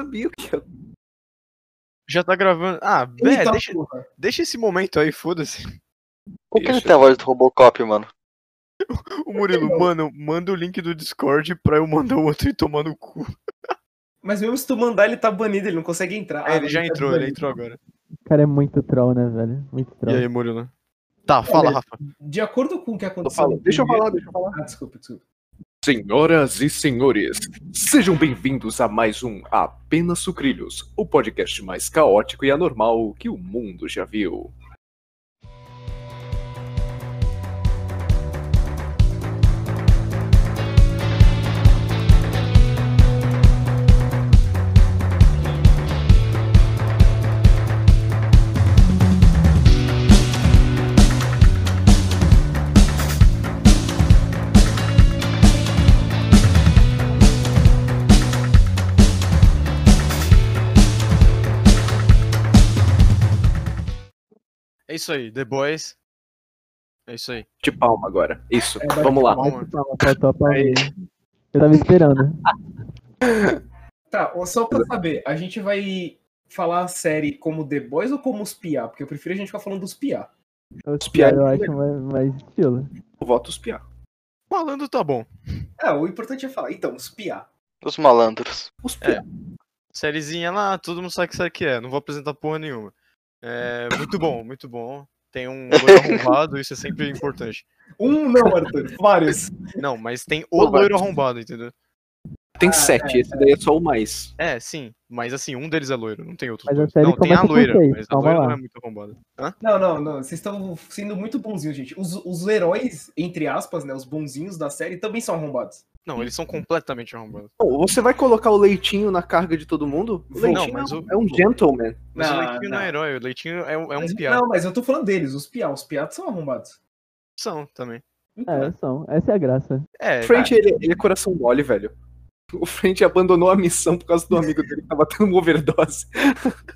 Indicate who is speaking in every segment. Speaker 1: sabia o que ia.
Speaker 2: Já tá gravando. Ah, Bé,
Speaker 3: Eita,
Speaker 2: deixa,
Speaker 3: tá porra.
Speaker 2: deixa esse momento aí, foda-se.
Speaker 4: Por que ele
Speaker 2: Isso.
Speaker 4: tem a voz do Robocop, mano?
Speaker 2: O Murilo, mano, manda o link do Discord pra eu mandar o outro e tomar no cu.
Speaker 3: Mas mesmo se tu mandar, ele tá banido, ele não consegue entrar.
Speaker 2: Ah, ele já
Speaker 3: tá
Speaker 2: entrou,
Speaker 3: banido.
Speaker 2: ele entrou agora.
Speaker 5: O cara é muito troll, né, velho? Muito
Speaker 2: E
Speaker 5: troll.
Speaker 2: aí, Murilo? Tá, fala, Rafa.
Speaker 3: De acordo com o que
Speaker 1: Tô
Speaker 3: aconteceu.
Speaker 1: falando.
Speaker 3: no
Speaker 1: Deixa eu
Speaker 3: primeiro-
Speaker 1: falar, deixa eu falar.
Speaker 3: Ah, desculpa, desculpa.
Speaker 1: Senhoras e senhores, sejam bem-vindos a mais um Apenas Sucrilhos, o podcast mais caótico e anormal que o mundo já viu.
Speaker 2: É isso aí, The Boys. É isso aí.
Speaker 1: De palma agora. Isso,
Speaker 3: É, vai
Speaker 1: vamos lá.
Speaker 2: Calma.
Speaker 5: Palma, faltou a palminha. Eu tava esperando.
Speaker 3: Tá, ó, só pra saber, a gente vai falar a série como The Boys ou como os PIA? Porque eu prefiro a gente ficar falando dos PIA.
Speaker 5: Os
Speaker 1: Os piá-
Speaker 5: piores eu
Speaker 2: é-
Speaker 5: acho mais, mais estilo.
Speaker 1: Votos piá.
Speaker 2: Falando tá bom.
Speaker 3: É, o importante é falar. Então, os PIA.
Speaker 4: Os malandros.
Speaker 1: Os piá.
Speaker 2: Sériezinha lá, todo mundo sabe que série que é. Não vou apresentar porra nenhuma. É, muito bom, muito bom. Tem um loiro arrombado, isso é sempre importante.
Speaker 3: Um não, Arthur, vários.
Speaker 2: Não, mas tem o loiro arrombado, entendeu?
Speaker 1: Tem sete, esse daí é só o mais.
Speaker 2: É, sim. Mas assim, um deles é loiro, não tem outro.
Speaker 5: Mas a série
Speaker 2: não, tem a
Speaker 5: começa com
Speaker 2: loira,
Speaker 5: seis,
Speaker 2: mas a
Speaker 5: calma
Speaker 2: loira
Speaker 5: lá.
Speaker 2: não é muito arrombada. Hã?
Speaker 3: Não, não, não. Vocês estão sendo muito bonzinhos, gente. Os, os heróis, entre aspas, né? Os bonzinhos da série também são arrombados.
Speaker 2: Não, eles são completamente arrombados.
Speaker 1: Pô, você vai colocar o leitinho na carga de todo mundo? O
Speaker 3: Não,
Speaker 1: leitinho
Speaker 2: mas
Speaker 1: é um-
Speaker 2: o-
Speaker 1: é um gentleman.
Speaker 2: Mas o
Speaker 3: Não,
Speaker 2: Leitinho não, é
Speaker 3: Ah, não.
Speaker 2: herói, o Leitinho é, um- é um
Speaker 3: Mas-
Speaker 2: piada.
Speaker 3: Não, mas eu tô falando deles, os PIA. Os PIA são arrombados.
Speaker 2: São também.
Speaker 5: É, são. Essa é a graça.
Speaker 2: É,
Speaker 1: O French, ele, ele é coração mole, velho. O French abandonou a missão por causa do amigo dele que tava tendo uma overdose.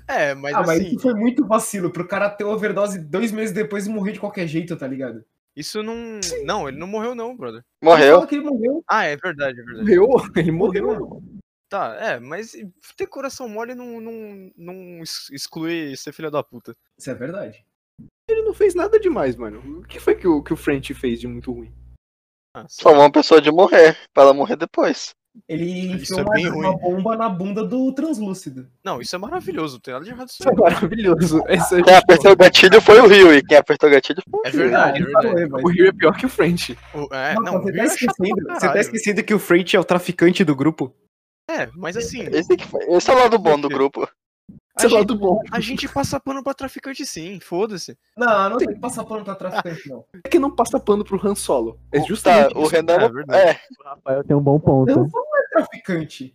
Speaker 2: é, mas
Speaker 3: ah, mas
Speaker 2: assim,
Speaker 3: isso foi muito vacilo pro cara ter overdose dois meses depois e morrer de qualquer jeito, tá ligado?
Speaker 2: isso não. Não, ele não morreu, não, brother.
Speaker 3: Ele
Speaker 4: Morreu?
Speaker 3: fala que ele morreu.
Speaker 2: Ah, é verdade, é verdade.
Speaker 1: Morreu? Ele morreu.
Speaker 2: Tá, é, mas ter coração mole não, não, não ex- exclui ser filha da puta.
Speaker 3: Isso é verdade.
Speaker 1: Ele Tipo, não fez nada demais, mano. O que foi que o, que o French fez de muito ruim?
Speaker 2: Ah, sei lá.
Speaker 4: Salvou uma pessoa de morrer, pra ela morrer depois.
Speaker 3: Ele
Speaker 2: Isso
Speaker 3: enfiou
Speaker 2: é bem
Speaker 3: uma, uma
Speaker 2: ruim.
Speaker 3: bomba na bunda do translúcido.
Speaker 2: Não, isso é maravilhoso, não tem nada de errado isso.
Speaker 1: Isso é tipo, maravilhoso. Essa
Speaker 4: Quem apertou É, o gatilho foi o Rio, e quem apertou o gatilho foi o
Speaker 2: É
Speaker 4: Rio.
Speaker 2: verdade, é
Speaker 3: Ah, ele falou,
Speaker 2: verdade.
Speaker 3: mas-
Speaker 1: O Rio é pior que o French.
Speaker 2: O- É,
Speaker 3: Não,
Speaker 2: não, o
Speaker 3: você,
Speaker 2: Rio
Speaker 3: tá
Speaker 2: é chato pra
Speaker 3: esquecendo, você tá
Speaker 2: caralho.
Speaker 3: esquecendo que o Freight é o traficante do grupo?
Speaker 2: É, mas assim,
Speaker 4: Esse, que foi- esse é o lado bom do grupo.
Speaker 2: a
Speaker 1: Sei lá
Speaker 2: gente,
Speaker 1: do bom.
Speaker 2: a gente passa pano pra traficante sim, foda-se.
Speaker 3: Não, não tem que passar pano pra traficante, não.
Speaker 1: É que não passa pano pro Han Solo. É
Speaker 4: O-
Speaker 1: justamente
Speaker 4: tá, o
Speaker 1: isso.
Speaker 4: Renan.
Speaker 2: É verdade.
Speaker 4: É,
Speaker 5: O Rafael tem um bom ponto.
Speaker 3: Não, não é traficante.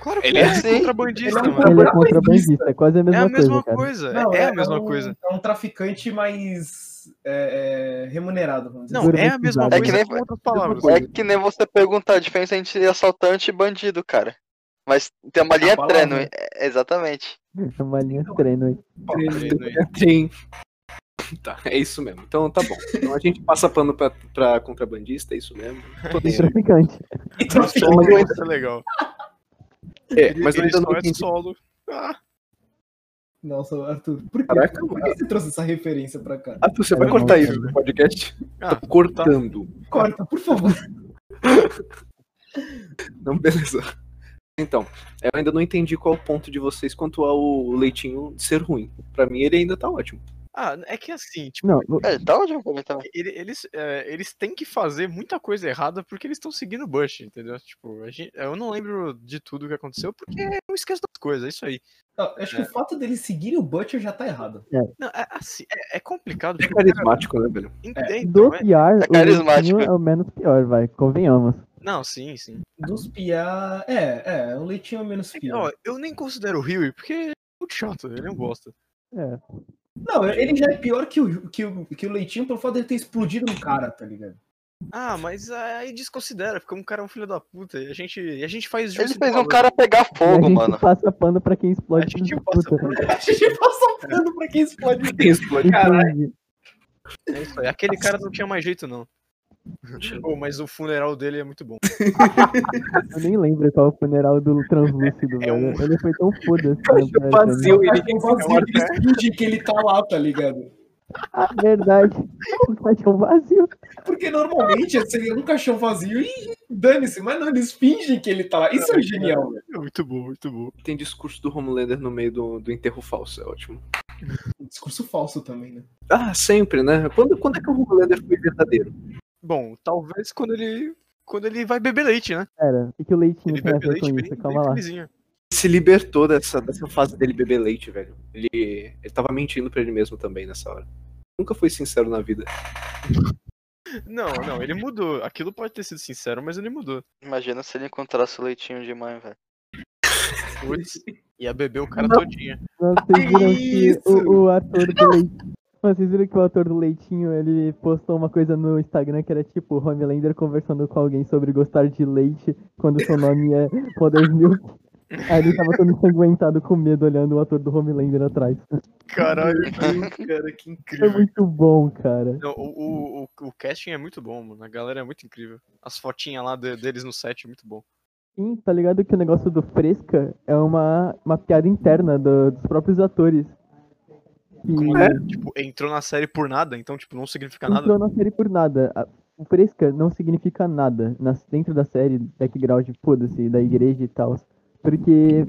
Speaker 2: Claro que
Speaker 1: Ele
Speaker 4: é
Speaker 2: é
Speaker 4: assim.
Speaker 2: contrabandista,
Speaker 3: Ele é um
Speaker 2: mano.
Speaker 5: Ele é
Speaker 3: Rafael é
Speaker 5: contrabandista, é quase a
Speaker 2: É
Speaker 5: mesma,
Speaker 2: a mesma
Speaker 5: coisa,
Speaker 2: coisa,
Speaker 3: Não,
Speaker 2: é a mesma
Speaker 3: um,
Speaker 2: coisa.
Speaker 3: É um traficante mais é, é, remunerado, vamos dizer.
Speaker 2: Não, é a mesma
Speaker 5: É que
Speaker 2: coisa
Speaker 4: nem-
Speaker 2: com outras palavras.
Speaker 4: é que nem você perguntar a diferença entre assaltante e bandido, cara. Mas tem uma linha
Speaker 3: palavra.
Speaker 4: trênue. é, Exatamente.
Speaker 5: cara. É uma linha treino aí.
Speaker 1: É, Sim. Tá, é isso mesmo. Então tá bom. Então a gente passa pano pra, pra contrabandista, é isso mesmo. Tô
Speaker 5: E
Speaker 1: nem aí.
Speaker 5: traficante.
Speaker 1: Solo.
Speaker 3: E traficante.
Speaker 2: Isso é legal.
Speaker 1: É,
Speaker 2: Mas
Speaker 1: mas eu
Speaker 2: ele
Speaker 1: ainda
Speaker 2: só
Speaker 1: não
Speaker 2: é
Speaker 1: entendi.
Speaker 2: solo. Ah,
Speaker 3: Nossa, Arthur, por que,
Speaker 1: Caraca,
Speaker 3: por que você trouxe essa referência pra cá?
Speaker 1: Ah, você vai
Speaker 5: É,
Speaker 1: cortar
Speaker 5: não,
Speaker 1: isso no podcast?
Speaker 2: Ah,
Speaker 1: Tô cortando.
Speaker 3: Corta, por favor.
Speaker 1: Não, beleza. Então, eu ainda não entendi qual é o ponto de vocês quanto ao leitinho ser ruim. Pra mim, ele ainda tá ótimo.
Speaker 2: ah, é que assim, tipo,
Speaker 5: Não, o-
Speaker 4: É, tá ótimo pra mim também.
Speaker 2: ele- eles, é, eles têm que fazer muita coisa errada porque eles estão seguindo o Bush, entendeu? Tipo, a gente, eu não lembro de tudo que aconteceu porque eu esqueço das coisas, é isso aí.
Speaker 3: Não, eu acho que o fato dele seguir o Butcher já tá errado.
Speaker 2: Não, é, assim, é, é complicado.
Speaker 1: É
Speaker 2: porque o cara-
Speaker 1: carismático, né, velho?
Speaker 2: é,
Speaker 5: do
Speaker 2: então, é-
Speaker 5: pior,
Speaker 4: é
Speaker 5: o leitinho
Speaker 4: carismático.
Speaker 5: é o menos pior, vai. Convenhamos.
Speaker 2: não, sim, sim.
Speaker 3: Dos piá. É, é, o leitinho Uhum. é o menos piá.
Speaker 2: Ó, eu nem considero o Huey porque ele é muito chato, ele não gosta.
Speaker 5: É.
Speaker 3: Não, ele já é pior que o, que o, que o leitinho pelo fato dele ter explodido no cara, tá ligado?
Speaker 2: Ah, mas aí desconsidera, porque um cara é um filho da puta. E a gente, e a gente faz
Speaker 4: Ele
Speaker 2: justo
Speaker 4: fez
Speaker 2: com a
Speaker 4: um cara pegar
Speaker 5: e a
Speaker 4: fogo,
Speaker 5: gente
Speaker 4: mano.
Speaker 5: passa pano pra quem explode.
Speaker 2: A gente
Speaker 5: tudo,
Speaker 2: passa
Speaker 5: puta.
Speaker 2: pano.
Speaker 3: A gente passa pano pra quem explode.
Speaker 1: Tem esse plano.
Speaker 5: Inclusive,
Speaker 2: É isso aí, Aquele cara não tinha mais jeito, não. Pô, mas o funeral dele é muito bom.
Speaker 5: Eu nem lembro qual é o funeral do translúcido,
Speaker 2: É um-
Speaker 5: velho. Ele foi tão foda assim.
Speaker 1: Caixa
Speaker 5: velho.
Speaker 1: vazio, ele
Speaker 3: Tem vazio, ele finge que ele tá lá, tá ligado?
Speaker 5: Ah, verdade. O caixão vazio.
Speaker 3: Porque normalmente seria um caixão vazio e dane-se, mas não, eles fingem que ele tá lá. Isso é genial, velho.
Speaker 2: É muito bom, muito bom.
Speaker 1: tem discurso do Homelander no meio do, do enterro falso, é ótimo.
Speaker 3: Um discurso falso também, né?
Speaker 1: Ah, sempre, né? Quando, quando é que o Homelander foi verdadeiro?
Speaker 2: Bom, talvez quando ele. Quando ele vai beber leite, né?
Speaker 5: Pera, o que, que o leitinho
Speaker 2: Ele
Speaker 5: tem a
Speaker 2: bebe
Speaker 5: ver com
Speaker 2: leite bem,
Speaker 5: isso?
Speaker 2: bem
Speaker 5: Calma lá.
Speaker 2: felizinho.
Speaker 1: Ele se libertou dessa, dessa fase dele beber leite, velho. Ele, ele tava mentindo pra ele mesmo também nessa hora. Nunca foi sincero na vida.
Speaker 2: Não, não, ele mudou. Aquilo pode ter sido sincero, mas ele mudou.
Speaker 4: Imagina se ele encontrasse o leitinho de mãe, velho.
Speaker 2: Putz, ia beber o cara todinho.
Speaker 5: Não, Vocês viram que
Speaker 3: isso?
Speaker 5: o, o ator do leitinho. Mano, Vocês viram que o ator do leitinho ele postou uma coisa no Instagram que era tipo o Homelander conversando com alguém sobre gostar de leite quando seu nome é Mother's Milk. Aí ele tava todo ensanguentado com medo olhando o ator do Homelander atrás.
Speaker 2: Caralho, cara, que
Speaker 5: É
Speaker 2: incrível.
Speaker 5: muito bom, cara.
Speaker 2: Não, o, o, o, o casting é muito bom, mano. A galera é muito incrível. As fotinhas lá de- deles no set é muito bom.
Speaker 5: Sim, tá ligado que o negócio do Fresca é uma, uma piada interna do- dos próprios atores. Que
Speaker 2: Como
Speaker 1: É?
Speaker 2: ele, tipo, entrou na série por nada, então, tipo, não significa
Speaker 5: não
Speaker 2: nada.
Speaker 5: entrou na série por nada. A- O Fresca não significa nada nas- dentro da série, background, foda-se, da igreja e tal. Porque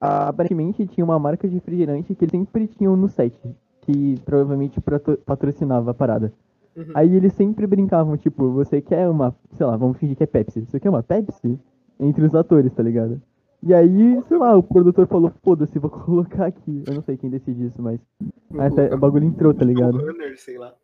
Speaker 5: a- aparentemente tinha uma marca de refrigerante que eles sempre tinham no set, que provavelmente prato- patrocinava a parada.
Speaker 1: Uhum.
Speaker 5: Aí eles sempre brincavam, tipo, você quer uma, sei lá, vamos fingir que é Pepsi. Você quer uma Pepsi? Entre os atores, tá ligado? E aí, sei lá, o produtor falou, foda-se, vou colocar aqui. Eu não sei quem decide isso, mas. Aí até- o bagulho entrou, tá ligado?
Speaker 3: Runner, sei lá.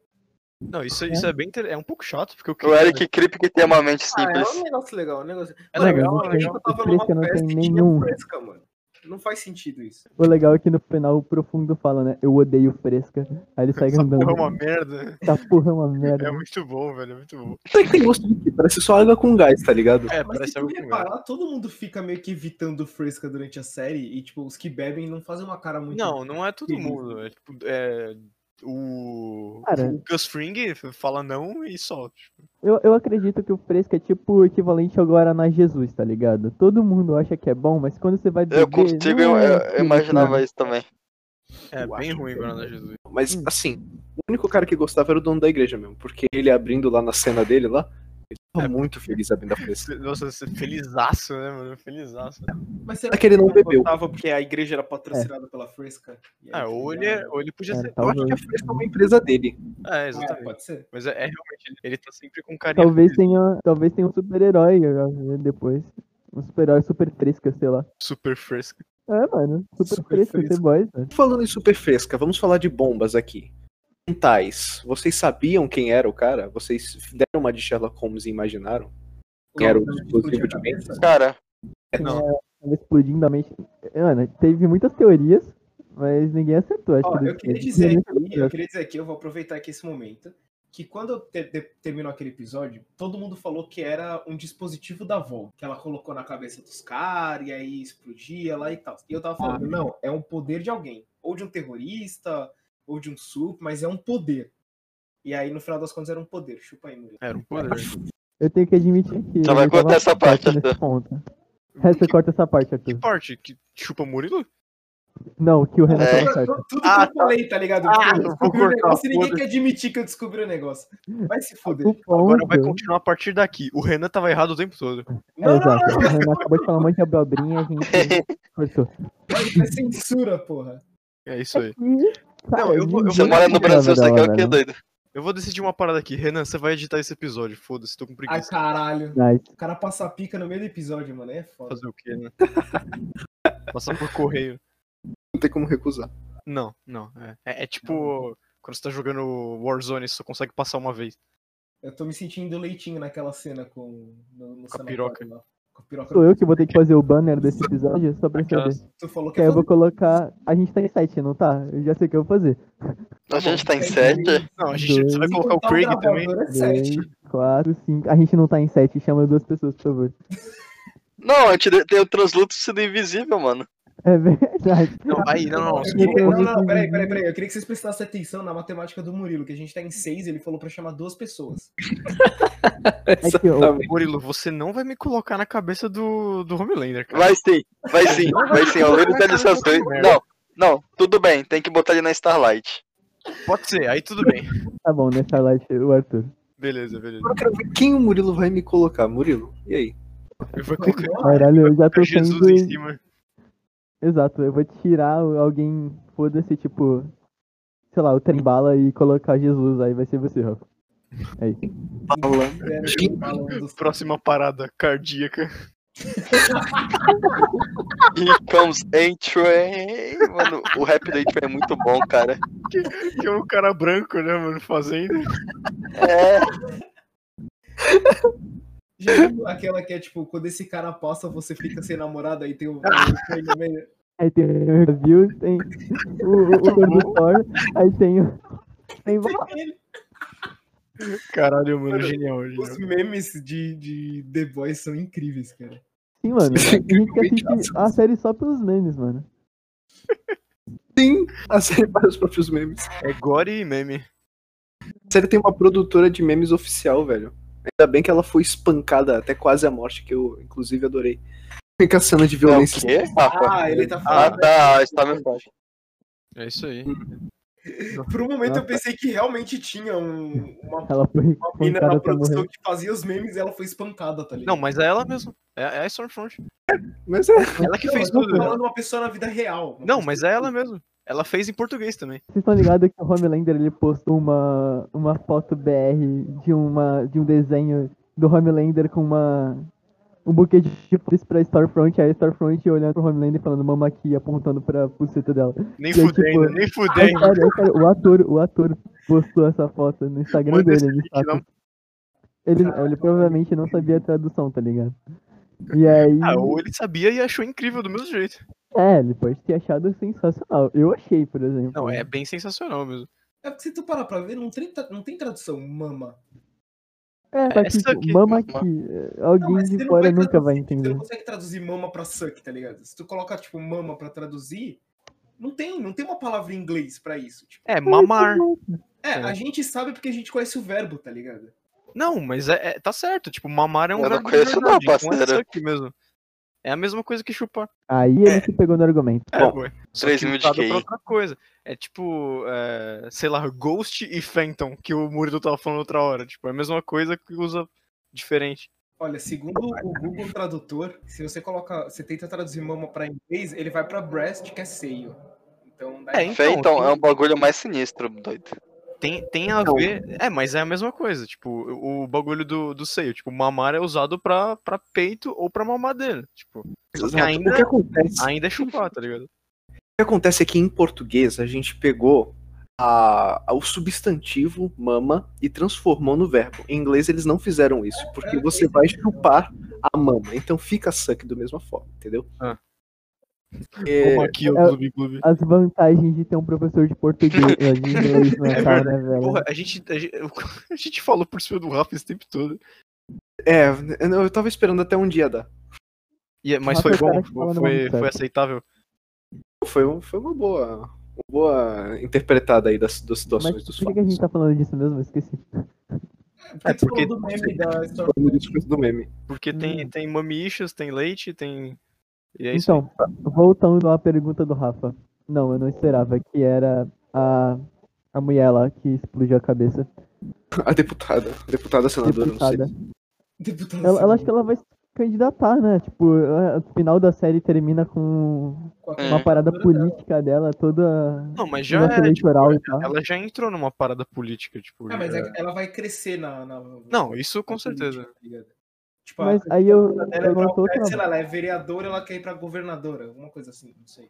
Speaker 2: Não, isso, isso é bem inter- é um pouco chato, porque o
Speaker 4: O
Speaker 2: Chris-
Speaker 4: Eric Krip que tem uma
Speaker 5: Ah,
Speaker 4: mente simples.
Speaker 3: negócio legal, Ah, é um negócio.
Speaker 2: É
Speaker 5: Mano,
Speaker 2: legal,
Speaker 5: não
Speaker 2: é
Speaker 5: tem-
Speaker 2: legal.
Speaker 5: o Fresca não tem nenhum.
Speaker 3: fresca, mano. Não faz sentido isso.
Speaker 5: O legal é que no final o profundo fala, né? Eu odeio fresca. Aí ele segue
Speaker 2: Essa
Speaker 5: andando.
Speaker 2: porra é uma merda.
Speaker 5: Essa porra é uma merda.
Speaker 2: É muito bom, velho, é muito bom.
Speaker 1: Até que tem gosto de quê? Parece só água com gás, tá ligado?
Speaker 2: É,
Speaker 3: Mas se
Speaker 2: parece
Speaker 3: tu
Speaker 2: algo com gás.
Speaker 3: reparar, todo mundo fica meio que evitando o fresca durante a série. E, tipo, os que bebem não fazem uma cara muito.
Speaker 2: Não, não é todo
Speaker 3: Beleza.
Speaker 2: mundo. É tipo, é, o.
Speaker 5: Cara.
Speaker 2: O Gus Fring fala não e só. tipo.
Speaker 5: Eu, eu acredito que o fresca é tipo o equivalente ao Guaraná Jesus, tá ligado? Todo mundo acha que é bom, mas quando você vai beber...
Speaker 4: Eu consigo, eu,
Speaker 5: não é
Speaker 4: eu
Speaker 5: aquilo,
Speaker 4: imaginava
Speaker 5: cara.
Speaker 4: isso também.
Speaker 2: É
Speaker 1: Eu
Speaker 2: bem
Speaker 1: acho
Speaker 2: ruim
Speaker 1: que-
Speaker 2: Guaraná Jesus.
Speaker 1: Mas,
Speaker 5: Hum.
Speaker 1: assim, o único cara que gostava era o dono da igreja mesmo. Porque ele abrindo lá na cena dele lá, ele tava
Speaker 2: É.
Speaker 1: muito feliz abrindo a festa.
Speaker 2: Nossa, você- felizaço, né, mano? Felizaço.
Speaker 3: Mas será
Speaker 1: É que ele não bebeu.
Speaker 3: gostava porque a igreja era patrocinada pela fresca? E aí,
Speaker 2: Ah, ou ele, é- ou ele podia
Speaker 5: É,
Speaker 2: ser.
Speaker 1: Eu acho que a festa é uma empresa dele.
Speaker 2: É,
Speaker 3: Ah,
Speaker 2: exatamente.
Speaker 3: pode ser.
Speaker 2: Mas é, é realmente, ele- ele tá sempre com carinha.
Speaker 5: Talvez
Speaker 2: feliz.
Speaker 5: tenha, talvez tenha um super-herói né, depois. Um super-herói super fresca, sei lá.
Speaker 2: Super fresco.
Speaker 5: É, mano. Super,
Speaker 3: Super
Speaker 5: fresca,
Speaker 3: fresca.
Speaker 5: The Boys, velho.
Speaker 1: Falando em super fresca, vamos falar de bombas aqui. Tais, vocês sabiam quem era o cara? Vocês deram uma de Sherlock Holmes e imaginaram? Quem era o
Speaker 3: Lógico,
Speaker 1: explosivo de
Speaker 3: a
Speaker 1: mentes?
Speaker 3: cabeça.
Speaker 4: Cara,
Speaker 2: Não.
Speaker 5: Tava explodindo a mente. É, Mano, teve muitas teorias, mas ninguém acertou. Acho
Speaker 3: Ó,
Speaker 5: que
Speaker 3: eu queria dizer aqui, eu queria dizer aqui, eu vou aproveitar aqui esse momento, que quando te- te- terminou aquele episódio, todo mundo falou que era um dispositivo da avó, que ela colocou na cabeça dos caras, e aí explodia lá e tal. E eu tava falando, não, é um poder de alguém, ou de um terrorista, ou de um sup, mas é um poder. E aí, no final das contas, era um poder. Chupa aí, Murilo.
Speaker 2: Era um poder.
Speaker 5: Eu tenho que admitir que.
Speaker 4: Só vai
Speaker 5: eu
Speaker 4: cortar
Speaker 5: tava
Speaker 4: essa parte,
Speaker 5: certo nesse
Speaker 4: Arthur.
Speaker 5: ponto. É, você corta essa parte,
Speaker 2: Que
Speaker 5: Arthur.
Speaker 2: parte? Que chupa Murilo?
Speaker 5: Não, que o Renan
Speaker 4: É.
Speaker 5: tava certo.
Speaker 3: Tudo, tudo
Speaker 2: Ah,
Speaker 3: que eu falei, tá ligado?
Speaker 2: Ah,
Speaker 3: Porque eu
Speaker 2: eu vou
Speaker 3: descobri o
Speaker 2: cortar,
Speaker 3: negócio e ninguém
Speaker 2: foda-se.
Speaker 3: quer admitir que eu descobri o negócio. Vai se foder.
Speaker 5: O ponto.
Speaker 2: Agora vai continuar a partir daqui. O Renan tava errado o tempo todo.
Speaker 5: É, exato. O Renan acabou de falar um monte de abobrinha, a gente. Cortou.
Speaker 3: É censura, porra.
Speaker 2: É isso aí.
Speaker 5: Cara,
Speaker 2: eu vou- eu
Speaker 4: você
Speaker 5: ninguém
Speaker 4: mora no
Speaker 5: lembrava
Speaker 4: Brasil,
Speaker 5: tá da
Speaker 4: você quer
Speaker 5: hora,
Speaker 4: o que,
Speaker 5: né?
Speaker 4: doido?
Speaker 2: Eu vou decidir uma parada aqui. Renan, você vai editar esse episódio. Foda-se, tô com
Speaker 3: Ai,
Speaker 2: preguiça.
Speaker 3: caralho.
Speaker 5: Nice.
Speaker 3: O cara passa a pica no meio do episódio, mano. É foda.
Speaker 2: Fazer o quê, né? Passar por correio.
Speaker 1: Não tem como recusar.
Speaker 2: Não, não. É, é- é tipo quando você tá jogando Warzone, você só consegue passar uma vez.
Speaker 3: Eu tô me sentindo leitinho naquela cena com. No, no
Speaker 2: Com a
Speaker 3: sanatório
Speaker 2: piroca.
Speaker 3: lá. Com a piroca.
Speaker 5: Sou eu que vou ter que fazer o banner desse episódio só pra
Speaker 2: Aquelas-
Speaker 5: saber.
Speaker 3: Tu falou que
Speaker 5: Que aí
Speaker 3: é
Speaker 5: eu vou colocar. A gente tá em 7, não tá? Eu já sei o que eu vou fazer.
Speaker 4: A gente tá em sete.
Speaker 2: Não, a gente você vai
Speaker 3: Se
Speaker 2: colocar o
Speaker 3: contar
Speaker 2: Craig também.
Speaker 3: gravador, É
Speaker 5: 10,
Speaker 3: sete.
Speaker 5: 4, 5. A gente não tá em 7, chama duas pessoas, por favor.
Speaker 4: Não, a gente de- tem o translúcido sendo invisível, mano.
Speaker 5: É verdade.
Speaker 2: Não, aí, não, não.
Speaker 3: Eu
Speaker 5: Sim,
Speaker 3: queria-
Speaker 5: eu
Speaker 3: Não, não,
Speaker 5: vi-
Speaker 3: peraí, peraí, peraí. Eu queria que vocês prestassem atenção na matemática do Murilo, que a gente tá em seis, ele falou pra chamar duas pessoas.
Speaker 5: É que eu,
Speaker 2: Murilo, você não vai me colocar na cabeça do, do Homelander, cara.
Speaker 4: Vai sim, vai sim, vai sim. Ao longo das licitações. Não, não, tudo bem, tem que botar ele na Starlight.
Speaker 2: Pode ser, aí tudo bem.
Speaker 5: tá bom, nessa light o Arthur.
Speaker 2: Beleza, beleza.
Speaker 1: Eu quero ver quem o Murilo vai me colocar. Murilo, e aí?
Speaker 2: Eu vou colocar
Speaker 5: Caralho, eu já tô
Speaker 2: Jesus em
Speaker 5: sendo.
Speaker 2: cima.
Speaker 5: Exato, eu vou tirar o- alguém, foda-se, tipo, sei lá, o Trembala e colocar Jesus, aí vai ser você, Rafa.
Speaker 1: Fala.
Speaker 3: Era o balão dos-
Speaker 2: Próxima parada cardíaca.
Speaker 4: Here comes A-Train. Mano, o rap da A-Train é muito bom, cara.
Speaker 2: Que é um cara branco, né, mano, fazendo.
Speaker 4: É,
Speaker 3: Já viu aquela que é tipo, quando esse cara aposta, você fica sem namorada aí tem um, o. tem no meio.
Speaker 5: Aí tem o Review, tem o, o, o do Thor, aí tem o. Trembala.
Speaker 2: Caralho, mano,
Speaker 3: Mano,
Speaker 2: genial, genial.
Speaker 3: um, Os memes de, de The Boys são incríveis, cara.
Speaker 5: Sim, mano. A gente que
Speaker 1: Incrivelmente
Speaker 5: assiste a série só pelos memes, mano.
Speaker 1: Sim, a série para os próprios memes.
Speaker 2: É gore e meme.
Speaker 1: A série tem uma produtora de memes oficial, velho. Ainda bem que ela foi espancada até quase a morte, que eu, inclusive, adorei. Fica a cena de
Speaker 4: é o
Speaker 1: violência.
Speaker 4: quê, Rafa?
Speaker 3: Ah, ele tá
Speaker 4: Ah,
Speaker 3: falando.
Speaker 4: tá, está me falando.
Speaker 2: É isso aí.
Speaker 3: Por um momento eu
Speaker 5: Ah, tá.
Speaker 3: pensei que realmente tinha um, uma,
Speaker 5: Ela foi
Speaker 3: uma mina
Speaker 5: pancada
Speaker 3: na
Speaker 5: pra
Speaker 3: produção
Speaker 5: morrer.
Speaker 3: que fazia os memes e ela foi espancada, tá ligado?
Speaker 2: Não, mas é ela mesmo. É, é a Stormfront.
Speaker 1: Mas é.
Speaker 2: Ela que
Speaker 3: Não,
Speaker 2: fez
Speaker 3: eu tô
Speaker 2: tudo. né?
Speaker 3: falando uma pessoa na vida real.
Speaker 2: Não, mas é ela mesmo. Ela fez em português também.
Speaker 5: Vocês estão ligados que o Homelander ele postou uma, uma foto BR de, uma, de um desenho do Homelander com uma, um buquê de flores pra Starfront, aí a Starfront olhando pro Homelander e falando mama aqui, apontando pra pulseta dela.
Speaker 2: Nem
Speaker 5: E aí,
Speaker 2: fudendo,
Speaker 5: tipo,
Speaker 2: nem
Speaker 5: É
Speaker 2: fudendo.
Speaker 5: sério, é sério, o ator, o ator postou essa foto no Instagram
Speaker 2: Manda esse
Speaker 5: dele. de
Speaker 2: link,
Speaker 5: fato.
Speaker 2: não.
Speaker 5: Ele, ele provavelmente não sabia a tradução, tá ligado? E aí.
Speaker 2: Ah, ou ele sabia e achou incrível do mesmo jeito.
Speaker 5: É, ele pode ter achado sensacional. Eu achei, por exemplo.
Speaker 2: Não, é bem sensacional mesmo.
Speaker 3: É porque se tu parar pra ver, não tem, tra- não tem tradução, mama.
Speaker 5: É, só que,
Speaker 2: essa
Speaker 5: tipo,
Speaker 2: aqui-
Speaker 5: mama aqui. é,
Speaker 3: Não,
Speaker 5: Alguém
Speaker 3: mas você
Speaker 5: de
Speaker 3: não
Speaker 5: fora
Speaker 3: vai
Speaker 5: nunca
Speaker 3: traduzir,
Speaker 5: vai
Speaker 3: Você
Speaker 5: entender.
Speaker 3: não consegue traduzir mama pra suck, tá ligado? Se tu coloca, tipo, mama pra traduzir, não tem, não tem uma palavra em inglês pra isso. Tipo,
Speaker 2: É, mamar.
Speaker 3: é,
Speaker 2: É.
Speaker 3: a gente sabe porque a gente conhece o verbo, tá ligado?
Speaker 2: Não, mas é, é- tá certo. Tipo, mamar é um
Speaker 4: Eu não
Speaker 2: verbo de
Speaker 4: conheço não,
Speaker 2: verdade, então é
Speaker 4: parceiro.
Speaker 2: suck mesmo. É a mesma coisa que chupar.
Speaker 5: Aí ele se pegou no argumento.
Speaker 2: É,
Speaker 1: Bom,
Speaker 2: ué. Só
Speaker 4: 3
Speaker 2: que
Speaker 4: mil de
Speaker 2: usado pra
Speaker 4: QI.
Speaker 2: outra coisa. É tipo, é, sei lá, Ghost e Phantom, que o Murilo tava falando outra hora. Tipo, é a mesma coisa que usa diferente.
Speaker 3: Olha, segundo o Google Tradutor, se você coloca, você tenta traduzir mama pra inglês, ele vai pra breast, que é seio. Então, daí,
Speaker 2: É, então,
Speaker 4: Fê, então,
Speaker 2: tem-
Speaker 4: é um bagulho mais sinistro, doido.
Speaker 2: Tem, tem a ver. É, mas é a mesma coisa. Tipo, o o bagulho do, do seio. Tipo, mamar é usado pra, pra peito ou pra mamadeira. Tipo, só
Speaker 1: Exato.
Speaker 2: que
Speaker 1: O que
Speaker 2: ainda,
Speaker 1: acontece?
Speaker 2: ainda é chupar, tá ligado?
Speaker 1: O que acontece é que em português a gente pegou a- a- o substantivo mama e transformou no verbo. Em inglês eles não fizeram isso, porque você vai chupar a mama. Então fica suck da mesma forma, entendeu?
Speaker 2: Ah.
Speaker 1: É,
Speaker 2: Como aqui o
Speaker 5: é-
Speaker 2: Gloob Gloob.
Speaker 5: As vantagens de ter um professor de português, eh, de inglês na
Speaker 2: É
Speaker 5: sala, né, velho?
Speaker 2: Porra, a gente, a gente, a gente falou por cima do Rafa esse tempo todo.
Speaker 1: é, eu tava esperando até um dia dar.
Speaker 2: E é- mas
Speaker 5: Rafa
Speaker 2: foi
Speaker 5: é o cara
Speaker 2: bom,
Speaker 5: que fala
Speaker 2: foi,
Speaker 5: no
Speaker 2: foi,
Speaker 5: momento certo.
Speaker 2: aceitável.
Speaker 1: Foi, um- foi uma boa. uma boa interpretada aí das, das situações
Speaker 5: Mas
Speaker 1: dos
Speaker 5: por que que a
Speaker 1: fatos.
Speaker 5: gente tá falando disso mesmo? Eu Esqueci.
Speaker 2: É,
Speaker 3: tu
Speaker 2: porque-
Speaker 3: falou Tá do meme da Storm-
Speaker 1: Como diz o do meme.
Speaker 2: Porque tem,
Speaker 5: Hum.
Speaker 2: tem mamichos, tem leite, tem. E é isso.
Speaker 5: Então, voltando à pergunta do Rafa. Não, eu não esperava, que era a, a mulher lá que explodiu a cabeça.
Speaker 1: A deputada, a deputada senadora,
Speaker 5: Deputada.
Speaker 1: não sei.
Speaker 3: Deputado
Speaker 5: Ela, ela acho que
Speaker 3: Simão,
Speaker 5: ela vai se candidatar, né? Tipo, ela- o final da série termina com
Speaker 3: com a
Speaker 5: uma
Speaker 4: É.
Speaker 5: parada
Speaker 3: candidatura dela.
Speaker 5: política dela, toda
Speaker 2: Não, mas já
Speaker 5: negócio
Speaker 2: é, tipo,
Speaker 5: eleitoral e tal.
Speaker 2: ela já entrou numa parada política, tipo.
Speaker 3: Ah, mas
Speaker 2: já-
Speaker 3: é que ela vai crescer na. na-
Speaker 2: Não, isso com
Speaker 3: na
Speaker 2: certeza.
Speaker 3: política, tá ligado? Tipo,
Speaker 5: Mas
Speaker 3: a-
Speaker 5: aí eu,
Speaker 3: Ela é
Speaker 5: eu
Speaker 3: pra,
Speaker 5: não tô
Speaker 3: é, sei
Speaker 5: outra...
Speaker 3: lá, ela é vereadora, ela quer ir pra governadora, alguma coisa assim, não sei.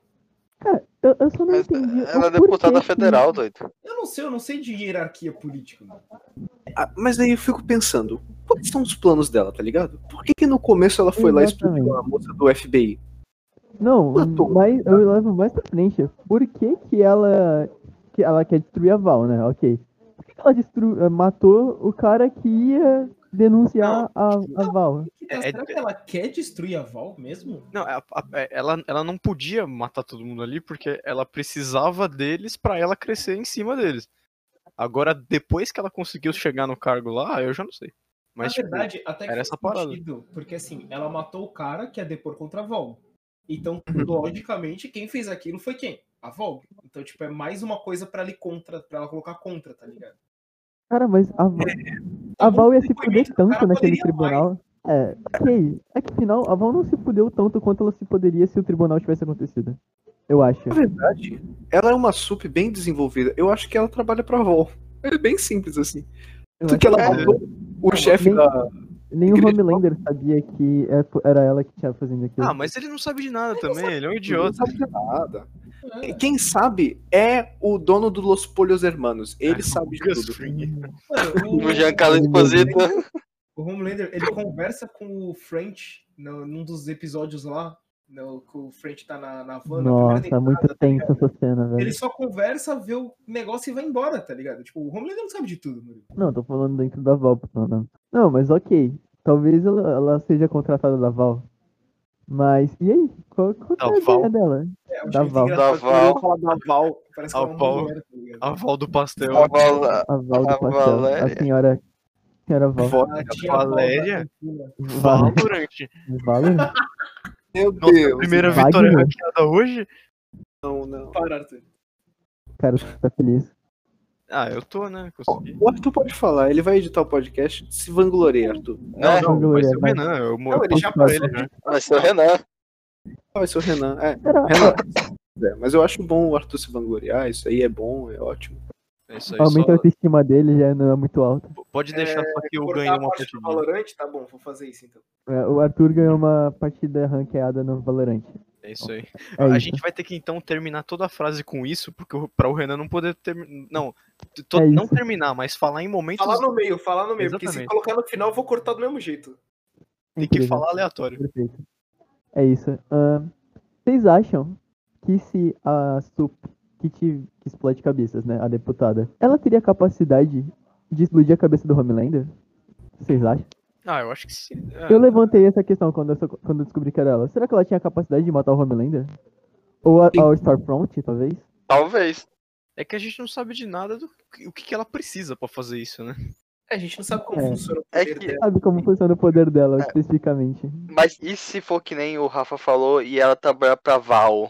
Speaker 5: Cara, eu, eu só não
Speaker 4: Mas
Speaker 5: entendi. o
Speaker 4: ela é
Speaker 5: porquê
Speaker 4: deputada
Speaker 5: que-
Speaker 4: federal, doido.
Speaker 3: Eu não sei, eu não sei de hierarquia política. Mano.
Speaker 1: Ah, mas aí eu fico pensando, quais são os planos dela, tá ligado? Por que, que no começo ela foi lá e
Speaker 5: Exatamente.
Speaker 1: explodiu a moça do FBI?
Speaker 5: Não,
Speaker 1: Matou.
Speaker 5: mas eu levo mais pra frente. Por que que ela que ela quer destruir a Val, né? Ok. Por que que ela destru... eh, matou o cara que ia denunciar a, a Val?
Speaker 2: É- é-
Speaker 3: Será que ela quer destruir a Val mesmo?
Speaker 2: Não, a- a- é- ela, ela não podia matar todo mundo ali porque ela precisava deles pra ela crescer em cima deles. Agora, depois que ela conseguiu chegar no cargo lá, eu já não sei. Mas,
Speaker 3: Na
Speaker 2: tipo,
Speaker 3: verdade, até que
Speaker 2: era
Speaker 3: faz
Speaker 2: essa parada.
Speaker 3: sentido, porque assim, ela matou o cara que ia depor contra a Volg. Então,
Speaker 2: Uhum.
Speaker 3: logicamente, quem fez aquilo foi quem? A Volg. Então, tipo, é mais uma coisa pra ali contra, para ela colocar contra, tá ligado?
Speaker 5: Cara, mas a, Val- a Val ia se fuder tanto naquele tribunal. É, que aí? É que afinal, a Val não se fudeu tanto quanto ela se poderia se o tribunal tivesse acontecido. Eu acho.
Speaker 1: Na verdade, ela é uma sup bem desenvolvida. Eu acho que ela trabalha pra Vol. É bem simples assim.
Speaker 5: Eu
Speaker 1: Tanto
Speaker 5: acho
Speaker 1: que ela
Speaker 5: que- é.
Speaker 1: matou o chefe
Speaker 5: nem-
Speaker 1: da.
Speaker 5: Nem o
Speaker 1: Igreja-
Speaker 5: Homelander sabia que é- era ela que tinha fazendo aquilo.
Speaker 2: Ah, mas ele não sabe de nada também, ele é um
Speaker 1: Não
Speaker 2: idiota.
Speaker 1: sabe de nada. Quem sabe é o dono do Los Polhos Hermanos. Ele sabe de
Speaker 2: Gus
Speaker 1: tudo.
Speaker 2: Fring.
Speaker 3: Mano,
Speaker 4: O Giancarlo Esposito.
Speaker 3: O Homelander, ele conversa com o French no- num dos episódios lá, no, que o French tá na, na van. na primeira
Speaker 5: Nossa, muito
Speaker 3: temporada, tá
Speaker 5: tensa
Speaker 3: ligado?
Speaker 5: essa cena, velho.
Speaker 3: Ele só conversa, vê o negócio e vai embora, tá ligado? Tipo, o Homelander não sabe de tudo, mano.
Speaker 5: Não, tô falando dentro da Val, não, não. Não, mas ok. Talvez ela, ela seja contratada da Val. Mas, e aí? Qual, qual que
Speaker 2: Da
Speaker 5: é a
Speaker 2: Val?
Speaker 5: ideia dela?
Speaker 3: É, eu
Speaker 5: Da
Speaker 3: achei muito
Speaker 5: Val.
Speaker 3: engraçado
Speaker 4: Da
Speaker 3: quando ele
Speaker 4: Val.
Speaker 3: fala da Val, Parece que
Speaker 2: Ah,
Speaker 3: ela é uma
Speaker 2: Val.
Speaker 3: mulher, tá ligado?
Speaker 2: A Val do pastel.
Speaker 4: A Val-
Speaker 5: A Val
Speaker 4: A
Speaker 5: do pastel.
Speaker 4: Valéria.
Speaker 5: A senhora. Senhora Val.
Speaker 1: Vó-
Speaker 3: A tia
Speaker 2: Valéria?
Speaker 3: Val da Argentina.
Speaker 5: Val.
Speaker 2: Valorante.
Speaker 5: Val.
Speaker 1: Meu
Speaker 2: Nossa,
Speaker 1: Deus.
Speaker 2: primeira
Speaker 5: Wagner.
Speaker 2: vitória ranqueada hoje?
Speaker 1: Não, não.
Speaker 3: Para, Arthur.
Speaker 5: Cara, você tá feliz.
Speaker 2: Ah, eu tô, né? Consegui.
Speaker 1: O Arthur pode falar, ele vai editar o podcast. Se vanglorie, Arthur.
Speaker 4: Não,
Speaker 2: Não,
Speaker 5: Não,
Speaker 2: vai ser
Speaker 5: é,
Speaker 2: o
Speaker 5: vai.
Speaker 2: Renan. Eu, mo-
Speaker 1: Não,
Speaker 2: eu
Speaker 1: ele já
Speaker 2: passo pra ele já.
Speaker 4: vai ser o Renan.
Speaker 1: Ah, vai ser o Renan. É,
Speaker 5: Era,
Speaker 1: Renan. É, mas eu acho bom o Arthur se vangloriar. Isso aí é bom, é ótimo.
Speaker 2: É isso aí,
Speaker 5: aumenta a
Speaker 2: só-
Speaker 5: autoestima dele, já não é muito alta.
Speaker 2: Pode deixar só que eu
Speaker 3: É, Cortar
Speaker 2: ganhei
Speaker 3: a
Speaker 2: uma
Speaker 3: parte
Speaker 2: partida.
Speaker 3: do Valorante? Tá bom, vou fazer isso então.
Speaker 5: É, O Arthur ganhou uma partida ranqueada no Valorant.
Speaker 2: É isso aí.
Speaker 5: É
Speaker 2: a
Speaker 5: isso.
Speaker 2: gente vai ter que então terminar toda a frase com isso, porque o- pra o Renan não poder terminar. Não, t- to-
Speaker 5: É
Speaker 2: não
Speaker 5: isso.
Speaker 2: terminar, mas falar em momentos.
Speaker 3: Falar no meio, falar no meio, porque se
Speaker 2: Exatamente.
Speaker 3: colocar no final, eu vou cortar do mesmo jeito.
Speaker 2: Tem que
Speaker 5: Incrível.
Speaker 2: falar aleatório.
Speaker 5: Perfeito. É isso. Ahn, vocês acham que se a Sup, que, te, que explode cabeças, né, a deputada, ela teria a capacidade de explodir a cabeça do Homelander? Vocês acham?
Speaker 2: Ah, eu acho que sim. Ah,
Speaker 3: É.
Speaker 5: Eu levantei essa questão quando eu, sou- quando eu descobri que era ela. Será que ela tinha a capacidade de matar o Homelander? Ou a,
Speaker 1: Sim.
Speaker 5: a Starfront, talvez?
Speaker 4: Talvez.
Speaker 2: É que a gente não sabe de nada do que- o que, que ela precisa pra fazer isso, né?
Speaker 3: É, a gente não sabe como
Speaker 5: É.
Speaker 3: funciona o
Speaker 4: É
Speaker 3: poder
Speaker 4: que-
Speaker 3: dela.
Speaker 5: Sabe como funciona o poder
Speaker 3: É.
Speaker 5: dela, especificamente?
Speaker 4: Mas e se for que nem o Rafa falou e ela trabalhar pra Val?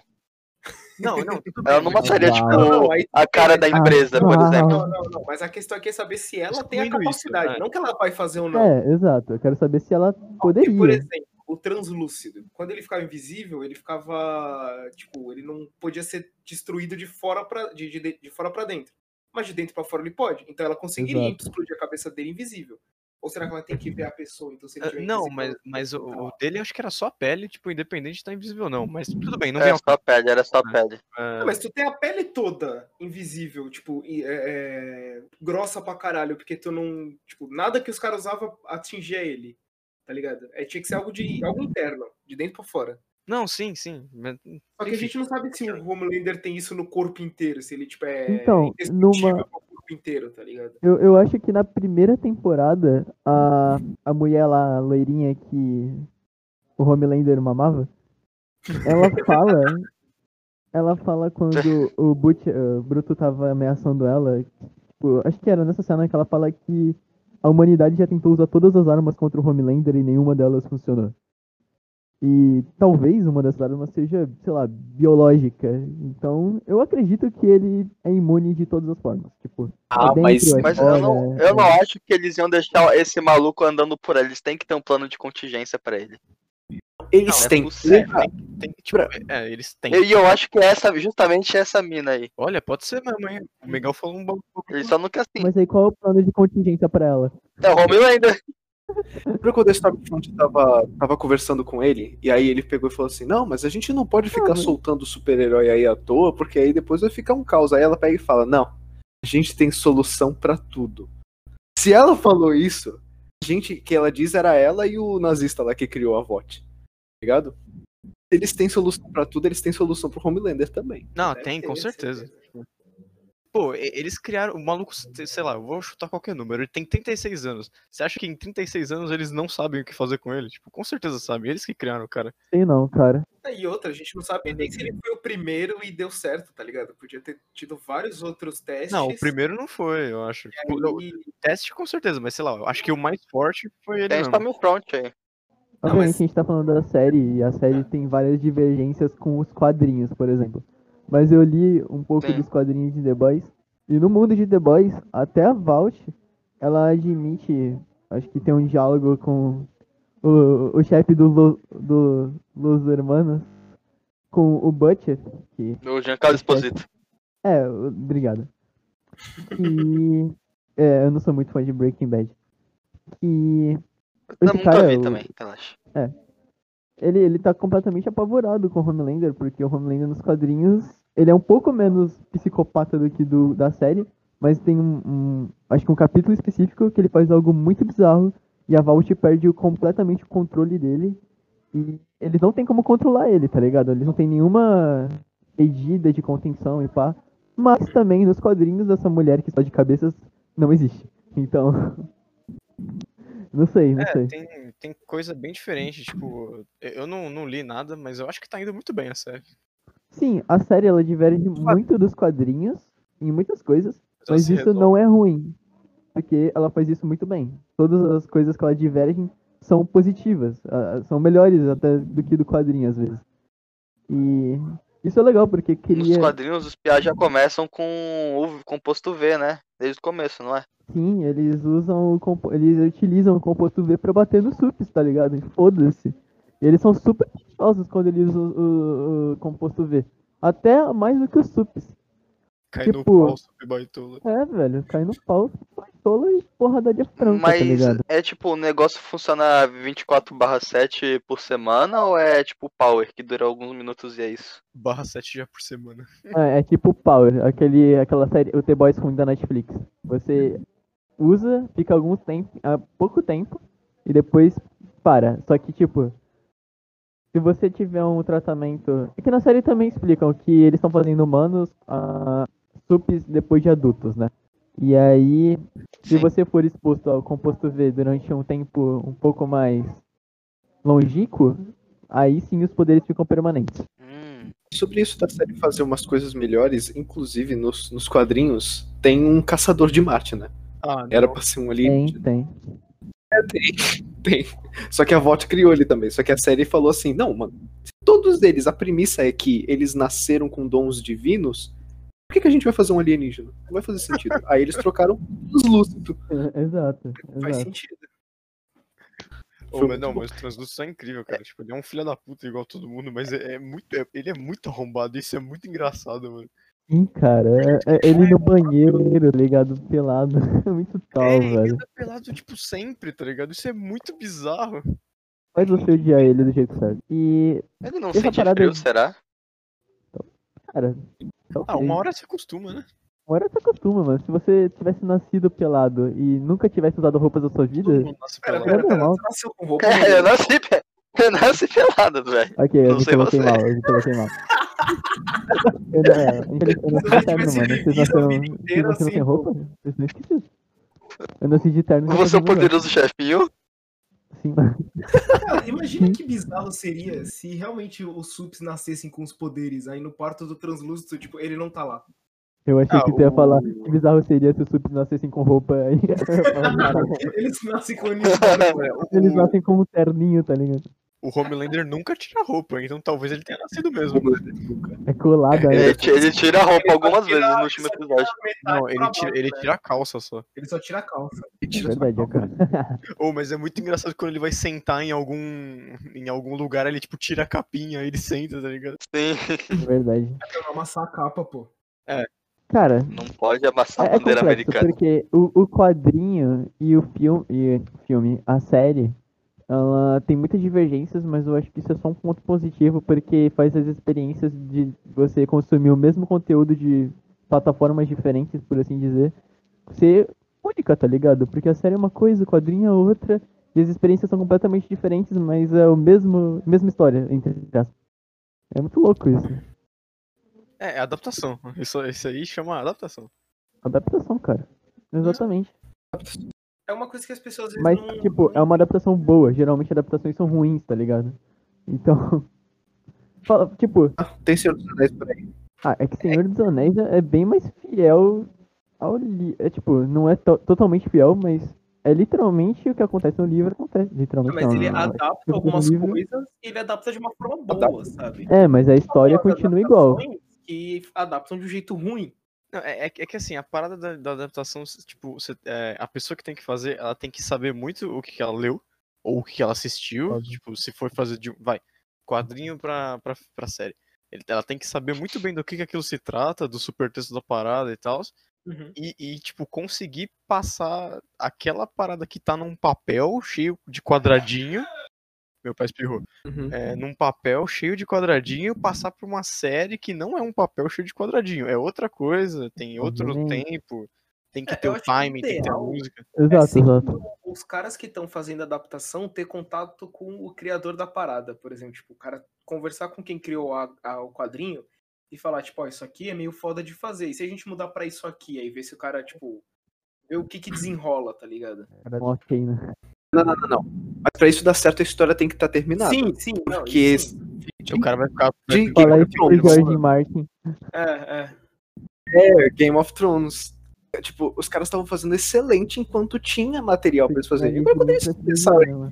Speaker 2: Não, não, tudo bem.
Speaker 4: Ela não
Speaker 2: mas-
Speaker 4: mataria,
Speaker 5: Val.
Speaker 4: tipo,
Speaker 3: Não, não, aí-
Speaker 4: a cara da empresa, por
Speaker 5: Ah,
Speaker 4: exemplo.
Speaker 3: Não, não, não. Mas a questão aqui é saber se ela tem a
Speaker 2: Excluindo isso,
Speaker 3: capacidade.
Speaker 2: né?
Speaker 3: Não que ela vai fazer ou não.
Speaker 5: É, exato. Eu quero saber se ela
Speaker 3: Porque, por
Speaker 5: poderia.
Speaker 3: exemplo, o translúcido. Quando ele ficava invisível, ele ficava. Tipo, ele não podia ser destruído de fora pra, de, de, de fora pra dentro. Mas de dentro pra fora ele pode. Então ela conseguiria
Speaker 5: Exato.
Speaker 3: explodir a cabeça dele invisível. Ou será que ela tem que ver a pessoa? Então, se ele
Speaker 2: Ah,
Speaker 3: tiver
Speaker 2: Não,
Speaker 3: invisível,
Speaker 2: mas, mas
Speaker 3: tá
Speaker 2: o, o dele acho que era só a pele, tipo, independente de estar invisível ou não. Mas tudo bem, não vem
Speaker 4: Era
Speaker 2: ao
Speaker 4: só pele, era só pele.
Speaker 3: Ah, mas tu tem a É, pele toda invisível, tipo, e- é- é, grossa pra caralho, porque tu não. Tipo, nada que os caras usavam atingia ele. Tá ligado? É, tinha que ser algo de algo interno, de dentro pra fora.
Speaker 2: Não, sim, sim. mas-
Speaker 3: Só que a
Speaker 2: Enfim.
Speaker 3: gente não sabe se o Homelander tem isso no corpo inteiro, se ele, tipo, é
Speaker 5: Então,
Speaker 3: indestrutível
Speaker 5: numa-
Speaker 3: pro corpo inteiro, tá ligado?
Speaker 5: Eu, eu acho que na primeira temporada, a, a mulher lá, a loirinha que o Homelander mamava, ela fala. ela fala quando o, Butch, eh, o Bruto tava ameaçando ela. Tipo, acho que era nessa cena que ela fala que a humanidade já tentou usar todas as armas contra o Homelander e nenhuma delas funcionou. E talvez uma dessas armas seja, sei lá, biológica. Então, eu acredito que ele é imune de todas as formas. Tipo,
Speaker 1: Ah,
Speaker 5: dentro,
Speaker 1: mas-
Speaker 5: é
Speaker 4: Mas
Speaker 5: fora,
Speaker 4: eu não,
Speaker 5: é-
Speaker 4: eu não acho que eles iam deixar esse maluco andando por aí. Eles têm que ter um plano de contingência pra ele.
Speaker 1: Eles
Speaker 4: Não, é
Speaker 1: têm.
Speaker 4: possível.
Speaker 1: Ah,
Speaker 2: Tem, tipo, é, eles têm.
Speaker 4: E eu acho que é essa, justamente essa mina aí.
Speaker 2: Olha, pode ser mesmo, hein? O Miguel falou um bagulho.
Speaker 4: Ele só nunca assim.
Speaker 5: Mas aí qual é o plano de contingência pra ela?
Speaker 4: É o Homelander.
Speaker 1: Lembra quando a Starfront tava, tava conversando com ele? E aí ele pegou e falou assim: Não, mas a gente não pode ficar soltando super-herói aí à toa, porque aí depois vai ficar um caos. Aí ela pega e fala: Não, a gente tem solução pra tudo. Se ela falou isso, a gente que ela diz era ela e o nazista lá que criou a VOT. tá Ligado? Eles têm solução pra tudo, eles têm solução pro Homelander também.
Speaker 2: Não,
Speaker 3: Deve
Speaker 2: tem,
Speaker 3: ter,
Speaker 2: com
Speaker 3: deve ter
Speaker 2: certeza. Pô, e- eles criaram. O maluco, sei lá, eu vou chutar qualquer número. Ele tem 36 anos. Você acha que em 36 anos eles não sabem o que fazer com ele? Tipo, com certeza sabem. Eles que criaram o cara.
Speaker 5: Sei não, cara.
Speaker 3: É, E outra, a gente não sabe nem se ele foi o primeiro e deu certo, tá ligado? Podia ter tido vários outros testes.
Speaker 2: Não, o primeiro não foi, eu acho. Tipo, não,
Speaker 3: E...
Speaker 2: teste com certeza, mas sei lá, eu acho que o mais forte foi ele.
Speaker 4: Tem
Speaker 2: Mesmo.
Speaker 4: Storm tá Front aí.
Speaker 3: Não,
Speaker 5: Obviamente
Speaker 3: mas- É.
Speaker 5: a gente tá falando da série e a série tem várias divergências com os quadrinhos, por exemplo. Mas eu li um pouco
Speaker 4: Sim.
Speaker 5: dos quadrinhos de The Boys e no mundo de The Boys, até a Vault, ela admite, acho que tem um diálogo com o, o chefe do, Lo- do Los Hermanos, com o Butcher, que
Speaker 4: Do Giancarlo Esposito.
Speaker 5: é, obrigado. E. É, eu não sou muito fã de Breaking Bad. E.
Speaker 4: Não,
Speaker 5: Esse
Speaker 4: nunca
Speaker 5: cara,
Speaker 4: vi
Speaker 5: o-
Speaker 4: também, relaxa.
Speaker 5: Ele, ele tá completamente apavorado com o Homelander, porque o Homelander nos quadrinhos. Ele é um pouco menos psicopata do que do, da série, mas tem um, um- Acho que um capítulo específico que ele faz algo muito bizarro e a Vault perde o- completamente o controle dele. E eles não tem como controlar ele, tá ligado? Eles não tem nenhuma medida de contenção e pá. Mas também nos quadrinhos essa mulher que só de cabeças não existe. Então. não sei,
Speaker 2: É,
Speaker 5: não sei.
Speaker 2: Tem, tem coisa bem diferente, tipo, eu não, não li nada, mas eu acho que tá indo muito bem a série.
Speaker 5: Sim, a série ela diverge muito dos quadrinhos em muitas coisas,
Speaker 2: ela
Speaker 5: mas
Speaker 2: se
Speaker 5: isso não é ruim, porque ela faz isso muito bem. Todas as coisas que ela divergem são positivas, ah, são melhores até do que do quadrinho às vezes. E isso é legal porque
Speaker 4: Nos
Speaker 5: cria,
Speaker 4: quadrinhos, os piás já começam com o composto V, né? Desde o começo, não é?
Speaker 5: sim, eles usam, o compo- eles utilizam o composto V pra bater nos sups, tá ligado? E Foda-se. E eles são super perigosos quando eles usam o, o composto V, até mais do que os sups.
Speaker 2: Cai no
Speaker 5: tipo-
Speaker 2: pau, sob baitola.
Speaker 5: É, velho, cai no pau, tola e porradaria franca, tá
Speaker 4: Mas
Speaker 5: ligado?
Speaker 4: é tipo, o negócio funciona 24 7 por semana ou é tipo power, que dura alguns minutos e é isso?
Speaker 2: Barra 7 já por semana.
Speaker 5: É, é tipo Power, aquele, aquela série, o The Boys ruim da Netflix. Você usa, fica algum tempo, há pouco tempo, e depois para. Só que, tipo, se você tiver um tratamento... É que na série também explicam que eles estão fazendo humanos a supes depois de adultos, né? E aí, se
Speaker 4: Sim.
Speaker 5: você for exposto ao composto V durante um tempo um pouco mais longínquo, aí sim os poderes ficam permanentes.
Speaker 4: Hum.
Speaker 1: Sobre isso da série fazer umas coisas melhores, inclusive nos, nos quadrinhos, tem um caçador de Marte, né?
Speaker 2: Ah, não.
Speaker 1: Era pra ser um
Speaker 5: Tem,
Speaker 1: alienígena.
Speaker 5: tem.
Speaker 1: Tem. Só que a VOT criou ele também. Só que a série falou assim: não, mano, se todos eles, a premissa é que eles nasceram com dons divinos, por que, que a gente vai fazer um alienígena? Não vai fazer sentido. Aí eles trocaram translúcido.
Speaker 5: É, Exato,
Speaker 3: Faz
Speaker 5: exato.
Speaker 3: sentido.
Speaker 2: Ô,
Speaker 1: Foi
Speaker 2: mas
Speaker 1: muito
Speaker 2: não,
Speaker 1: bom.
Speaker 2: mas o Translúcido é incrível, cara. Tipo, ele é um filho da puta igual todo mundo, mas é, é muito. é- ele é muito arrombado, isso é muito engraçado, mano.
Speaker 5: Sim, cara. é- é ele no banheiro, tá ligado, pelado. É muito tal,
Speaker 2: é, ele
Speaker 5: velho.
Speaker 2: anda pelado, tipo, sempre, tá ligado? Isso é muito bizarro.
Speaker 5: Faz você odiar ele do jeito certo. E,
Speaker 4: Ele não
Speaker 5: Essa
Speaker 4: sente
Speaker 5: parada
Speaker 4: frio,
Speaker 5: aí-
Speaker 4: será?
Speaker 5: cara. talvez.
Speaker 2: Ah, uma hora se acostuma, né?
Speaker 5: Uma hora você acostuma, mano. Se você tivesse nascido pelado e nunca tivesse usado roupas da sua
Speaker 2: Todo
Speaker 5: vida,
Speaker 2: mundo nasce
Speaker 3: Pera,
Speaker 2: pelado.
Speaker 5: é
Speaker 3: pera, pera,
Speaker 5: normal.
Speaker 3: você nasceu com roupa?
Speaker 4: É, eu nasci, pe- eu nasci pelado, velho.
Speaker 5: Ok, eu
Speaker 4: Não
Speaker 5: me
Speaker 4: sei
Speaker 5: coloquei
Speaker 4: você.
Speaker 5: mal, eu me coloquei mal. Eu não, é, infeliz- eu nasci de terno,
Speaker 3: tivesse vivido
Speaker 5: mano. Vocês
Speaker 3: a
Speaker 5: nasceram,
Speaker 3: vida
Speaker 5: vocês
Speaker 3: inteira
Speaker 5: nasceram sem
Speaker 3: assim,
Speaker 5: roupa? Vocês não esqueciam. Eu nasci de terno sem
Speaker 4: Você é o
Speaker 5: camisa, mano.
Speaker 4: poderoso chefinho.
Speaker 5: Sim, mano.
Speaker 3: Cara, imagina
Speaker 5: Uhum.
Speaker 3: que bizarro seria se realmente os Sups nascessem com os poderes aí no parto do translúcido, tipo, ele não tá lá.
Speaker 5: Eu achei
Speaker 2: Ah,
Speaker 5: que tu ia
Speaker 2: o-
Speaker 5: falar que bizarro seria se os subs nascessem com roupa. Aí eu ia falar, "Cara,
Speaker 3: Eles nascem com o uniforme.
Speaker 2: Olha, o-
Speaker 5: Eles nascem com um terninho, tá ligado?
Speaker 2: O Homelander nunca tira roupa, então talvez ele tenha nascido mesmo.
Speaker 5: É colado aí.
Speaker 4: Ele, ti- ele tira a roupa
Speaker 3: Ele
Speaker 4: algumas
Speaker 3: só tira-
Speaker 4: vezes no
Speaker 3: ele
Speaker 4: último
Speaker 3: só
Speaker 4: episódio.
Speaker 3: metade
Speaker 2: Não, ele
Speaker 3: pra
Speaker 2: tira,
Speaker 3: baixo,
Speaker 2: ele
Speaker 3: né?
Speaker 2: tira a calça só.
Speaker 3: Ele só tira a calça.
Speaker 5: É verdade, é cara.
Speaker 2: Ou, mas é muito engraçado quando ele vai sentar em algum em algum lugar, ele tipo tira a capinha, aí ele senta, tá ligado?
Speaker 4: Sim,
Speaker 5: É verdade.
Speaker 3: Pra amassar a capa, pô.
Speaker 5: Cara,
Speaker 4: não pode amassar a
Speaker 5: é, é
Speaker 4: bandeira
Speaker 5: complexo,
Speaker 4: americana.
Speaker 5: porque o, o quadrinho e o filme, e filme, a série, ela tem muitas divergências, mas eu acho que isso é só um ponto positivo, porque faz as experiências de você consumir o mesmo conteúdo de plataformas diferentes, por assim dizer, ser única, tá ligado? Porque a série é uma coisa, o quadrinho é outra, e as experiências são completamente diferentes, mas é o mesmo, mesma história, entre aspas. É muito louco isso.
Speaker 2: É, é adaptação. Isso, isso aí chama adaptação.
Speaker 5: Adaptação, cara. Exatamente.
Speaker 3: É uma coisa que as pessoas às vezes
Speaker 5: Mas,
Speaker 3: não.
Speaker 5: tipo, é uma adaptação boa. Geralmente adaptações são ruins, tá ligado? Então. Fala, tipo,
Speaker 1: Ah, tem Senhor dos Anéis por aí.
Speaker 5: ah, é que Senhor dos Anéis é é bem mais fiel ao livro. É tipo, não é to- totalmente fiel, mas é literalmente o que acontece no livro acontece. Literalmente
Speaker 3: Mas
Speaker 5: não, né?
Speaker 3: ele
Speaker 5: não, não,
Speaker 3: adapta
Speaker 5: Mas
Speaker 3: algumas
Speaker 5: livro-
Speaker 3: coisas e ele adapta de uma forma boa,
Speaker 1: Adapta.
Speaker 3: sabe?
Speaker 5: É, mas um a história
Speaker 3: Algumas
Speaker 5: continua igual.
Speaker 3: adaptações Que adaptam de um jeito ruim.
Speaker 2: Não, é, é que é que, assim, a parada da, da adaptação, cê- tipo, cê- é, a pessoa que tem que fazer, ela tem que saber muito o que, que ela leu, ou o que, que ela assistiu,
Speaker 5: Óbvio.
Speaker 2: tipo, se for fazer de um, vai, quadrinho pra, pra, pra série. Ele- ela tem que saber muito bem do que, que aquilo se trata, do supertexto da parada e tal,
Speaker 3: Uhum.
Speaker 2: e, e, tipo, conseguir passar aquela parada que tá num papel cheio de quadradinho. Meu pai espirrou
Speaker 3: Uhum.
Speaker 2: é, num papel cheio de quadradinho passar pra uma série que não é um papel cheio de quadradinho, é outra coisa, tem outro
Speaker 5: Obviamente.
Speaker 2: tempo, tem que
Speaker 3: É,
Speaker 2: ter
Speaker 3: eu
Speaker 2: o
Speaker 3: acho
Speaker 2: timing, tem que ter a
Speaker 3: ideal.
Speaker 2: música.
Speaker 3: É
Speaker 5: Exato,
Speaker 3: sempre
Speaker 5: exato.
Speaker 3: Os caras que estão fazendo adaptação ter contato com o criador da parada, por exemplo. Tipo, o cara conversar com quem criou a- a- o quadrinho e falar, tipo, ó, isso aqui é meio foda de fazer. E se a gente mudar pra isso aqui? Aí ver se o cara, tipo, vê o que que desenrola, tá ligado?
Speaker 5: Ok, né?
Speaker 3: Tipo,
Speaker 1: Não, não, não, não. Mas pra isso dar certo, a história tem que estar terminada.
Speaker 3: Sim, sim. não,
Speaker 1: Porque
Speaker 3: isso sim.
Speaker 2: O cara vai ficar. vai
Speaker 1: Gente,
Speaker 2: ficar-
Speaker 5: Falar
Speaker 1: eu
Speaker 5: isso pro
Speaker 1: tenho uma
Speaker 5: George
Speaker 3: né?
Speaker 1: pessoa-
Speaker 5: Martin.
Speaker 3: É, é.
Speaker 1: é Game of Thrones. É, Tipo, os caras estavam fazendo excelente enquanto tinha material pra eles fazerem. Agora quando eles começaram,
Speaker 3: O
Speaker 5: Ah,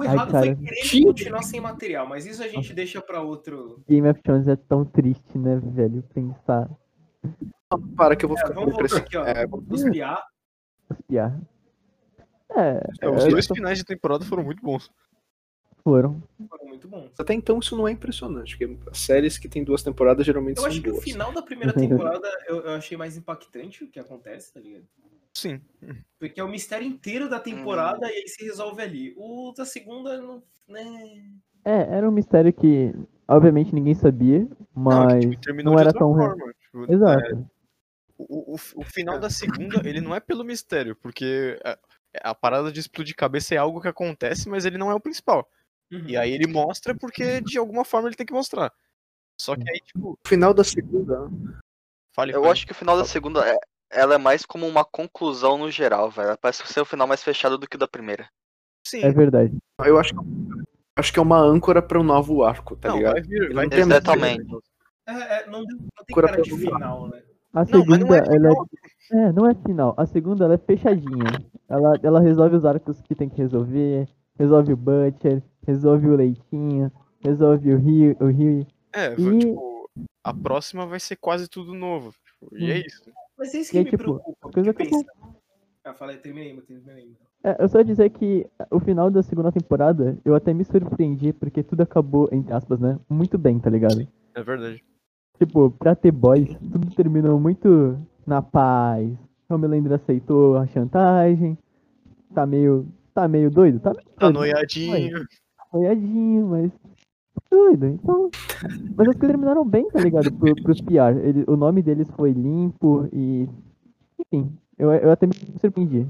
Speaker 5: Ai,
Speaker 3: errado foi
Speaker 5: cara.
Speaker 3: querer
Speaker 1: Sim.
Speaker 3: continuar sem material, mas isso a
Speaker 5: Ah.
Speaker 3: gente deixa pra outro.
Speaker 5: Game of Thrones é tão triste, né, velho? Pensar,
Speaker 1: para que eu vou
Speaker 3: É,
Speaker 1: ficar com
Speaker 3: vamos voltar
Speaker 1: depressão.
Speaker 3: aqui, ó.
Speaker 1: É,
Speaker 3: Vamos espiar.
Speaker 5: espiar. É,
Speaker 2: É, os
Speaker 5: é,
Speaker 2: dois
Speaker 5: só
Speaker 2: finais de temporada foram muito bons.
Speaker 5: foram.
Speaker 3: Foram muito bons.
Speaker 1: até então isso não é impressionante, porque as séries que tem duas temporadas geralmente
Speaker 3: Eu
Speaker 1: são
Speaker 5: é
Speaker 3: acho que o
Speaker 1: boas.
Speaker 3: final da primeira temporada eu, eu achei mais impactante o que acontece, tá ligado?
Speaker 2: Sim.
Speaker 3: Porque é o mistério inteiro da temporada e aí se resolve ali. O da segunda, não, né?
Speaker 5: É, era um mistério que, obviamente, ninguém sabia,
Speaker 2: Não,
Speaker 5: mas
Speaker 2: que, tipo, terminou
Speaker 5: não
Speaker 2: de
Speaker 5: era
Speaker 2: outra
Speaker 5: tão ruim.
Speaker 2: forma. tipo, é,
Speaker 5: Exato.
Speaker 2: o, o- o final da segunda, ele não é pelo mistério, porque a, a parada de explodir cabeça é algo que acontece, mas ele não é o principal. E aí ele mostra porque de alguma forma ele tem que mostrar. Só que aí, tipo,
Speaker 1: O final da segunda.
Speaker 2: fale
Speaker 4: Eu
Speaker 2: fale.
Speaker 4: acho que o final da segunda é, ela é mais como uma conclusão no geral, velho. Ela Parece ser o final mais fechado do que o da primeira.
Speaker 2: sim.
Speaker 5: É verdade.
Speaker 1: Eu acho que, acho que é uma âncora pra um novo arco, tá
Speaker 2: não,
Speaker 1: ligado?
Speaker 2: vai vir,
Speaker 1: Ele
Speaker 2: vai
Speaker 1: não
Speaker 2: ter
Speaker 1: tem mais-
Speaker 4: Exatamente.
Speaker 3: É, é, não, deu- não tem
Speaker 1: Cura
Speaker 3: cara de
Speaker 1: pelo
Speaker 3: final, né?
Speaker 5: A
Speaker 2: Não, mas não
Speaker 5: segunda,
Speaker 2: é
Speaker 5: ela
Speaker 2: final.
Speaker 5: é... é, não é final. A segunda, ela é fechadinha. Ela, ela resolve os arcos que tem que resolver, resolve o Butcher, resolve o Leitinho, resolve o Rio, o Rio.
Speaker 2: É,
Speaker 5: E-
Speaker 2: vai, tipo, a próxima vai ser quase tudo novo. tipo, e é
Speaker 5: Hum.
Speaker 2: isso.
Speaker 3: Mas é isso
Speaker 5: E
Speaker 3: que
Speaker 5: aí,
Speaker 3: me
Speaker 5: tipo,
Speaker 3: preocupa.
Speaker 5: a coisa
Speaker 3: porque
Speaker 5: acabou.
Speaker 3: pensa- Ah, falei, terminei, mas terminei.
Speaker 5: É, eu só ia dizer que o final da segunda temporada, eu até me surpreendi, porque tudo acabou, entre aspas, né? Muito bem, tá ligado?
Speaker 2: É verdade.
Speaker 5: Tipo, pra ter boys, tudo terminou muito na paz. Homelander aceitou a chantagem. Tá meio. Tá meio doido? Tá meio doido.
Speaker 2: Tá noiadinho.
Speaker 5: noiadinho, mas. Doido. Então. Mas as coisas terminaram bem, tá ligado? Pro, pros PR. Ele, o nome deles foi limpo e. Enfim, eu, eu até me surpreendi.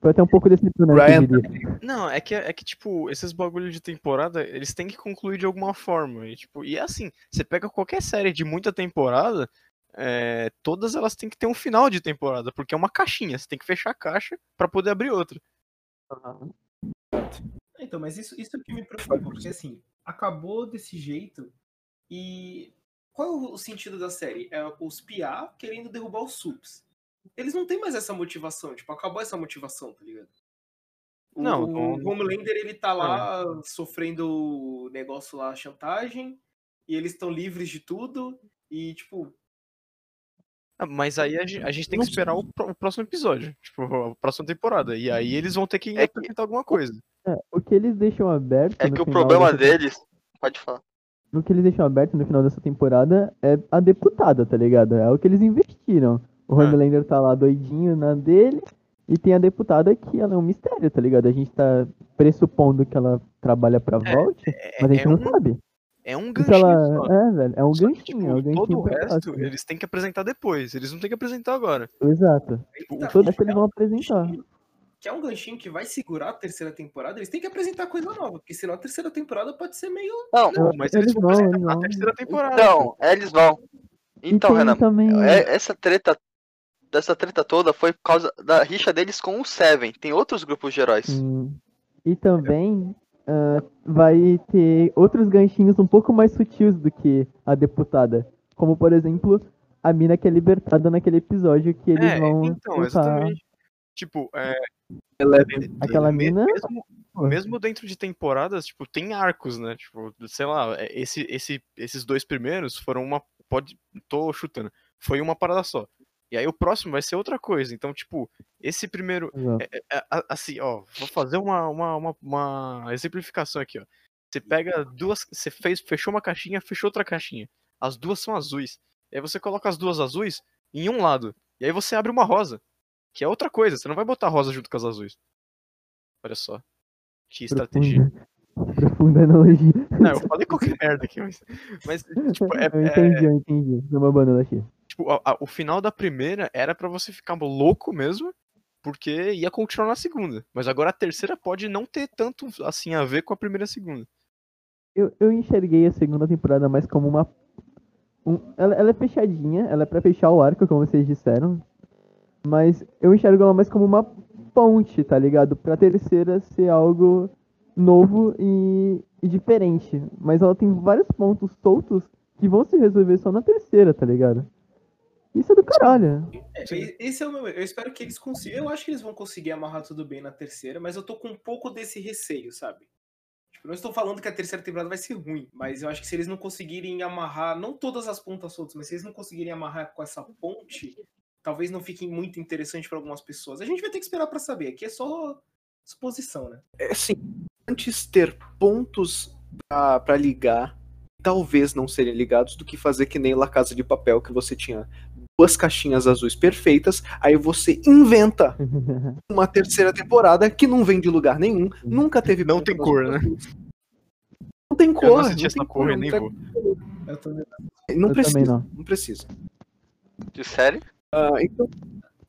Speaker 5: Foi até um pouco decepcionante.
Speaker 1: Ryan
Speaker 5: eu diria.
Speaker 2: Não, é que, é que, tipo, esses bagulhos de temporada, eles têm que concluir de alguma forma. E, tipo, e é assim, você pega qualquer série de muita temporada, é, todas elas têm que ter um final de temporada, porque é uma caixinha, você tem que fechar a caixa pra poder abrir outra.
Speaker 3: Então, mas isso, isso é o que me preocupa, porque assim, acabou desse jeito e qual é o sentido da série? É os PA querendo derrubar os subs. Eles não têm mais essa motivação, tipo, acabou essa motivação, tá ligado? O-
Speaker 2: Não,
Speaker 3: o
Speaker 2: não- É.
Speaker 3: Homelander ele tá lá sofrendo o negócio lá, a chantagem, e eles estão livres de tudo, e tipo,
Speaker 2: Ah, Mas aí a gen- a gente, tem
Speaker 1: Não
Speaker 2: que
Speaker 1: sei.
Speaker 2: esperar o, pró- o próximo episódio, tipo, a próxima temporada. E aí eles vão ter que
Speaker 4: que-
Speaker 2: apresentar alguma coisa.
Speaker 5: É, o que eles deixam aberto.
Speaker 4: É
Speaker 5: no
Speaker 4: que o
Speaker 5: final
Speaker 4: problema
Speaker 5: dessa
Speaker 4: deles. Pode falar.
Speaker 5: o que eles deixam aberto no final dessa temporada é a deputada, tá ligado? É o que eles investiram. O
Speaker 2: Ah.
Speaker 5: Homelander tá lá doidinho na dele e tem a deputada que ela é um mistério, tá ligado? A gente tá pressupondo que ela trabalha pra Vault,
Speaker 2: É-
Speaker 5: mas a gente
Speaker 2: é
Speaker 5: não
Speaker 2: um-
Speaker 5: sabe.
Speaker 2: É um
Speaker 5: Se
Speaker 2: ganchinho
Speaker 5: ela...
Speaker 2: só.
Speaker 5: É, velho, é um
Speaker 2: Só que,
Speaker 5: ganchinho, é um
Speaker 2: tipo,
Speaker 5: ganchinho
Speaker 2: todo o
Speaker 5: pra
Speaker 2: resto
Speaker 5: próxima.
Speaker 2: eles têm que apresentar depois. Eles não têm que apresentar agora.
Speaker 5: Exato.
Speaker 2: Tipo, o
Speaker 3: Tá.
Speaker 5: Todo resto eles vão apresentar.
Speaker 3: que é um ganchinho que vai segurar a terceira temporada, eles têm que apresentar coisa nova, porque senão a terceira temporada pode ser meio
Speaker 4: Não,
Speaker 5: Eu-
Speaker 2: Não, mas eles,
Speaker 5: eles
Speaker 2: vão
Speaker 5: vão,
Speaker 2: apresentar
Speaker 5: eles
Speaker 2: na
Speaker 5: vão.
Speaker 2: terceira temporada.
Speaker 4: então, é, eles vão.
Speaker 5: E
Speaker 4: Então,
Speaker 5: tem
Speaker 4: Renan,
Speaker 5: também...
Speaker 4: é- essa treta dessa treta toda foi por causa da rixa deles com o Seven. Tem outros grupos de heróis.
Speaker 5: Hum. E também ah, vai ter outros ganchinhos um pouco mais sutis do que a deputada. Como, por exemplo, a mina que é libertada naquele episódio que eles
Speaker 2: É,
Speaker 5: vão.
Speaker 2: então,
Speaker 5: lutar.
Speaker 2: exatamente. Tipo, é,
Speaker 1: Eleven.
Speaker 5: Aquela
Speaker 2: me-
Speaker 5: mina-
Speaker 2: Mesmo,
Speaker 5: Pô.
Speaker 2: mesmo dentro de temporadas, tipo, tem arcos, né? Tipo, sei lá, é, esse, esse, esses dois primeiros foram uma. Pode. Tô chutando. Foi uma parada só. E aí o próximo vai ser outra coisa. Então, tipo, esse primeiro.
Speaker 5: Exato.
Speaker 2: é, a- Assim, ó, vou fazer uma, uma, uma, uma exemplificação aqui, ó. Você pega duas. Você fez, fechou uma caixinha, fechou outra caixinha. As duas são azuis. E aí você coloca as duas azuis em um lado. E aí você abre uma rosa. Que é outra coisa. Você não vai botar rosa junto com as azuis. Olha só. Que estratégia.
Speaker 5: Profunda, profunda analogia.
Speaker 2: Não, eu falei qualquer merda aqui, mas. Mas, tipo, é,
Speaker 5: eu
Speaker 2: é-
Speaker 5: entendi, eu entendi. Tô babando, Lachi.
Speaker 2: tipo, a- a- o final da primeira era pra você ficar louco mesmo, porque ia continuar na segunda. Mas agora a terceira pode não ter tanto assim a ver com a primeira e a segunda.
Speaker 5: Eu, eu enxerguei a segunda temporada mais como uma. um- ela, ela é fechadinha, ela é pra fechar o arco, como vocês disseram. Mas eu enxergo ela mais como uma ponte, tá ligado? Pra terceira ser algo novo e, e diferente. Mas ela tem vários pontos soltos que vão se resolver só na terceira, tá ligado? Isso é do caralho.
Speaker 3: É,
Speaker 2: Sim.
Speaker 3: esse é o meu. Eu espero que eles consigam. Eu acho que eles vão conseguir amarrar tudo bem na terceira, mas eu tô com um pouco desse receio, sabe? Tipo, não estou falando que a terceira temporada vai ser ruim, mas eu acho que se eles não conseguirem amarrar, não todas as pontas soltas, mas se eles não conseguirem amarrar com essa ponte, talvez não fique muito interessante pra algumas pessoas. A gente vai ter que esperar pra saber. Aqui é só suposição, né?
Speaker 1: É assim, antes ter pontos pra, pra ligar, talvez não serem ligados, do que fazer que nem La Casa de Papel, que você tinha duas caixinhas azuis perfeitas, aí você inventa uma terceira temporada que não vem de lugar nenhum, nunca teve
Speaker 2: Não
Speaker 1: ponto
Speaker 2: tem
Speaker 1: nas
Speaker 2: cor, né?
Speaker 1: outras duas. Não tem cor,
Speaker 2: eu não
Speaker 1: tem
Speaker 2: assisti
Speaker 1: tá
Speaker 2: essa porra, eu nem
Speaker 1: não,
Speaker 2: vou.
Speaker 3: Eu tô
Speaker 1: tem- não
Speaker 5: Eu
Speaker 1: precisa,
Speaker 5: também
Speaker 1: não.
Speaker 5: não.
Speaker 1: precisa.
Speaker 4: De série?
Speaker 1: Ah, então,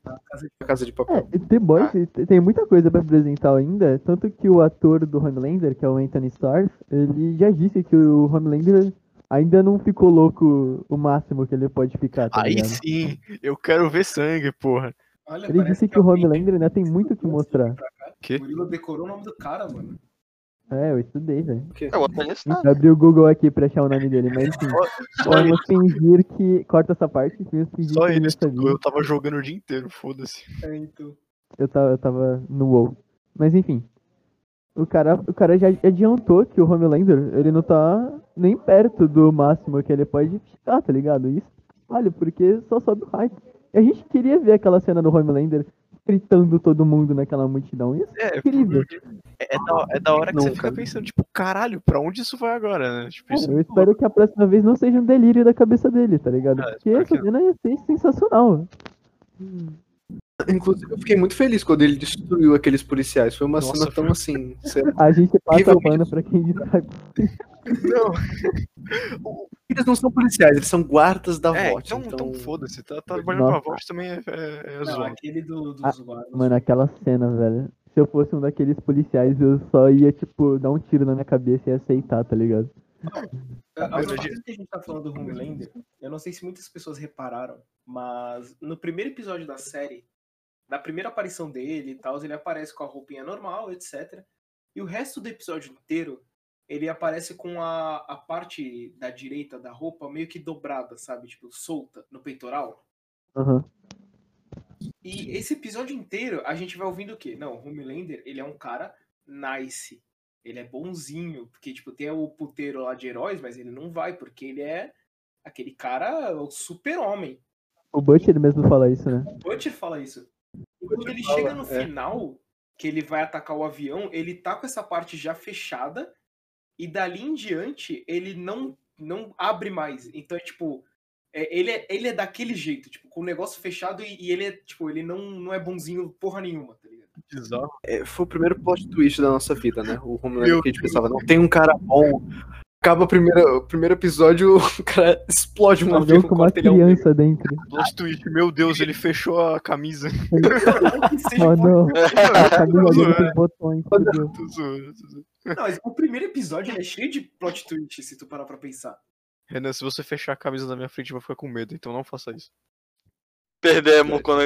Speaker 3: na casa de
Speaker 1: La Casa de Papel.
Speaker 5: É, e The Boys te- tem muita coisa pra apresentar ainda, tanto que o ator do Homelander, que é o Anthony Starr, ele já disse que o Homelander ainda não ficou louco o máximo que ele pode ficar, tá
Speaker 2: Aí
Speaker 5: ligado?
Speaker 2: sim, eu quero ver sangue, porra.
Speaker 3: Olha,
Speaker 5: Ele
Speaker 3: parece
Speaker 5: disse que o
Speaker 3: alguém-
Speaker 5: Homelander ainda tem muito o que mostrar.
Speaker 2: Que?
Speaker 3: O Murilo decorou o nome do cara, mano.
Speaker 5: É, eu estudei, velho.
Speaker 4: Eu tá? até nisso
Speaker 5: Eu
Speaker 4: nada.
Speaker 5: abri o Google aqui pra achar o nome dele, mas enfim,
Speaker 2: ele-
Speaker 5: vamos fingir que... Corta essa parte, vamos fingir
Speaker 2: Só
Speaker 5: que
Speaker 2: ele
Speaker 5: eu
Speaker 2: estudou,
Speaker 5: sabia.
Speaker 2: eu tava jogando o dia inteiro, foda-se.
Speaker 3: É, então.
Speaker 5: Eu tava, eu tava no WoW. Mas enfim. O cara, o cara já adiantou que o Homelander, ele não tá nem perto do máximo que ele pode ficar, tá ligado? Isso vale, porque só sobe o hype. E a gente queria ver aquela cena do Homelander gritando todo mundo naquela multidão. Isso
Speaker 2: É,
Speaker 5: é incrível.
Speaker 2: é, da, é da hora que
Speaker 1: Não,
Speaker 2: você fica
Speaker 1: cara.
Speaker 2: pensando, tipo, caralho, pra onde isso vai agora, né? Tipo, isso
Speaker 5: Eu espero que a próxima vez não seja um delírio da cabeça dele, tá ligado?
Speaker 2: Ah,
Speaker 5: Porque
Speaker 2: espero que Hum.
Speaker 5: essa cena ia ser sensacional.
Speaker 1: Inclusive, eu fiquei muito feliz quando ele destruiu aqueles policiais. Foi uma
Speaker 2: Nossa,
Speaker 1: cena tão
Speaker 2: foi.
Speaker 1: assim. sei lá.
Speaker 5: A gente passa o
Speaker 1: Horrivelmente
Speaker 5: pano pra quem sabe.
Speaker 2: não.
Speaker 1: Eles não são policiais, eles são guardas da
Speaker 2: É,
Speaker 1: vote.
Speaker 2: então, então foda-se, tá, tá trabalhando
Speaker 5: Nossa.
Speaker 2: pra voz também é, é, é
Speaker 3: Não,
Speaker 2: zoado.
Speaker 3: aquele do, dos
Speaker 5: Ah,
Speaker 3: guardas.
Speaker 5: Mano, aquela cena, velho. Se eu fosse um daqueles policiais, eu só ia, tipo, dar um tiro na minha cabeça e aceitar, tá ligado?
Speaker 3: A a
Speaker 2: Mas
Speaker 3: outra
Speaker 2: eu
Speaker 3: coisa que a gente tá falando do Homelander, eu não sei se muitas pessoas repararam, mas no primeiro episódio da série, na primeira aparição dele e tal, ele aparece com a roupinha normal, etc. E o resto do episódio inteiro, ele aparece com a, a parte da direita da roupa meio que dobrada, sabe? Tipo, solta no peitoral.
Speaker 5: Aham.
Speaker 3: E esse episódio inteiro, a gente vai ouvindo o quê? Não, o Homelander, ele é um cara nice. Ele é bonzinho, porque, tipo, tem o puteiro lá de heróis, mas ele não vai, porque ele é aquele cara, o super-homem.
Speaker 5: O Butch, ele mesmo fala isso, né?
Speaker 3: O Butcher fala isso. E quando ele
Speaker 1: fala,
Speaker 3: chega no
Speaker 1: é.
Speaker 3: final, que ele vai atacar o avião, ele tá com essa parte já fechada, e dali em diante, ele não, não abre mais. Então, é tipo, é, ele, é, ele é daquele jeito, tipo, com o negócio fechado, e, e ele é, tipo, ele não, não é bonzinho porra nenhuma, tá ligado?
Speaker 2: Bizarro.
Speaker 1: É, foi o primeiro plot twist da nossa vida, né? O Homelander
Speaker 2: Meu
Speaker 1: que a gente pensava, não, tem um cara bom. Acaba o primeiro, o primeiro episódio, o cara explode um
Speaker 5: Um avião
Speaker 1: avião
Speaker 5: com uma
Speaker 1: corta ele ao meio.
Speaker 5: criança dentro.
Speaker 2: Plot twist, meu Deus, ele fechou a camisa.
Speaker 3: Não que seja
Speaker 5: Oh, não. A camisa dele
Speaker 2: zoando.
Speaker 5: tem botões, tudo.
Speaker 2: Tô zoando, tô zoando.
Speaker 3: Não, mas o primeiro episódio ele é cheio de plot twist, se tu parar pra pensar.
Speaker 2: Renan, se você fechar a camisa da minha frente, eu vou ficar com medo, então não faça isso.
Speaker 4: Perdemos quando.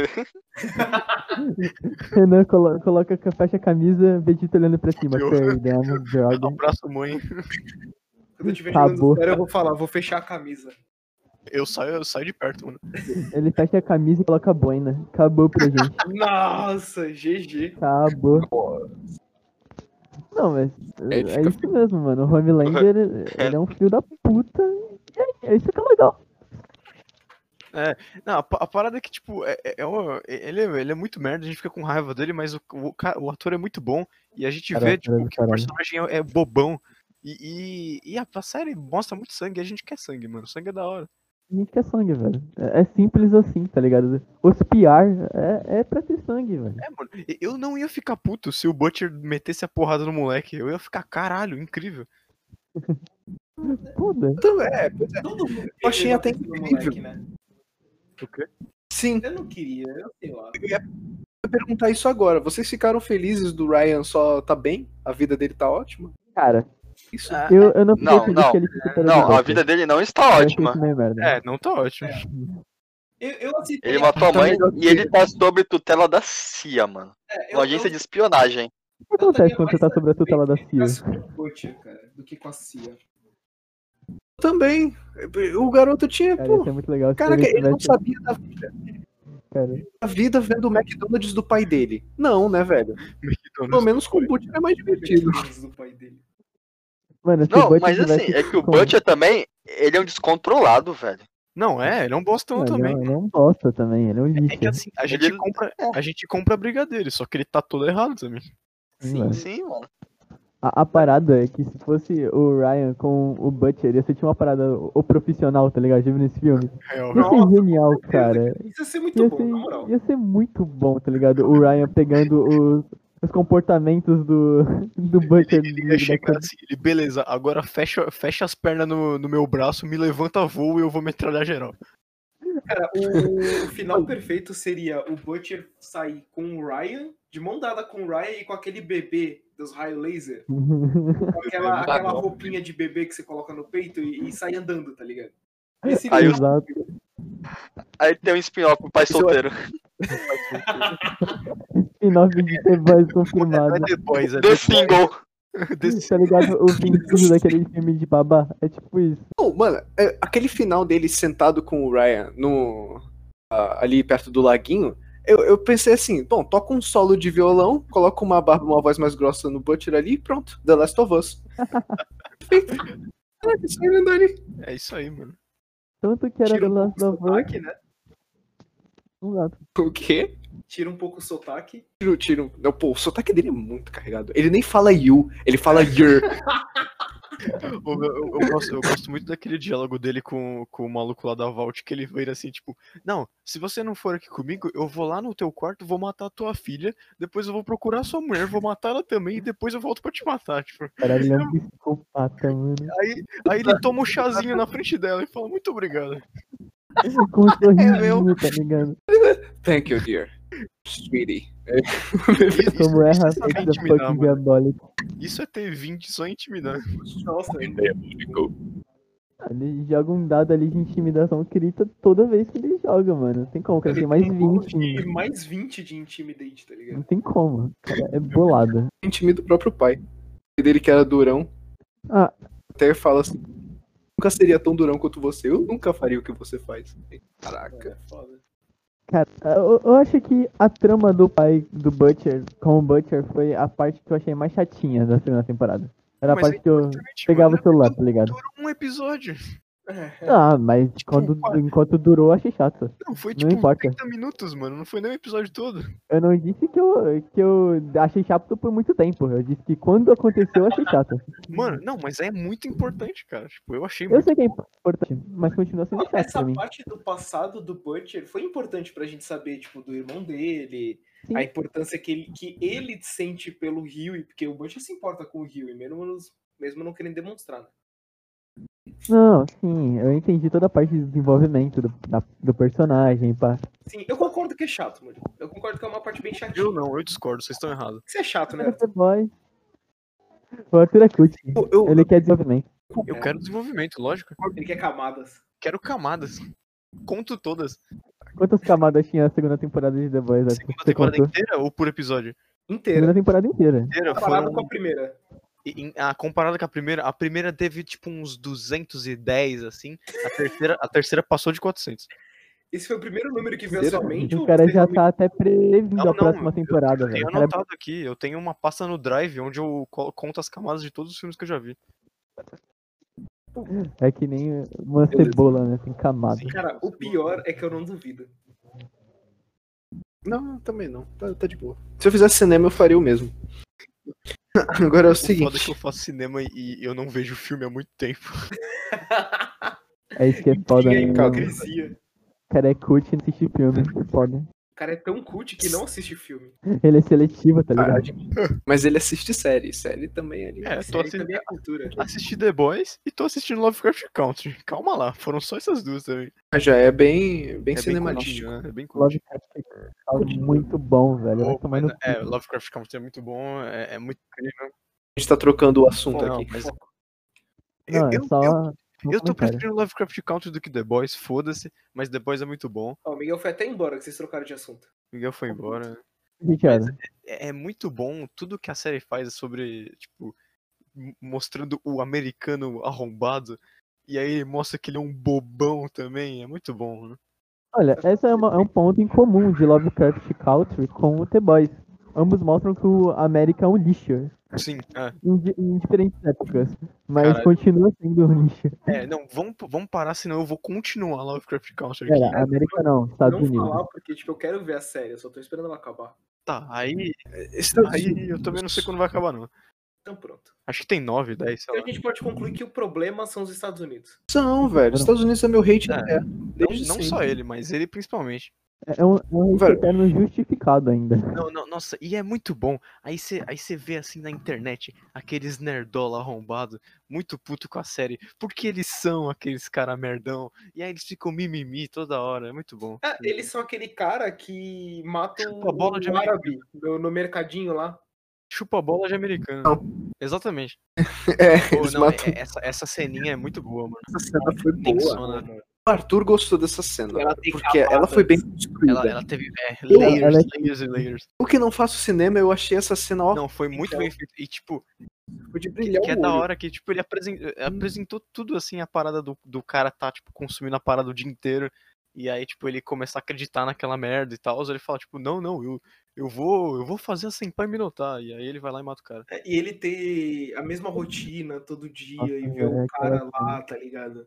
Speaker 5: Renan colo- coloca, fecha a camisa, Vegeta olhando pra cima.
Speaker 2: Eu-
Speaker 5: Perdemos, Jordan.
Speaker 2: Abraço, mãe.
Speaker 3: Quando eu tiver
Speaker 5: Acabou.
Speaker 3: jogando sério, eu vou falar, vou fechar a camisa.
Speaker 2: Eu saio, eu saio de perto, mano.
Speaker 5: Ele fecha a camisa e coloca a boina. Acabou pra gente.
Speaker 3: Nossa, GG.
Speaker 5: Acabou.
Speaker 6: Pô,
Speaker 5: Não, mas é,
Speaker 6: Ele fica- Uhum.
Speaker 5: isso mesmo, mano. O Homelander, ele é um filho da puta. E é, é isso que é legal.
Speaker 2: Não, a, pa- a parada é que, tipo, é, é- é uma- ele, é- ele é muito merda, a gente fica com raiva dele, mas o, o, ca- o ator é muito bom. E a gente
Speaker 5: Caralho,
Speaker 2: vê, tipo,
Speaker 5: caralho,
Speaker 2: que o
Speaker 5: caralho.
Speaker 2: personagem é, é bobão. E, e, e a, a série mostra muito sangue, e a gente quer sangue, mano. Sangue é da hora.
Speaker 5: A gente quer sangue, velho. É, é simples assim, tá ligado? Os PR é, é pra ter sangue, velho.
Speaker 2: É, mano, e- eu não ia ficar puto se o Butcher metesse a porrada no moleque. Eu ia ficar, caralho, incrível.
Speaker 5: Foda.
Speaker 1: Então, é, pois é.
Speaker 3: Todo mundo
Speaker 1: Eu achei
Speaker 3: queria
Speaker 1: até
Speaker 3: esse
Speaker 1: incrível.
Speaker 3: moleque, né?
Speaker 2: O quê?
Speaker 1: Sim,
Speaker 3: Eu não queria, eu sei lá.
Speaker 1: eu ia perguntar isso agora. Vocês ficaram felizes do Ryan só tá bem? A vida dele tá ótima?
Speaker 5: Cara,
Speaker 1: Isso.
Speaker 2: Ah.
Speaker 3: Ah,
Speaker 5: eu,
Speaker 1: é,
Speaker 5: eu não fiquei
Speaker 4: Não,
Speaker 5: feliz
Speaker 4: não.
Speaker 5: que ele se separou do
Speaker 4: Não, a
Speaker 5: Butcher.
Speaker 4: vida dele não está
Speaker 5: Eu achei
Speaker 4: ótima.
Speaker 5: isso meio merda.
Speaker 2: É, não tá ótimo.
Speaker 3: Eu, eu aceitei. é,
Speaker 5: Então,
Speaker 4: Ele matou a
Speaker 1: Tá
Speaker 4: mãe
Speaker 1: melhor que
Speaker 4: e ele tá sob tutela da CIA, mano.
Speaker 3: é, eu-
Speaker 4: Uma agência de espionagem.
Speaker 5: O que acontece quando você tá sobre a tutela da CIA?
Speaker 3: Eu fico com o Butcher, cara, do que com a CIA.
Speaker 1: Também. O garoto tinha,
Speaker 5: Cara,
Speaker 1: pô.
Speaker 5: isso é muito legal. se
Speaker 1: Cara, que ele não
Speaker 5: tivesse-
Speaker 1: sabia da vida,
Speaker 5: cara.
Speaker 1: da vida vendo o McDonald's do pai dele. Não, né, velho? Pelo
Speaker 2: McDonald's.
Speaker 1: menos com o Butcher é mais divertido.
Speaker 3: Do pai dele.
Speaker 5: Mano, se o
Speaker 4: Não,
Speaker 5: Butcher
Speaker 4: mas assim,
Speaker 5: tivesse
Speaker 4: é que o
Speaker 5: com-
Speaker 4: Butcher também, ele é um descontrolado, velho.
Speaker 2: Não, é, ele é um bostão
Speaker 5: Mano,
Speaker 2: também.
Speaker 5: Ele é um bosta também, ele é um
Speaker 2: É que
Speaker 5: lixo.
Speaker 2: assim, a gente,
Speaker 4: Ele-
Speaker 2: compra, a gente compra a briga dele, só que ele tá todo errado também.
Speaker 5: Sim, mano.
Speaker 4: Sim, mano.
Speaker 5: A, a parada é que se fosse o Ryan com o Butcher, ia ser tipo uma parada o, o profissional, tá ligado? Já viu nesse filme?
Speaker 2: Real,
Speaker 5: Ia ser genial, cara.
Speaker 3: Isso ia ser muito
Speaker 5: Ia
Speaker 3: bom, na moral.
Speaker 5: ser, ia ser muito bom, tá ligado? O Ryan pegando os, os comportamentos do, do né, Butcher.
Speaker 2: Ele
Speaker 5: da-
Speaker 2: ia chegar assim, ele, beleza, agora fecha, fecha as pernas no, no meu braço, me levanta voo e eu vou metralhar geral.
Speaker 3: Cara, o, o final perfeito seria o Butcher sair com o Ryan, de mão dada com o Ryan e com aquele bebê dos raios laser, com aquela,
Speaker 2: Bebê
Speaker 3: aquela
Speaker 2: maluco.
Speaker 3: roupinha de bebê que você coloca no peito e, e sair andando, tá ligado? Esse
Speaker 4: Aí eu-
Speaker 5: Exato.
Speaker 4: Aí tem um spin-off pro pai
Speaker 1: Isso eu-
Speaker 4: solteiro.
Speaker 5: Spin-off de The Boys um confirmado.
Speaker 2: É The Boys, é
Speaker 4: The
Speaker 2: The
Speaker 4: Single.
Speaker 2: Boys, The Single.
Speaker 5: Tá ligado? O vindo daquele filme de babá. É tipo isso.
Speaker 1: Não, mano, é, aquele final dele sentado com o Ryan no, ah, ali perto do laguinho, eu, eu pensei assim, bom, toca um solo de violão, coloca uma barba, uma voz mais grossa no Butcher ali e pronto, The Last of Us. Perfeito. Caraca, isso aí não dá ali.
Speaker 2: É isso aí, mano.
Speaker 5: Tanto que era
Speaker 3: Tira
Speaker 5: The
Speaker 3: um
Speaker 5: Last
Speaker 3: pouco o
Speaker 5: of um Us.
Speaker 3: sotaque, né?
Speaker 5: Exato.
Speaker 1: O quê?
Speaker 3: Tira um pouco o sotaque.
Speaker 1: Tiro, tiro. Não, pô, o sotaque dele é muito carregado. Ele nem fala you, ele fala your.
Speaker 2: Eu, eu- eu gosto, eu gosto muito daquele diálogo dele com, com o maluco lá da Vault, que ele vira assim, tipo, não, se você não for aqui comigo, eu vou lá no teu quarto, vou matar a tua filha, depois eu vou procurar sua mulher, vou matar ela também, e depois eu volto pra te matar, tipo.
Speaker 5: Caralho, ele é um psicopata, mano.
Speaker 2: Aí, aí ele toma um chazinho na frente dela e fala, muito obrigado.
Speaker 5: Com um sorrisinho,
Speaker 1: meu.
Speaker 5: tá ligado?
Speaker 1: Thank you, dear. Sweetie.
Speaker 2: Isso, isso-
Speaker 5: Como é
Speaker 2: isso é saber
Speaker 5: racista
Speaker 2: intimidar,
Speaker 5: fucking
Speaker 2: mano.
Speaker 5: diabólico.
Speaker 2: Isso é ter 20 só intimidar.
Speaker 3: Nossa,
Speaker 5: Ele joga um dado ali de intimidação crita toda vez que ele joga, mano. Não tem como, cara. Tem mais
Speaker 3: um bônus
Speaker 5: 20.
Speaker 3: de
Speaker 5: mano.
Speaker 3: mais 20 de intimidate, tá
Speaker 5: Não
Speaker 3: ligado?
Speaker 5: tem como. Cara, é bolada.
Speaker 1: Intimida o próprio pai. O dele que era durão,
Speaker 5: Ah,
Speaker 1: até fala assim: nunca seria tão durão quanto você, eu nunca faria o que você faz. Caraca.
Speaker 3: É foda.
Speaker 5: cara, eu, eu acho que a trama do pai do Butcher com o Butcher foi a parte que eu achei mais chatinha da segunda temporada. Era a
Speaker 2: Mas é
Speaker 5: parte que eu
Speaker 2: importante,
Speaker 5: pegava
Speaker 2: mano.
Speaker 5: o celular, tá ligado?
Speaker 2: Durou um episódio.
Speaker 5: Ah, mas quando, enquanto durou, eu achei chato.
Speaker 2: Não, foi
Speaker 5: Não
Speaker 2: tipo
Speaker 5: importa.
Speaker 2: 30 minutos, mano. Não foi nem o episódio todo.
Speaker 5: Eu não disse que eu, que eu achei chato por muito tempo. Eu disse que quando aconteceu, eu achei chato.
Speaker 2: Mano, não, mas é muito importante, cara. Tipo, eu achei
Speaker 5: Eu
Speaker 2: muito.
Speaker 5: sei que é importante, mas continua sendo chato pra
Speaker 3: Essa
Speaker 5: mim.
Speaker 3: parte do passado do Butcher foi importante pra gente saber, tipo, do irmão dele,
Speaker 5: Sim.
Speaker 3: a importância que ele, que ele sente pelo Rio, porque o Butcher se importa com o Rio, mesmo, mesmo não querendo demonstrar, né?
Speaker 5: Não, sim, eu entendi toda a parte de desenvolvimento do, da- do personagem, pá.
Speaker 3: Sim, eu concordo que é chato, mano. Eu concordo que é uma parte bem chatinha.
Speaker 2: Eu não, eu discordo, vocês estão errados.
Speaker 3: Isso é chato, né?
Speaker 5: Era The Boy. O Arthur é cult,
Speaker 1: Eu, eu-
Speaker 5: ele quer desenvolvimento.
Speaker 2: Eu
Speaker 3: É.
Speaker 2: quero desenvolvimento, lógico.
Speaker 3: Ele quer camadas.
Speaker 2: Quero camadas. Conto todas.
Speaker 5: Quando Quantas camadas tinha a segunda temporada de The Boys? Essa?
Speaker 2: Segunda
Speaker 5: Você
Speaker 2: temporada
Speaker 5: contou?
Speaker 2: inteira ou por episódio?
Speaker 3: Inteira.
Speaker 5: Segunda temporada inteira.
Speaker 2: Inteira
Speaker 3: Comparado
Speaker 2: foram-
Speaker 3: com a primeira.
Speaker 2: E- em- a comparada com a primeira, a primeira teve tipo uns 210, assim. A terceira, a terceira passou de 400.
Speaker 3: Esse foi o primeiro número que veio à
Speaker 1: Terceira?
Speaker 3: sua mente.
Speaker 5: O
Speaker 3: ou
Speaker 5: cara
Speaker 3: você
Speaker 5: já
Speaker 3: realmente-
Speaker 5: tá até previndo
Speaker 2: Não,
Speaker 5: a
Speaker 2: não,
Speaker 5: próxima
Speaker 2: eu-
Speaker 5: temporada,
Speaker 2: Eu tenho
Speaker 5: velho. O cara-
Speaker 2: anotado aqui, eu tenho uma pasta no Drive onde eu co- conto as camadas de todos os filmes que eu já vi.
Speaker 5: É que nem uma
Speaker 1: Beleza.
Speaker 5: cebola, né? Tem camada.
Speaker 2: Sim.
Speaker 3: Cara, o pior é que eu não duvido.
Speaker 1: Não, também não. Tá, tá de boa. Se eu fizesse cinema, eu faria o mesmo. Agora é o
Speaker 2: O foda é que
Speaker 1: seguinte.
Speaker 2: eu faço cinema e eu não vejo filme há muito tempo.
Speaker 5: É isso que é foda,
Speaker 3: Diga aí,
Speaker 5: né? mano?
Speaker 3: hipocrisia.
Speaker 5: O cara é cult e não assiste filme. É foda.
Speaker 3: O cara é tão cult que não assiste filme.
Speaker 5: Ele é seletivo, tá
Speaker 1: Ah,
Speaker 5: ligado?
Speaker 1: gente, Mas ele assiste série. Série também ali.
Speaker 2: É,
Speaker 3: Isso
Speaker 2: tô
Speaker 3: aí
Speaker 2: assi-
Speaker 3: também é cultura.
Speaker 2: assisti The Boys e tô assistindo Lovecraft Country. Calma lá, foram só essas duas também.
Speaker 1: Já é bem, bem
Speaker 2: É
Speaker 1: cinematográfico.
Speaker 2: Bem cult, né? é bem cult.
Speaker 5: Lovecraft é muito bom, velho. Vai
Speaker 2: Pô,
Speaker 5: tomar
Speaker 2: mas
Speaker 5: no
Speaker 2: é, Lovecraft Country é muito bom, é, é muito incrível.
Speaker 1: A gente tá trocando o assunto
Speaker 2: Não,
Speaker 1: aqui.
Speaker 2: mas-
Speaker 5: cu. Não, é
Speaker 2: eu-
Speaker 5: só.
Speaker 2: eu-
Speaker 5: um
Speaker 2: Eu tô
Speaker 5: comentário.
Speaker 2: preferindo Lovecraft Country do que The Boys, foda-se, mas The Boys é muito bom.
Speaker 3: Ó, o Miguel foi até embora, que vocês trocaram de assunto.
Speaker 2: Miguel foi embora.
Speaker 5: Gente, olha,
Speaker 2: É, é muito bom tudo que a série faz é sobre, tipo, m- mostrando o americano arrombado. E aí ele mostra que ele é um bobão também. É muito bom, né?
Speaker 5: Olha, essa é, uma- é um ponto em comum de Lovecraft Country com o The Boys. Ambos mostram que o América é um lixo,
Speaker 2: Sim, é.
Speaker 5: em, di- em diferentes épocas, mas
Speaker 2: Caralho.
Speaker 5: continua sendo um lixo.
Speaker 2: É, não, vamos, vamos parar, senão eu vou continuar Lovecraft Country aqui.
Speaker 5: Pera, É, América não, Estados
Speaker 3: não
Speaker 5: Unidos.
Speaker 3: falar, porque, tipo, eu quero ver a série, eu só tô esperando ela acabar.
Speaker 2: Tá, aí,
Speaker 1: Estados
Speaker 2: aí eu
Speaker 1: Unidos.
Speaker 2: também não sei quando vai acabar, não.
Speaker 3: Então pronto.
Speaker 2: Acho que tem 9, 10, sei
Speaker 3: Então
Speaker 2: lá.
Speaker 3: a gente pode concluir que o problema são os Estados Unidos.
Speaker 1: São, velho. Estados Unidos é meu hate
Speaker 2: É.
Speaker 1: é.
Speaker 2: Não,
Speaker 1: Desde
Speaker 2: não
Speaker 1: sempre.
Speaker 2: só ele, mas ele principalmente.
Speaker 5: É um, é um lixo
Speaker 1: Velho.
Speaker 5: eterno justificado ainda.
Speaker 2: Não, não, nossa, e é muito bom. Aí você aí cê vê assim na internet aqueles nerdola arrombado, muito puto com a série, porque eles são aqueles cara merdão. E aí eles ficam mimimi toda hora, é muito bom.
Speaker 3: Ah, eles são aquele cara que mata o
Speaker 2: Chupa a bola de
Speaker 3: o árabe no, no mercadinho lá.
Speaker 2: Chupa bola de americano. Exatamente.
Speaker 1: É,
Speaker 2: Pô,
Speaker 1: eles
Speaker 2: não, é-
Speaker 1: matam.
Speaker 2: é- essa, essa ceninha é muito boa, mano. né?
Speaker 1: Essa cena foi boa.
Speaker 2: Tensona.
Speaker 1: O Arthur gostou dessa cena.
Speaker 3: Ela tem
Speaker 1: porque ela foi bem construída.
Speaker 2: Ela, ela tipo teve é,
Speaker 1: Eu-
Speaker 2: layers,
Speaker 5: ela-
Speaker 2: layers e layers.
Speaker 1: Eu que não faço cinema, eu achei essa cena ó,
Speaker 2: Não, foi muito
Speaker 1: Então-
Speaker 2: bem feito. E tipo,
Speaker 1: de
Speaker 2: que,
Speaker 1: brilhar
Speaker 2: que é
Speaker 1: o
Speaker 2: da
Speaker 1: olho.
Speaker 2: hora que, tipo, ele apresen- eh, apresentou tudo, assim, a parada do, do cara tá, tipo, consumindo a parada o dia inteiro. E aí, tipo, ele começar a acreditar naquela merda e tal. Ele fala, tipo, não, não, eu, eu vou eu vou fazer a Senpai me notar. E aí ele vai lá e mata o cara.
Speaker 3: É, E ele ter a mesma rotina todo dia
Speaker 5: Nossa,
Speaker 3: e ver o
Speaker 5: é,
Speaker 3: cara
Speaker 5: cara.
Speaker 3: lá, tá ligado?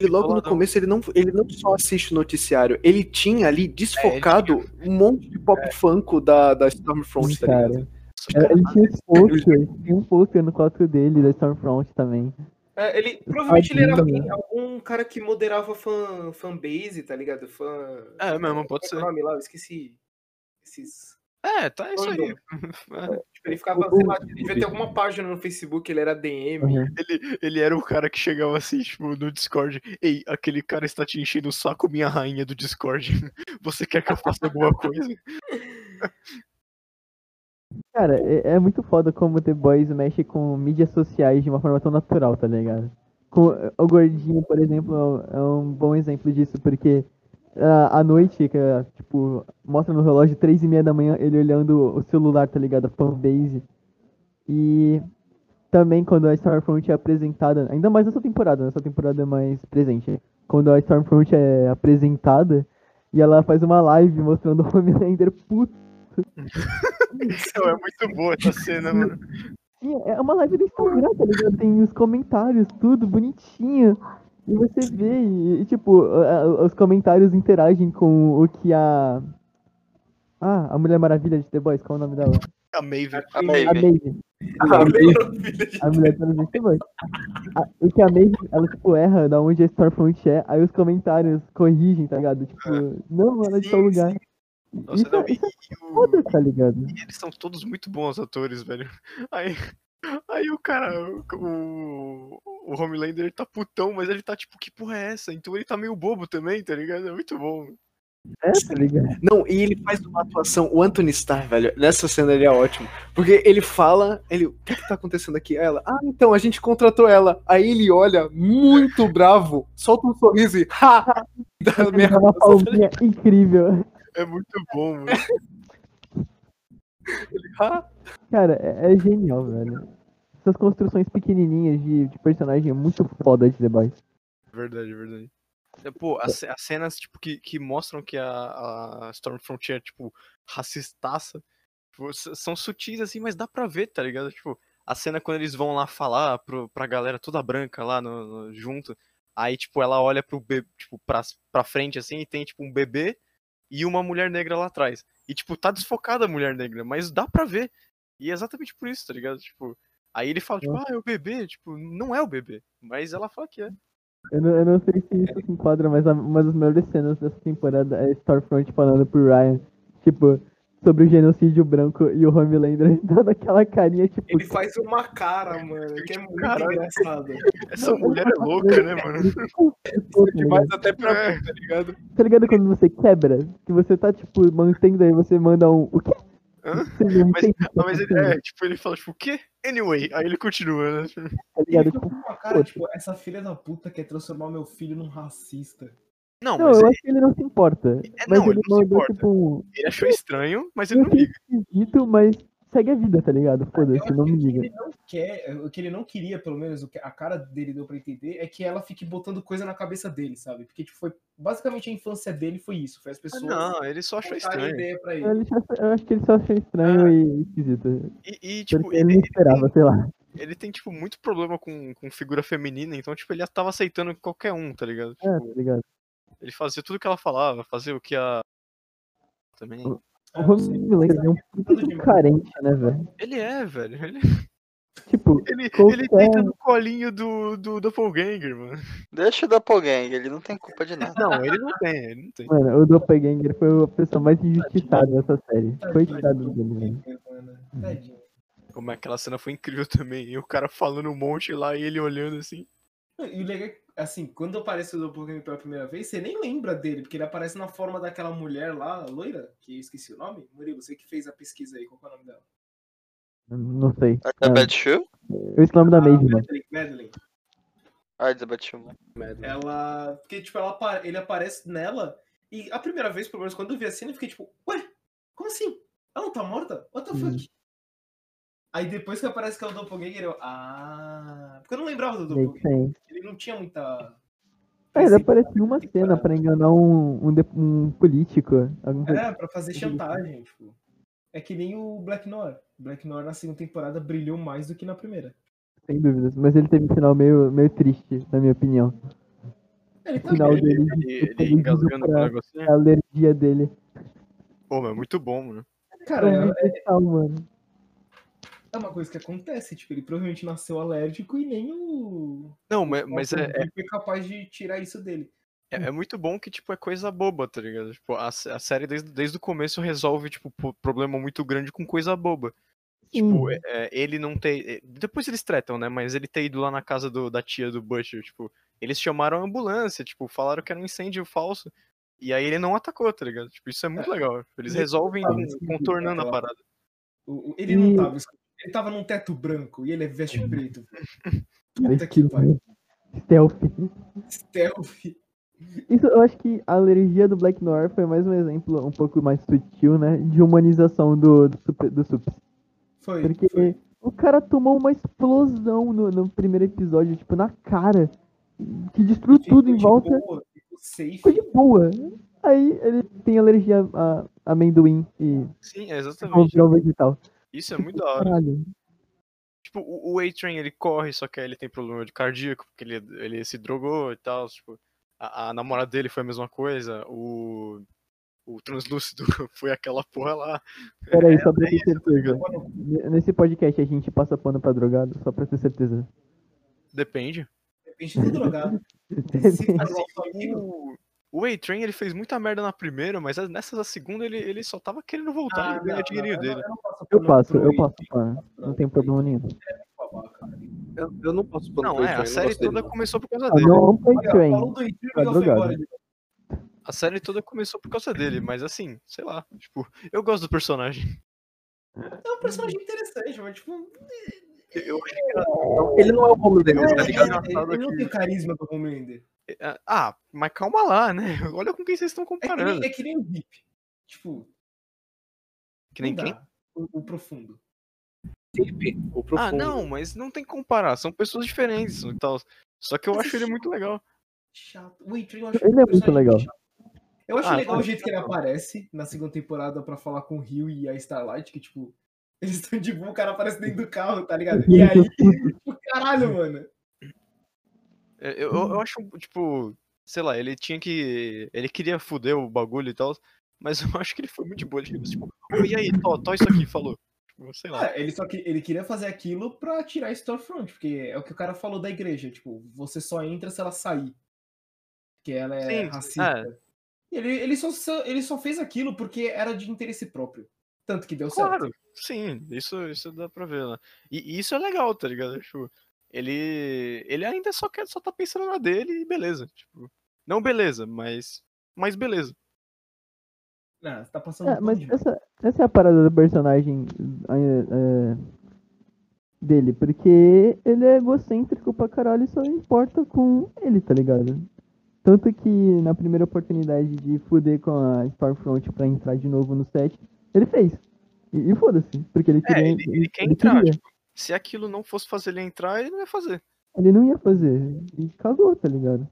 Speaker 1: E logo no
Speaker 2: Boladão.
Speaker 1: começo ele não, ele não só assiste o noticiário, ele tinha
Speaker 2: É,
Speaker 1: ali desfocado um monte de pop funko da, da Stormfront, tá
Speaker 5: Cara.
Speaker 1: ligado?
Speaker 5: É, Ele tinha um pôster, tinha um pôster no quarto dele, da Stormfront também.
Speaker 3: É, ele provavelmente ele era
Speaker 5: Tadinho,
Speaker 3: alguém- algum cara que moderava fã, fanbase, tá ligado? Fã.
Speaker 2: É mesmo, pode
Speaker 3: Qual é
Speaker 2: ser.
Speaker 3: o nome lá? Eu esqueci. Esses.
Speaker 2: É, tá, é isso aí.
Speaker 3: Tipo,
Speaker 5: É,
Speaker 3: ele ficava, sei lá, ele devia ter alguma página no Facebook, ele era DM.
Speaker 2: Ele, ele era o cara que chegava assim, tipo, no Discord. Ei, aquele cara está te enchendo o saco, minha rainha do Discord. Você quer que eu faça alguma coisa?
Speaker 5: Cara, é, é muito foda como The Boys mexe com mídias sociais de uma forma tão natural, tá ligado? Com, o Gordinho, por exemplo, é um- é um bom exemplo disso, porque ah, à noite, que, ah, tipo, mostra no relógio três e meia da manhã ele olhando o celular, tá ligado? A fanbase. E também quando a Stormfront é apresentada, ainda mais nessa temporada, nessa temporada é mais presente. Quando a Stormfront é apresentada e ela faz uma live mostrando o Homelander puto.
Speaker 2: Não, é muito boa essa cena, mano.
Speaker 5: Sim, é uma live do Instagram, tá ligado? Tem os comentários, tudo bonitinho. E você vê, e, e, tipo, a- a- os comentários interagem com o que a. Ah, a Mulher Maravilha de The Boys, qual é o nome dela?
Speaker 2: A Maeve.
Speaker 3: A
Speaker 5: A
Speaker 4: Maeve.
Speaker 5: Maeve. A Mulher Maravilha de The Boys. A- o que a Maeve, ela, tipo, erra da onde a Stormfront é, aí os comentários corrigem, tá ligado? Tipo, não, ela é de
Speaker 2: Sim,
Speaker 5: tal lugar.
Speaker 2: Nossa,
Speaker 5: Isso
Speaker 2: não,
Speaker 5: é-
Speaker 2: e, e o-
Speaker 5: Foda, tá ligado?
Speaker 2: e eles são todos muito bons atores, velho. Aí, aí o cara, o, o, o Homelander, ele tá putão, mas ele tá tipo, que porra é essa? Então ele tá meio bobo também, tá ligado? É muito bom.
Speaker 5: É, tá ligado?
Speaker 1: Não, e ele faz uma atuação, o Anthony Starr, velho, nessa cena ele é ótimo. Porque ele fala, ele, o que, que tá acontecendo aqui? Aí Ela, ah, então, a gente contratou ela. Aí ele olha, muito bravo, solta um sorriso e, ha! da minha
Speaker 5: É uma palminha incrível.
Speaker 2: É muito bom, mano.
Speaker 1: Ah,
Speaker 5: Cara, é, é genial, velho. Essas construções pequenininhas de, de personagem é muito foda de The Boys.
Speaker 2: Verdade, verdade. É, pô, as, ce- as cenas tipo, que, que mostram que a, a Stormfront é, tipo, racistaça, tipo, s- são sutis, assim, mas dá pra ver, tá ligado? Tipo, a cena quando eles vão lá falar pro, pra galera toda branca lá no, no- junto, aí, tipo, ela olha pro be tipo, pra, pra frente, assim, e tem, tipo, um bebê e uma mulher negra lá atrás. E, tipo, tá desfocada a mulher negra, mas dá pra ver. E é exatamente por isso, tá ligado? Tipo, aí ele fala, tipo, ah, é o bebê, tipo, não é o bebê, mas ela fala que é.
Speaker 5: Eu não, eu não sei se isso se enquadra, mas a- uma das melhores cenas dessa temporada é Stormfront falando pro Ryan, tipo, sobre o genocídio branco e o Homelander dando aquela carinha, tipo,
Speaker 3: Ele faz uma cara, mano, que é muito
Speaker 2: Caralho.
Speaker 3: engraçado.
Speaker 2: Essa mulher é louca, né, mano?
Speaker 5: "Pô,
Speaker 1: demais até pra
Speaker 2: É.
Speaker 1: mim, tá ligado?
Speaker 5: né? Tá ligado quando você quebra? Que você tá, tipo, mantendo aí, você manda um. O quê?
Speaker 2: Hã?
Speaker 5: Você
Speaker 2: Mas,
Speaker 5: não entende o que tá
Speaker 2: mas ele,
Speaker 5: acontecendo,
Speaker 2: é, tipo, ele fala, tipo, o quê? Anyway, aí ele continua, né?
Speaker 5: tá
Speaker 3: Ele fica
Speaker 5: ligado? Tipo,
Speaker 3: com uma cara, tipo, essa filha da puta quer transformar meu filho num racista.
Speaker 2: Não,
Speaker 5: não,
Speaker 2: mas
Speaker 5: eu
Speaker 2: ele,
Speaker 5: acho que ele não se importa.
Speaker 2: É,
Speaker 5: mas
Speaker 2: não,
Speaker 5: ele
Speaker 2: ele não se
Speaker 5: mandou,
Speaker 2: importa.
Speaker 5: tipo, um.
Speaker 2: ele achou estranho, mas ele
Speaker 5: Eu
Speaker 2: não
Speaker 5: achei
Speaker 2: liga.
Speaker 5: esquisito, mas segue a vida, tá ligado?
Speaker 3: Eu
Speaker 5: Foda-se,
Speaker 3: acho
Speaker 5: não
Speaker 3: que
Speaker 5: me
Speaker 3: o que
Speaker 5: liga.
Speaker 3: ele não quer, o que ele não queria, pelo menos, o que a cara dele deu pra entender, é que ela fique botando coisa na cabeça dele, sabe? Porque, tipo, foi. Basicamente a infância dele foi isso. Foi as
Speaker 2: Ah,
Speaker 3: pessoas.
Speaker 2: Não, ele só achou
Speaker 3: contarem
Speaker 2: estranho.
Speaker 3: ideia pra ele.
Speaker 5: Ele só- Eu acho que ele só achou estranho
Speaker 2: Ah.
Speaker 5: e esquisito.
Speaker 2: E, e, tipo,
Speaker 5: Porque ele
Speaker 2: ele,
Speaker 5: não esperava, sei lá.
Speaker 2: ele tem, tipo, muito problema com, com figura feminina, então, tipo, ele tava aceitando qualquer um, tá ligado?
Speaker 5: É, tá ligado?
Speaker 2: Ele fazia tudo que ela falava, fazia o que a... Também.
Speaker 5: O
Speaker 3: Ah, não sei.
Speaker 5: Homelander é um puta de um carente, né, velho?
Speaker 2: Ele é, velho. Ele,
Speaker 5: Tipo,
Speaker 2: ele, ele
Speaker 5: Qualquer-
Speaker 2: deita no colinho do, do Doppelganger, mano.
Speaker 4: Deixa o Doppelgang, ele não tem culpa de nada.
Speaker 2: Não, ele não tem, ele não tem.
Speaker 5: mano, o Doppelganger foi a pessoa mais injustiçada dessa série.
Speaker 3: Tadinho do
Speaker 5: Coitado dele, velho.
Speaker 3: mano. Tadinho.
Speaker 2: Como é aquela cena foi incrível também. E o cara falando um monte lá e ele olhando assim.
Speaker 3: E o legal é, que, assim, quando aparece o Doppelganger pela primeira vez, você nem lembra dele, porque ele aparece na forma daquela mulher lá, loira, que eu esqueci o nome. Murilo, você que fez a pesquisa aí, qual que é o nome dela?
Speaker 5: Não sei.
Speaker 4: Elizabeth Shue?
Speaker 5: Eu esqueci o
Speaker 3: Ah,
Speaker 5: nome da Maeve, mano.
Speaker 3: Madeline, Madeline.
Speaker 4: Ah, Elizabeth Shue. mano.
Speaker 3: Ela. Porque, tipo, ela, apa- ele aparece nela. E a primeira vez, pelo menos, quando eu vi a cena, eu fiquei tipo, ué, como assim? Ela não tá morta? What the fuck? Aí depois que aparece que é o Doppelganger, eu. Ah. Porque eu não lembrava do
Speaker 5: Make
Speaker 3: Doppelganger.
Speaker 5: sense.
Speaker 3: Ele não tinha muita.
Speaker 5: Ah, ele apareceu em uma cena
Speaker 3: temporada.
Speaker 5: pra enganar um, um, de- um político. Algum po-
Speaker 3: É, pra fazer chantagem, tipo. É que nem o Black Noir. Black Noir na segunda temporada brilhou mais do que na primeira.
Speaker 5: assim, Sem dúvidas. Mas ele teve um final meio, meio triste, na minha opinião.
Speaker 3: Ele tá
Speaker 5: O final
Speaker 3: bem.
Speaker 5: dele
Speaker 2: ele,
Speaker 5: foi
Speaker 2: ele engasgando com o
Speaker 5: pra
Speaker 2: negocinho.
Speaker 5: a alergia dele.
Speaker 2: Pô, mas é muito bom, mano.
Speaker 3: Cara,
Speaker 5: Foi
Speaker 3: é,
Speaker 5: muito legal, mano.
Speaker 3: é uma coisa que acontece. Tipo, ele provavelmente nasceu alérgico e nem o.
Speaker 2: Não, ma- mas, é, é,
Speaker 3: Ele foi capaz de tirar isso dele.
Speaker 2: é muito bom que, tipo, é coisa boba, tá ligado? Tipo, a, sé- a série desde, desde o começo resolve, tipo, po- problema muito grande com coisa boba. Tipo, é- é, ele não ter. é, Depois eles tretam, né? Mas ele ter ido lá na casa do- da tia do Butcher, tipo, eles chamaram a ambulância, tipo, falaram que era um incêndio falso. E aí ele não atacou, tá ligado? Tipo, isso é muito legal. Eles
Speaker 3: Ele-
Speaker 2: resolvem
Speaker 3: Ah,
Speaker 2: com-
Speaker 3: isso é incrível,
Speaker 2: contornando a
Speaker 3: aquela-
Speaker 2: parada.
Speaker 3: O- o- ele não
Speaker 5: E-
Speaker 3: tava escuro. Ele tava num teto branco e ele é veste preto. Puta
Speaker 5: Cara,
Speaker 3: que pariu.
Speaker 5: Stealth.
Speaker 3: Stealth.
Speaker 5: Isso, eu acho que a alergia do Black Noir foi mais um exemplo um pouco mais sutil, né? De humanização do, do, super, do Sups.
Speaker 3: Foi.
Speaker 5: Porque
Speaker 3: foi.
Speaker 5: o cara tomou uma explosão no, no primeiro episódio, tipo, na cara. Que destruiu
Speaker 3: Ficou
Speaker 5: tudo em
Speaker 3: de
Speaker 5: volta.
Speaker 3: boa, ficou safe.
Speaker 5: Ficou de boa. Aí ele tem alergia a, a amendoim e
Speaker 2: Sim, é
Speaker 5: ao
Speaker 2: exatamente.
Speaker 5: virar um vegetal.
Speaker 2: Isso é muito da hora.
Speaker 5: Caralho.
Speaker 2: Tipo, o o A-Train ele corre, só que aí ele tem problema de cardíaco, porque ele, ele se drogou e tal. Tipo, a, a namorada dele foi a mesma coisa. O, o Translúcido foi aquela porra lá.
Speaker 5: Pera
Speaker 3: É,
Speaker 5: aí, só pra ter
Speaker 3: tá
Speaker 5: certeza.
Speaker 3: Mano,
Speaker 5: N- Nesse podcast a gente passa pano pra drogado, só pra ter certeza.
Speaker 2: Depende.
Speaker 3: de repente tá drogado. Se for
Speaker 5: Depende.
Speaker 3: lá o seu amigo,
Speaker 2: O, o A-Train ele fez muita merda na primeira, mas nessa da segunda ele, ele só tava querendo
Speaker 3: ah,
Speaker 2: voltar e
Speaker 3: não,
Speaker 2: ganhar
Speaker 3: não,
Speaker 2: dinheirinho
Speaker 3: eu
Speaker 2: dele.
Speaker 3: não- eu não passo
Speaker 5: Eu
Speaker 3: pano pro
Speaker 5: passo, eu
Speaker 3: Ethan,
Speaker 5: passo pano. Não tem problema nenhum.
Speaker 3: babaca.
Speaker 1: Eu, eu não posso pôr no
Speaker 2: Não,
Speaker 1: peito,
Speaker 2: é,
Speaker 1: eu
Speaker 2: a série
Speaker 1: gosto dele,
Speaker 2: toda
Speaker 1: não.
Speaker 2: começou por causa
Speaker 5: Ah,
Speaker 2: dele.
Speaker 5: Não, foi
Speaker 3: Olha,
Speaker 5: train.
Speaker 3: falou do Ethan,
Speaker 5: Tá
Speaker 3: Miguel foi
Speaker 5: drogado.
Speaker 3: embora.
Speaker 2: A série toda começou por causa dele, mas assim, sei lá, tipo, eu gosto do personagem.
Speaker 3: É um personagem interessante, mas tipo.
Speaker 2: Eu achei
Speaker 1: Ele não é o Homelander, tá
Speaker 3: Ele,
Speaker 1: ligado?
Speaker 2: engraçado
Speaker 3: ele não
Speaker 2: que-
Speaker 3: tem o carisma do É Homelander.
Speaker 2: que- Ah, mas calma lá, né? Olha com quem vocês estão
Speaker 3: É que,
Speaker 2: comparando.
Speaker 3: nem, é que nem o Hip. Tipo,
Speaker 2: Que nem
Speaker 3: não
Speaker 2: quem?
Speaker 3: dá. O, o profundo.
Speaker 1: Deep, o
Speaker 2: Ah,
Speaker 1: profundo.
Speaker 2: não, mas não tem que comparar. São pessoas diferentes e tal. Só que eu
Speaker 3: Mas
Speaker 2: acho ele muito legal.
Speaker 3: Chato. O Eitrin, eu acho um
Speaker 5: Ele é muito
Speaker 3: personagem
Speaker 5: legal.
Speaker 3: chato. Eu acho
Speaker 2: Ah,
Speaker 3: legal
Speaker 2: não,
Speaker 3: o jeito que ele aparece na segunda temporada pra falar com o Rio e a Starlight, que tipo, eles estão de boa, o cara aparece dentro do carro, tá ligado? E aí, tipo, caralho, mano.
Speaker 2: É, Eu, eu,
Speaker 3: Uhum.
Speaker 2: eu acho, tipo, sei lá, ele tinha que. Ele queria foder o bagulho e tal. Mas eu acho que ele foi muito de boa. Ele ficou tipo, "Ô, e aí, Tó, Tó, isso aqui, falou. Tipo, sei lá.
Speaker 3: Ah, ele só que ele queria fazer aquilo pra tirar a Storefront, porque é o que o cara falou da igreja, tipo, você só entra se ela sair. Porque ela é
Speaker 2: Sim,
Speaker 3: racista. E Ele, ele, só, só- ele só fez aquilo porque era de interesse próprio. Tanto que deu certo.
Speaker 2: Claro, sim, isso, isso dá pra ver, né? E, e isso é legal, tá ligado? Tipo, ele, ele ainda só quer, só tá pensando na dele e beleza. Tipo, não beleza, mas, mas beleza.
Speaker 3: Não, você tá passando
Speaker 5: É,
Speaker 3: um pano
Speaker 5: mas
Speaker 3: de merda.
Speaker 5: essa, essa é a parada do personagem é, é, dele, porque ele é egocêntrico pra caralho e só importa com ele, tá ligado? Tanto que na primeira oportunidade de fuder com a Stormfront pra entrar de novo no set, ele fez. E, e foda-se, porque ele queria.
Speaker 2: É, ele- ele quer entrar, tipo.
Speaker 5: queria.
Speaker 2: Se aquilo não fosse fazer ele entrar, ele não ia fazer.
Speaker 5: Ele não ia fazer. E cagou, tá ligado?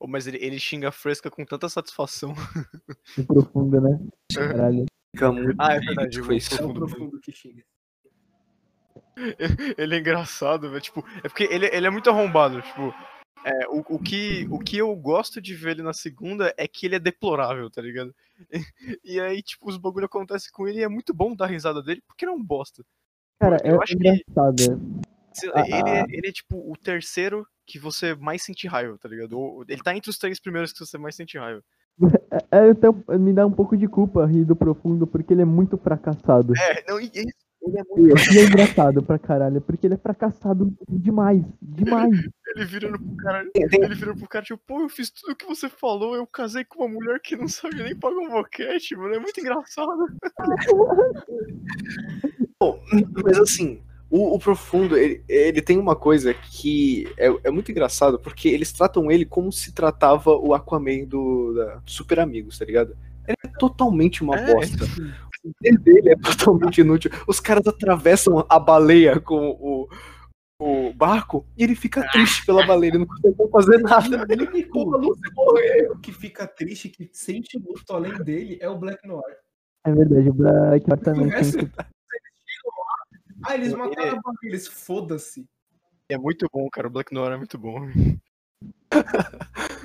Speaker 2: Ô, Mas ele, ele xinga a fresca com tanta satisfação.
Speaker 5: De profunda, né? Caralho.
Speaker 1: Fica muito
Speaker 2: Ah, é verdade,
Speaker 1: foi
Speaker 2: o
Speaker 1: isso.
Speaker 3: É o
Speaker 2: profundo.
Speaker 3: profundo que xinga.
Speaker 2: Ele é engraçado, velho. Tipo, é porque ele, ele é muito arrombado. Tipo, é, o, o que, o que eu gosto de ver ele na segunda é que ele é deplorável, tá ligado? E, aí, tipo, os bagulho acontecem com ele e é muito bom dar risada dele porque ele é um bosta.
Speaker 5: Cara,
Speaker 2: Eu
Speaker 5: é
Speaker 2: acho que-
Speaker 5: engraçado.
Speaker 2: Sei lá,
Speaker 5: Ah,
Speaker 2: Ele, é,
Speaker 5: ah.
Speaker 2: ele é, tipo, o terceiro que você mais sente raiva, tá ligado? Ou- Ele tá entre os três primeiros que você mais sente raiva.
Speaker 5: É, até me dá um pouco de culpa rir do profundo, porque ele é muito fracassado.
Speaker 2: É, não, e, e ele é muito
Speaker 5: E é engraçado pra caralho, porque ele é fracassado demais, demais.
Speaker 2: Ele virando pro cara,
Speaker 1: Tem- tem-
Speaker 2: ele virando pro cara, tipo, pô, eu fiz tudo o que você falou, eu casei com uma mulher que não sabe nem pagar um boquete, mano. É muito engraçado.
Speaker 1: Mas assim, o, o Profundo, ele, ele tem uma coisa que é, é muito engraçado, porque eles tratam ele como se tratava o Aquaman do, da- do Super Amigos, tá ligado? Ele é totalmente uma
Speaker 2: É.
Speaker 1: bosta. O poder dele é totalmente inútil. Os caras atravessam a baleia com o, o barco e ele
Speaker 2: Ah.
Speaker 1: fica triste pela baleia, ele não consegue fazer nada. Ele pula, não se morrer.
Speaker 3: O que fica triste, que sente luto além dele, é o Black Noir.
Speaker 5: É verdade, o Black Noir também tem
Speaker 3: Conhece?
Speaker 5: que-
Speaker 3: Ah, eles
Speaker 2: Ele-
Speaker 3: mataram a família, eles foda-se.
Speaker 2: É muito bom, cara. O Black Noir é muito bom.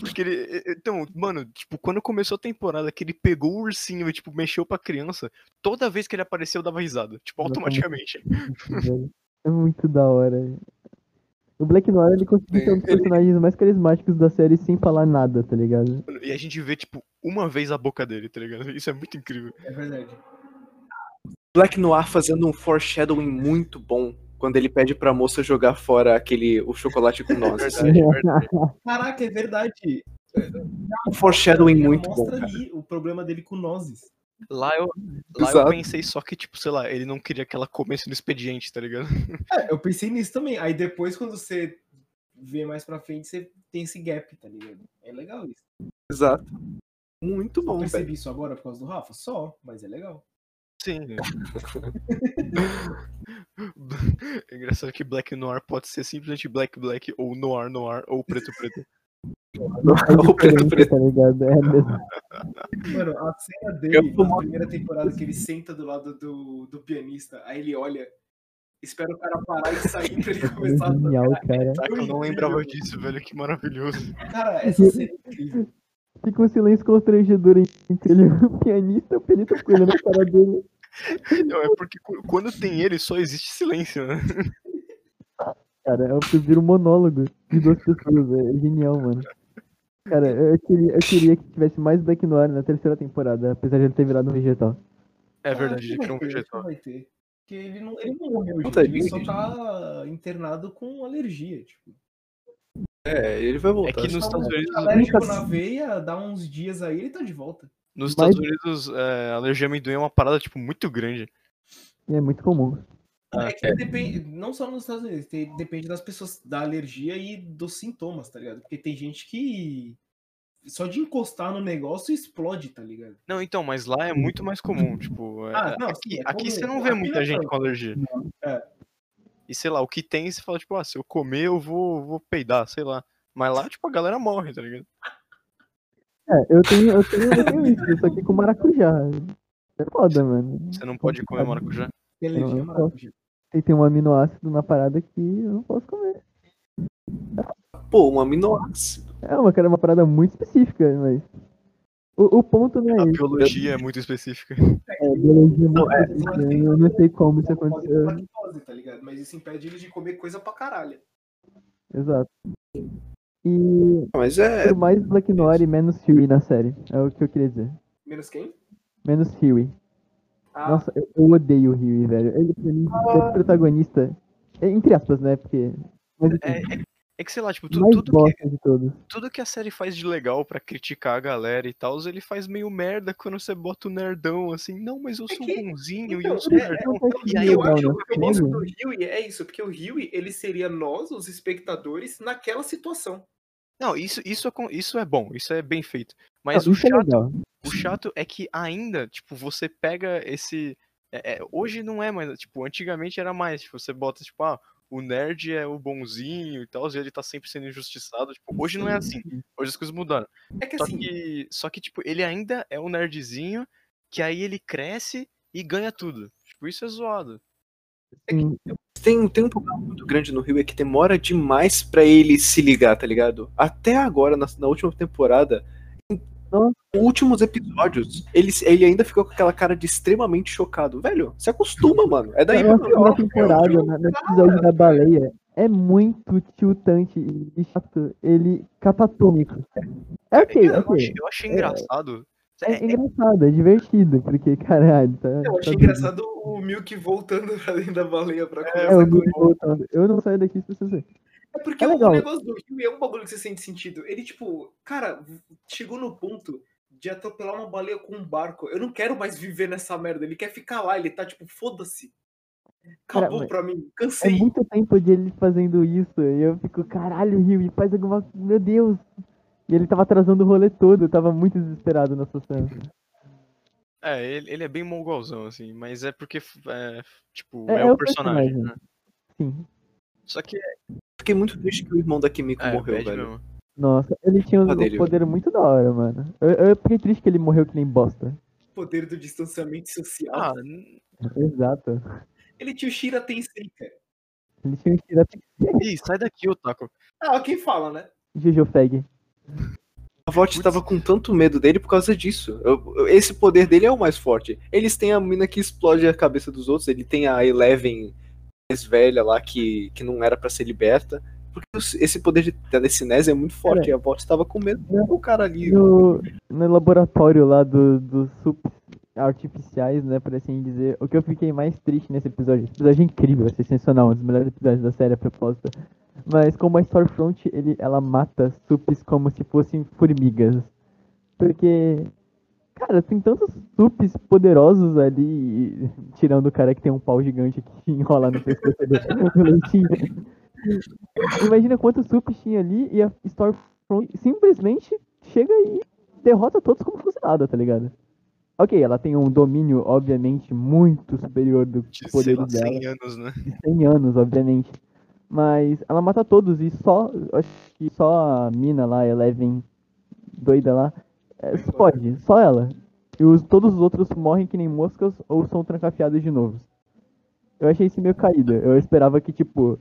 Speaker 2: Porque ele. Então, mano, tipo, quando começou a temporada que ele pegou o ursinho e, tipo, mexeu pra criança, toda vez que ele apareceu, eu dava risada. Tipo, automaticamente.
Speaker 5: velho. É muito da hora. O Black Noir ele conseguiu ser um dos personagens mais carismáticos da série sem falar nada, tá ligado?
Speaker 2: Mano, E a gente vê, tipo, uma vez a boca dele, tá ligado? Isso é muito incrível.
Speaker 3: É verdade.
Speaker 1: Black Noir fazendo um foreshadowing muito bom quando ele pede pra moça jogar fora aquele o chocolate com nozes.
Speaker 2: Verdade, verdade.
Speaker 3: Caraca, é verdade.
Speaker 1: um foreshadowing
Speaker 3: Ela
Speaker 1: muito bom,
Speaker 3: mostra
Speaker 1: cara.
Speaker 3: ali o problema dele com nozes.
Speaker 2: Lá eu, lá eu
Speaker 1: Exato.
Speaker 2: pensei só que, tipo, sei lá, ele não queria que ela comesse no expediente, tá ligado?
Speaker 3: É, eu pensei nisso também. Aí depois, quando você vê mais pra frente, você tem esse gap, tá ligado? É legal isso.
Speaker 1: Exato. Muito
Speaker 3: Eu
Speaker 1: bom, velho.
Speaker 3: percebi isso agora por causa do Rafa? Só, mas é legal.
Speaker 2: Sim. é engraçado que Black Noir pode ser simplesmente Black Black, ou Noir Noir, ou Preto Preto.
Speaker 5: É
Speaker 1: O preto,
Speaker 5: diferente,
Speaker 1: preto.
Speaker 5: tá ligado? É mesmo.
Speaker 3: Mano, a cena
Speaker 1: Eu
Speaker 3: dele
Speaker 1: tô
Speaker 3: na
Speaker 1: mó-
Speaker 3: primeira temporada que ele senta do lado do, do pianista, aí ele olha, espera o cara parar e sair pra ele
Speaker 5: É
Speaker 3: começar a
Speaker 5: genial, cara.
Speaker 2: Caraca, Ah, eu não lembrava disso, velho, que maravilhoso.
Speaker 3: Cara, essa cena é incrível.
Speaker 5: Fica um silêncio constrangedor entre ele e o pianista, o pianista fica olhando a cara dele.
Speaker 2: Não, é porque qu- quando tem ele, só existe silêncio, né?
Speaker 5: Cara, eu prefiro um monólogo de duas pessoas, é genial, mano. Cara, eu queria, eu queria que tivesse mais Black Noir na terceira temporada, apesar de ele ter virado um vegetal.
Speaker 2: É
Speaker 3: Ah,
Speaker 2: verdade,
Speaker 3: acho
Speaker 2: ele
Speaker 3: que
Speaker 2: virou um
Speaker 3: vai ter, acho que
Speaker 2: vegetal.
Speaker 3: vai ter. Porque ele não, ele não morreu, gente.
Speaker 1: Puta,
Speaker 3: Ele
Speaker 1: gente.
Speaker 3: só tá internado com alergia, tipo.
Speaker 1: É, ele vai voltar.
Speaker 2: É que nos
Speaker 3: Tá
Speaker 2: Estados Unidos,
Speaker 3: alérgico
Speaker 1: nunca-
Speaker 3: na veia, dá uns dias aí, ele tá de volta.
Speaker 2: nos
Speaker 5: Mas-
Speaker 2: Estados Unidos é, a alergia a amendoim é uma parada, tipo, muito grande.
Speaker 5: E é muito comum.
Speaker 3: É que depende, não só nos Estados Unidos, tem- depende das pessoas, da alergia e dos sintomas, tá ligado? Porque tem gente que só de encostar no negócio explode, tá ligado?
Speaker 2: Não, então, mas lá é muito mais comum, tipo. é-
Speaker 3: Ah, não,
Speaker 2: aqui,
Speaker 3: sim, é
Speaker 2: aqui
Speaker 3: comum.
Speaker 2: você não vê
Speaker 3: Aqui
Speaker 2: muita
Speaker 3: não.
Speaker 2: gente com alergia.
Speaker 3: É.
Speaker 2: E sei lá, o que tem, você fala, tipo, ah, se eu comer, eu vou, vou peidar, sei lá. Mas lá, tipo, a galera morre, tá ligado?
Speaker 5: É, eu tenho, eu tenho, eu tenho isso, só que com maracujá. É foda, mano.
Speaker 2: Você não pode comer maracujá.
Speaker 3: Tem alergia
Speaker 5: Não, não.
Speaker 3: maravilhosa.
Speaker 5: Tem, tem um aminoácido na parada que eu não posso comer.
Speaker 1: Pô, um aminoácido.
Speaker 5: É uma, cara, uma parada muito específica, mas. O, o ponto não
Speaker 2: A
Speaker 5: é isso.
Speaker 2: biologia é muito específica.
Speaker 5: É, biologia muito
Speaker 1: Não, é.
Speaker 5: específica, Eu não sei como isso
Speaker 3: Pode
Speaker 5: aconteceu.
Speaker 3: ter lactose, tá ligado? Mas isso impede eles de comer coisa pra caralho.
Speaker 5: Exato. E
Speaker 1: Mas é.
Speaker 5: por mais Black Noir e menos Huey na série. É o que eu queria dizer.
Speaker 3: Menos quem?
Speaker 5: Menos Huey.
Speaker 3: Ah,
Speaker 5: Nossa, eu, eu odeio o Huey, velho. Ele pra mim é protagonista. é, Entre aspas, né? Porque. Mas
Speaker 2: É,
Speaker 5: enfim,
Speaker 2: é, é que, sei lá, tipo, tu-
Speaker 5: mais
Speaker 2: tudo, que,
Speaker 5: bosta de todos.
Speaker 2: tudo que a série faz de legal pra criticar a galera e tal, ele faz meio merda quando você bota o nerdão assim, não, mas eu
Speaker 3: É
Speaker 2: sou
Speaker 3: que-
Speaker 2: bonzinho e
Speaker 3: então,
Speaker 2: eu sou
Speaker 3: é- é-
Speaker 2: nerdão.
Speaker 5: é-
Speaker 2: E aí
Speaker 5: é-
Speaker 2: eu
Speaker 3: eu
Speaker 5: legal,
Speaker 3: acho
Speaker 5: né?
Speaker 3: que eu gosto
Speaker 5: Legal.
Speaker 3: do Huey é isso, porque o Huey, ele seria nós, os espectadores, naquela situação.
Speaker 2: Não, isso, isso, é con- isso é bom, isso é bem feito. Mas
Speaker 5: Não,
Speaker 2: o
Speaker 5: isso é
Speaker 2: chato,
Speaker 5: legal.
Speaker 2: o chato é que ainda, tipo, você pega esse. é- é, hoje não é mais, tipo, antigamente era mais, tipo, você bota, tipo, ah, o nerd é o bonzinho e tal, e ele tá sempre sendo injustiçado. Tipo, hoje não é assim. Hoje as coisas mudaram.
Speaker 3: É que
Speaker 2: Só
Speaker 3: assim,
Speaker 2: que, só que tipo, ele ainda é um nerdzinho que aí ele cresce e ganha tudo. Tipo, isso é zoado.
Speaker 5: Sim,
Speaker 1: Tem, tem um problema muito grande no Rio é que demora demais pra ele se ligar, tá ligado? Até agora, na, na última temporada, em
Speaker 5: Nossa.
Speaker 1: últimos episódios, ele, ele ainda ficou com aquela cara de extremamente chocado. Velho, se acostuma, mano. É daí
Speaker 5: na
Speaker 1: pra
Speaker 5: segunda
Speaker 1: pior.
Speaker 5: temporada, na- no episódio da baleia, é muito tiltante e chato. Ele capatônico. É ok,
Speaker 2: eu,
Speaker 5: ok.
Speaker 2: achei, eu achei
Speaker 5: É.
Speaker 2: engraçado.
Speaker 5: É
Speaker 2: É- é-
Speaker 5: engraçado, é divertido, porque caralho, tá.
Speaker 3: eu achei
Speaker 5: tá
Speaker 3: engraçado o Milk voltando pra dentro da baleia pra
Speaker 5: tudo.
Speaker 3: comer.
Speaker 5: É, eu, me voltando. eu não saio daqui se você sair.
Speaker 3: É porque
Speaker 5: É
Speaker 3: o
Speaker 5: legal.
Speaker 3: negócio do Rio é um bagulho que você sente sentido. Ele, tipo, cara, chegou no ponto de atropelar uma baleia com um barco. Eu não quero mais viver nessa merda. Ele quer ficar lá, ele tá tipo, foda-se.
Speaker 5: Cara,
Speaker 3: Acabou
Speaker 5: mas-
Speaker 3: pra mim,
Speaker 5: É
Speaker 3: cansei.
Speaker 5: muito tempo de ele fazendo isso. E eu fico, caralho, Rio, faz alguma. Meu Deus! E ele tava atrasando o rolê todo, eu tava muito desesperado nessa cena.
Speaker 2: É, ele, ele é bem mongolzão, assim, mas é porque, é, tipo,
Speaker 5: É,
Speaker 2: é,
Speaker 5: é
Speaker 2: o
Speaker 5: o
Speaker 2: personagem.
Speaker 5: personagem.
Speaker 2: né?
Speaker 5: Sim.
Speaker 2: Só que é,
Speaker 1: Fiquei muito triste que o irmão da Kimiko
Speaker 2: é
Speaker 1: morreu,
Speaker 2: bad
Speaker 1: velho.
Speaker 2: mesmo.
Speaker 5: Nossa, ele tinha um
Speaker 1: Ah, dele.
Speaker 5: poder muito da hora, mano. Eu, eu fiquei triste que ele morreu que nem bosta.
Speaker 3: O poder do distanciamento social.
Speaker 2: Ah, n-
Speaker 5: Exato.
Speaker 3: Ele tinha o Shira Tensei, cara.
Speaker 5: Ele tinha um tira
Speaker 2: ih, sai daqui, Otaku.
Speaker 3: Ah, quem fala, né?
Speaker 5: Jojo Fag.
Speaker 1: A Vought
Speaker 2: Putz.
Speaker 1: tava com tanto medo dele por causa disso. Eu- eu- esse poder dele é o mais forte. Eles têm a mina que explode a cabeça dos outros, ele tem a Eleven mais velha lá que, que não era pra ser liberta. Porque os- esse poder de telecinese é muito forte.
Speaker 5: Cara.
Speaker 1: E a Vought tava com medo do cara ali.
Speaker 5: No, no laboratório lá do- dos sup artificiais, né, por assim dizer, o que eu fiquei mais triste nesse episódio, esse episódio é incrível, é sensacional, um dos melhores episódios da série a propósito. Mas como a Storefront, ele, ela mata sups como se fossem formigas. Porque, cara, tem tantos sups poderosos ali, e- tirando o cara que tem um pau gigante que enrola no pescoço do, do leitinho. Imagina quantos sups tinha ali e a Storefront simplesmente chega e derrota todos como se fosse nada, tá ligado? Ok, ela tem um domínio, obviamente, muito superior do
Speaker 2: De, Tipo, sei
Speaker 5: poder
Speaker 2: lá,
Speaker 5: dela
Speaker 2: 100 anos, né?
Speaker 5: de 100 anos, obviamente. Mas ela mata todos e só. Acho que só a mina lá, a Eleven doida lá, é,
Speaker 3: Vai embora.
Speaker 5: pode, só ela. E os, todos os outros morrem que nem moscas ou são trancafiados de novo. Eu achei isso meio caído. Eu esperava que, tipo,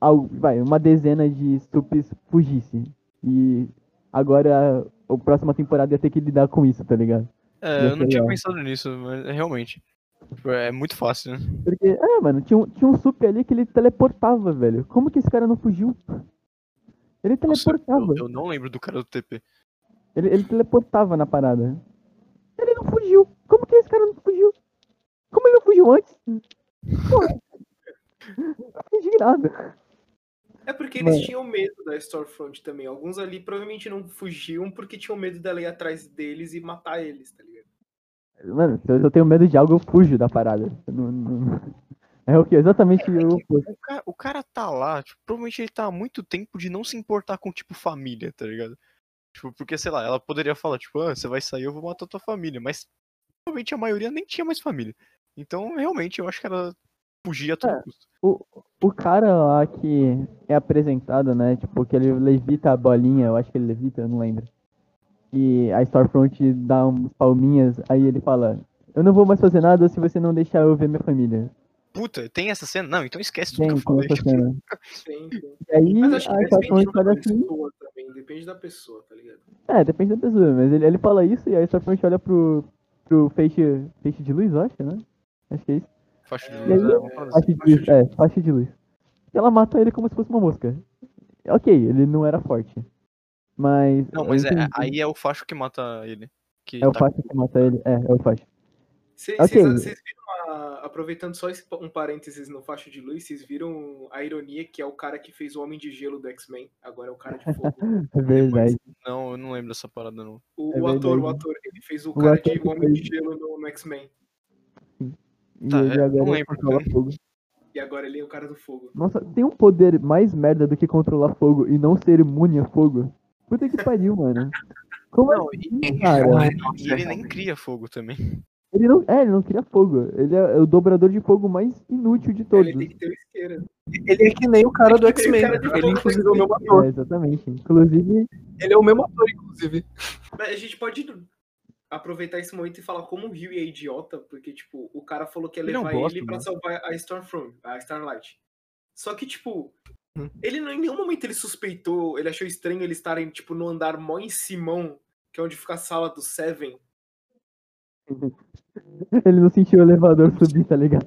Speaker 5: al- vai, uma dezena de supes fugisse. E agora a próxima temporada ia ter que lidar com isso, tá ligado?
Speaker 2: É, eu não tinha
Speaker 5: Material.
Speaker 2: pensado nisso, mas é realmente. Tipo, é muito fácil, né?
Speaker 5: Porque, é, mano, tinha um, tinha um sup ali que ele teleportava, velho. Como que esse cara não fugiu?
Speaker 2: Nossa,
Speaker 5: Ele
Speaker 2: eu-
Speaker 5: teleportava.
Speaker 2: eu não lembro do cara do TP.
Speaker 5: Ele, ele teleportava na parada. Ele não fugiu. Como que esse cara não fugiu? Como ele não fugiu antes? Pô. Eu fiquei indignado.
Speaker 3: É porque eles
Speaker 5: Mano.
Speaker 3: tinham medo da Storefront também. Alguns ali provavelmente não fugiam porque tinham medo dela ir atrás deles e matar eles, tá ligado?
Speaker 5: Mano, se eu, se eu tenho medo de algo, eu fujo da parada. Eu não, não, É o que? Exatamente
Speaker 2: É
Speaker 5: o
Speaker 2: que
Speaker 5: oposto.
Speaker 2: O cara, o cara tá lá, tipo, provavelmente ele tá há muito tempo de não se importar com, tipo, família, tá ligado? Tipo, porque, sei lá, ela poderia falar, tipo, ah, você vai sair, eu vou matar tua família, mas provavelmente a maioria nem tinha mais família. Então, realmente, eu acho que ela fugia a todo
Speaker 5: É.
Speaker 2: custo.
Speaker 5: O cara lá que é apresentado, né? Tipo, que ele levita a bolinha, eu acho que ele levita, eu não lembro. E a Storefront dá umas palminhas, aí ele fala: Eu não vou mais fazer nada se você não deixar eu ver minha família.
Speaker 2: Puta, tem essa cena? Não, então esquece tudo
Speaker 5: Bem,
Speaker 2: que eu
Speaker 5: com
Speaker 2: falei.
Speaker 5: essa cena.
Speaker 3: Sim, sim.
Speaker 5: E aí
Speaker 3: Mas
Speaker 5: a
Speaker 3: acho que
Speaker 5: Storefront
Speaker 3: depende
Speaker 5: olha
Speaker 3: da
Speaker 5: assim.
Speaker 3: pessoa também, depende da pessoa, tá ligado?
Speaker 5: É, depende da pessoa, mas ele, ele fala isso e aí a Storefront olha pro, pro feixe, feixe de luz, eu acho, né? Acho que é isso.
Speaker 2: Faixa de
Speaker 3: É,
Speaker 2: luz,
Speaker 5: é,
Speaker 2: né? Uma parada assim.
Speaker 5: Faixa de luz, é, faixa de luz. Ela mata ele como se fosse uma mosca. É Ok, ele não era forte. Mas.
Speaker 2: Não,
Speaker 5: eu
Speaker 2: mas é-
Speaker 5: entendi.
Speaker 2: aí é o facho que mata ele. Que
Speaker 5: É o
Speaker 2: tá-
Speaker 5: Faixa que mata ele. É, é o Faixa.
Speaker 3: Vocês
Speaker 5: Ok.
Speaker 3: viram, a- aproveitando só esse pa- um parênteses no Facho de Luz, vocês viram a ironia que é o cara que fez o Homem de Gelo do X-Men, agora é o cara de fogo.
Speaker 5: É verdade.
Speaker 2: Não, eu não lembro dessa parada, não.
Speaker 3: O,
Speaker 5: É
Speaker 3: o ator, o
Speaker 5: verdade.
Speaker 3: ator, ele fez o, cara
Speaker 5: ator que
Speaker 3: de Homem de
Speaker 5: fez-
Speaker 3: Gelo no, no X-Men,
Speaker 5: E
Speaker 2: Tá,
Speaker 5: ele
Speaker 2: é,
Speaker 5: agora
Speaker 2: não lembro,
Speaker 5: controla
Speaker 2: cara.
Speaker 5: fogo.
Speaker 3: e agora ele é o cara do fogo.
Speaker 5: Nossa, tem um poder mais merda do que controlar fogo e não ser imune a fogo? Puta que pariu, mano. Como
Speaker 2: Não,
Speaker 5: assim,
Speaker 1: é
Speaker 5: cara?
Speaker 2: E ele nem cria fogo também.
Speaker 5: Ele não, é, ele não cria fogo. Ele é o dobrador de fogo mais inútil de todos.
Speaker 3: Ele tem que ter o isqueira.
Speaker 1: Ele é que nem o cara do X-Men.
Speaker 3: Ele é o cara do
Speaker 1: Ele, inclusive, é o mesmo ator.
Speaker 5: É, exatamente. Inclusive,
Speaker 1: Ele é o mesmo ator, inclusive.
Speaker 3: Mas a gente pode aproveitar esse momento e falar como o Rio é idiota, porque, tipo, o cara falou que ia
Speaker 2: Ele é um
Speaker 3: levar
Speaker 2: bosta,
Speaker 3: ele pra
Speaker 2: mano.
Speaker 3: salvar a Stormfront, a Starlight. Só que, tipo,
Speaker 1: Hum.
Speaker 3: ele não- em nenhum momento ele suspeitou, ele achou estranho eles estarem, tipo, no andar mó em Simão, que é onde fica a sala do Seven.
Speaker 5: ele não sentiu o elevador subir, tá ligado?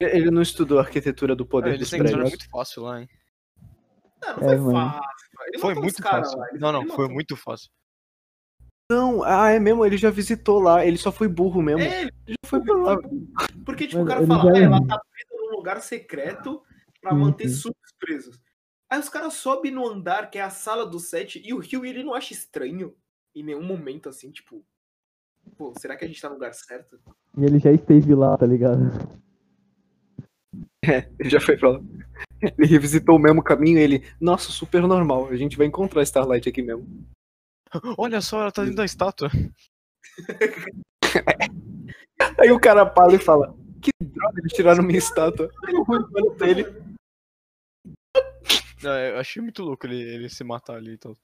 Speaker 1: Ele não estudou a arquitetura do
Speaker 2: Ah,
Speaker 1: poder
Speaker 2: Eles
Speaker 1: dos
Speaker 2: entraram
Speaker 1: prédios.
Speaker 2: muito fácil lá, hein?
Speaker 3: Ah, não
Speaker 5: É,
Speaker 3: foi
Speaker 5: mano.
Speaker 3: fácil. Ele
Speaker 2: Foi
Speaker 3: matou os
Speaker 2: muito
Speaker 3: caras
Speaker 2: fácil.
Speaker 3: lá, ele-
Speaker 2: Não, não,
Speaker 3: ele
Speaker 2: foi
Speaker 3: matou-
Speaker 2: muito fácil.
Speaker 1: Não, ah, é mesmo, ele já visitou lá, ele só foi burro mesmo.
Speaker 3: É, ele
Speaker 1: Ele já foi pra lá.
Speaker 3: Porque, tipo,
Speaker 5: Mas
Speaker 3: o cara
Speaker 5: ele
Speaker 3: fala,
Speaker 5: já
Speaker 3: "Ah,
Speaker 5: é
Speaker 3: ela
Speaker 5: rico."
Speaker 3: tá presa num lugar secreto pra
Speaker 5: Uhum.
Speaker 3: manter subs presos. Aí os caras sobem no andar, que é a sala do set, e o Rio ele não acha estranho em nenhum momento, assim, tipo. Pô, será que a gente tá no lugar certo?
Speaker 5: E ele já esteve lá, tá ligado?
Speaker 1: Ele já foi pra lá. Ele revisitou o mesmo caminho ele, nossa, super normal, a gente vai encontrar Starlight aqui mesmo.
Speaker 2: Olha só, ela tá dentro da estátua.
Speaker 1: Aí o cara para e fala, que droga, eles tiraram minha estátua. Aí o Rui olha pra ele,
Speaker 2: Não, eu achei muito louco ele, ele se matar ali e tal.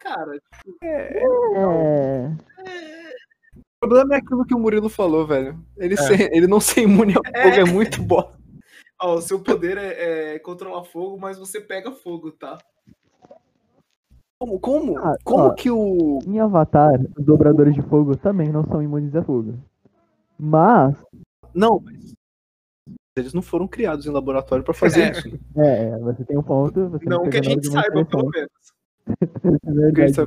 Speaker 3: Cara,
Speaker 5: É.
Speaker 1: o problema é aquilo que o Murilo falou, velho.
Speaker 5: É.
Speaker 1: Ele, ser- ele não ser imune ao fogo é muito bom.
Speaker 3: ó, o seu poder é, é controlar fogo, mas você pega fogo, tá?
Speaker 1: Como? Como,
Speaker 5: Ah,
Speaker 1: como
Speaker 5: ó.
Speaker 1: que o...
Speaker 5: Em Avatar, os dobradores de fogo também não são imunes a fogo. Mas,
Speaker 1: Não, mas... Eles não foram criados em laboratório pra fazer
Speaker 3: É.
Speaker 1: isso. né?
Speaker 5: é, você tem um ponto. Você
Speaker 3: Não que a
Speaker 5: pegou
Speaker 3: gente
Speaker 5: nada de
Speaker 3: saiba,
Speaker 5: muito
Speaker 3: pelo
Speaker 5: interessante,
Speaker 3: menos.
Speaker 5: é verdade.
Speaker 1: Isso é-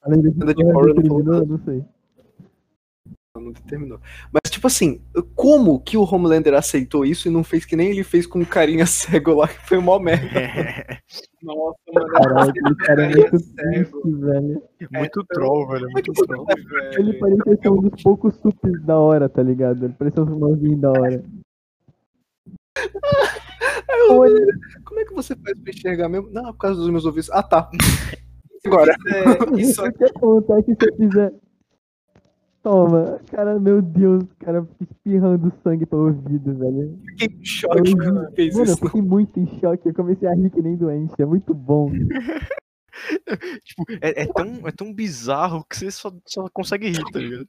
Speaker 5: Além disso,
Speaker 1: Nada de
Speaker 5: não é
Speaker 1: horror, não
Speaker 5: discriminou,
Speaker 1: falou
Speaker 5: eu não sei.
Speaker 1: não determinou. Mas, tipo assim, como que o Homelander aceitou isso e não fez que nem ele fez com o carinha cego lá, que foi mó merda.
Speaker 3: Nossa, mano.
Speaker 5: Caralho, aquele cara é muito
Speaker 3: Cego.
Speaker 5: triste, velho.
Speaker 2: muito troll, velho. Muito
Speaker 1: Então,
Speaker 2: troll.
Speaker 3: velho.
Speaker 5: Ele parecia ser um dos poucos supers da hora, tá ligado? Ele parecia um novinho da hora.
Speaker 1: Eu- Como é que você faz pra enxergar mesmo? Não, por causa dos meus ouvidos. Ah, tá. Agora.
Speaker 3: É, isso
Speaker 5: O que acontece tá? se eu fizer? Toma, cara, meu Deus, cara espirrando sangue pelo ouvido, velho.
Speaker 1: Fiquei em choque
Speaker 5: Mano,
Speaker 1: que fez
Speaker 5: Mano, eu
Speaker 1: isso.
Speaker 5: fiquei muito em choque, eu comecei a rir que nem doente, é muito bom.
Speaker 2: Tipo, é, é tão, é tão bizarro que você só, só consegue rir, tá ligado?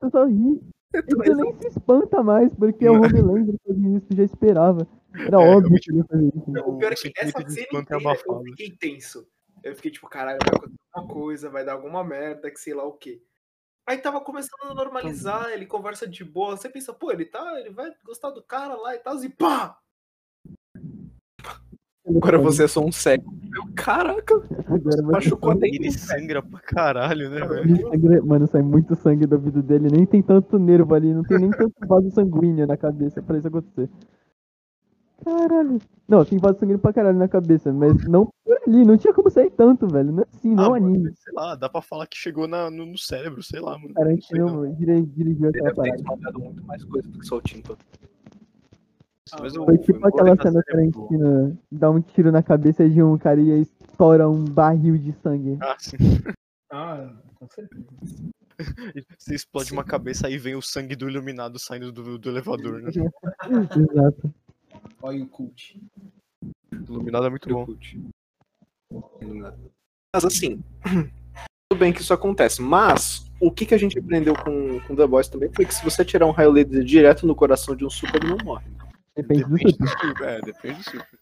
Speaker 5: Eu só ri, você nem se espanta mais, porque é o Homelander fazendo isso, eu já esperava. Era
Speaker 2: É,
Speaker 5: óbvio que ele ia fazer isso.
Speaker 3: O pior é que
Speaker 2: sentimento
Speaker 3: essa
Speaker 2: de
Speaker 3: cena
Speaker 2: espanto é
Speaker 3: inteira
Speaker 2: abafado.
Speaker 3: eu fiquei tenso. Eu fiquei tipo, caralho, vai acontecer alguma coisa, vai dar alguma merda, que sei lá o quê. Aí tava começando a normalizar, ele conversa de boa, você pensa, pô, ele tá, ele vai gostar do cara lá e tal, e pá!
Speaker 1: Agora você é só um cego. Eu, caraca,
Speaker 5: Agora você-
Speaker 1: machucou até
Speaker 2: Ele sangra pra caralho, né, velho?
Speaker 5: Ele sangra- Mano, sai muito sangue do ouvido dele, nem tem tanto nervo ali, não tem nem tanto vaso sanguíneo na cabeça pra isso acontecer. Caralho. Não, tem vaso sanguíneo pra caralho na cabeça, mas não por ali, não tinha como sair tanto, velho. Não é assim, não
Speaker 2: Ah, mano,
Speaker 5: anime.
Speaker 2: sei lá, dá pra falar que chegou na- no, no cérebro, sei lá, mano.
Speaker 5: Tarantino dire-
Speaker 1: Ele
Speaker 5: dirigiu aquela
Speaker 1: deve ter
Speaker 5: parada.
Speaker 1: desmontado muito mais coisa do que só o Tinto.
Speaker 2: Mas o-
Speaker 5: Foi tipo
Speaker 2: o
Speaker 5: aquela
Speaker 2: Golden
Speaker 5: cena do
Speaker 2: Kamuy é boa.
Speaker 5: Tarantino, dá um tiro na cabeça de um cara e estoura um barril de sangue.
Speaker 2: Ah, sim.
Speaker 3: Ah, com certeza.
Speaker 2: Você explode uma cabeça, aí vem o sangue do iluminado saindo do, do elevador, né?
Speaker 5: Exato.
Speaker 3: Olha o cult.
Speaker 2: Iluminado é muito bom.
Speaker 1: Mas assim, tudo bem que isso acontece, mas o que, que a gente aprendeu com, com The Boys também foi que se você tirar um raio laser direto no coração de um super, ele não morre.
Speaker 5: Depende do
Speaker 2: Depende
Speaker 5: tipo.
Speaker 2: do super. É, depende do super.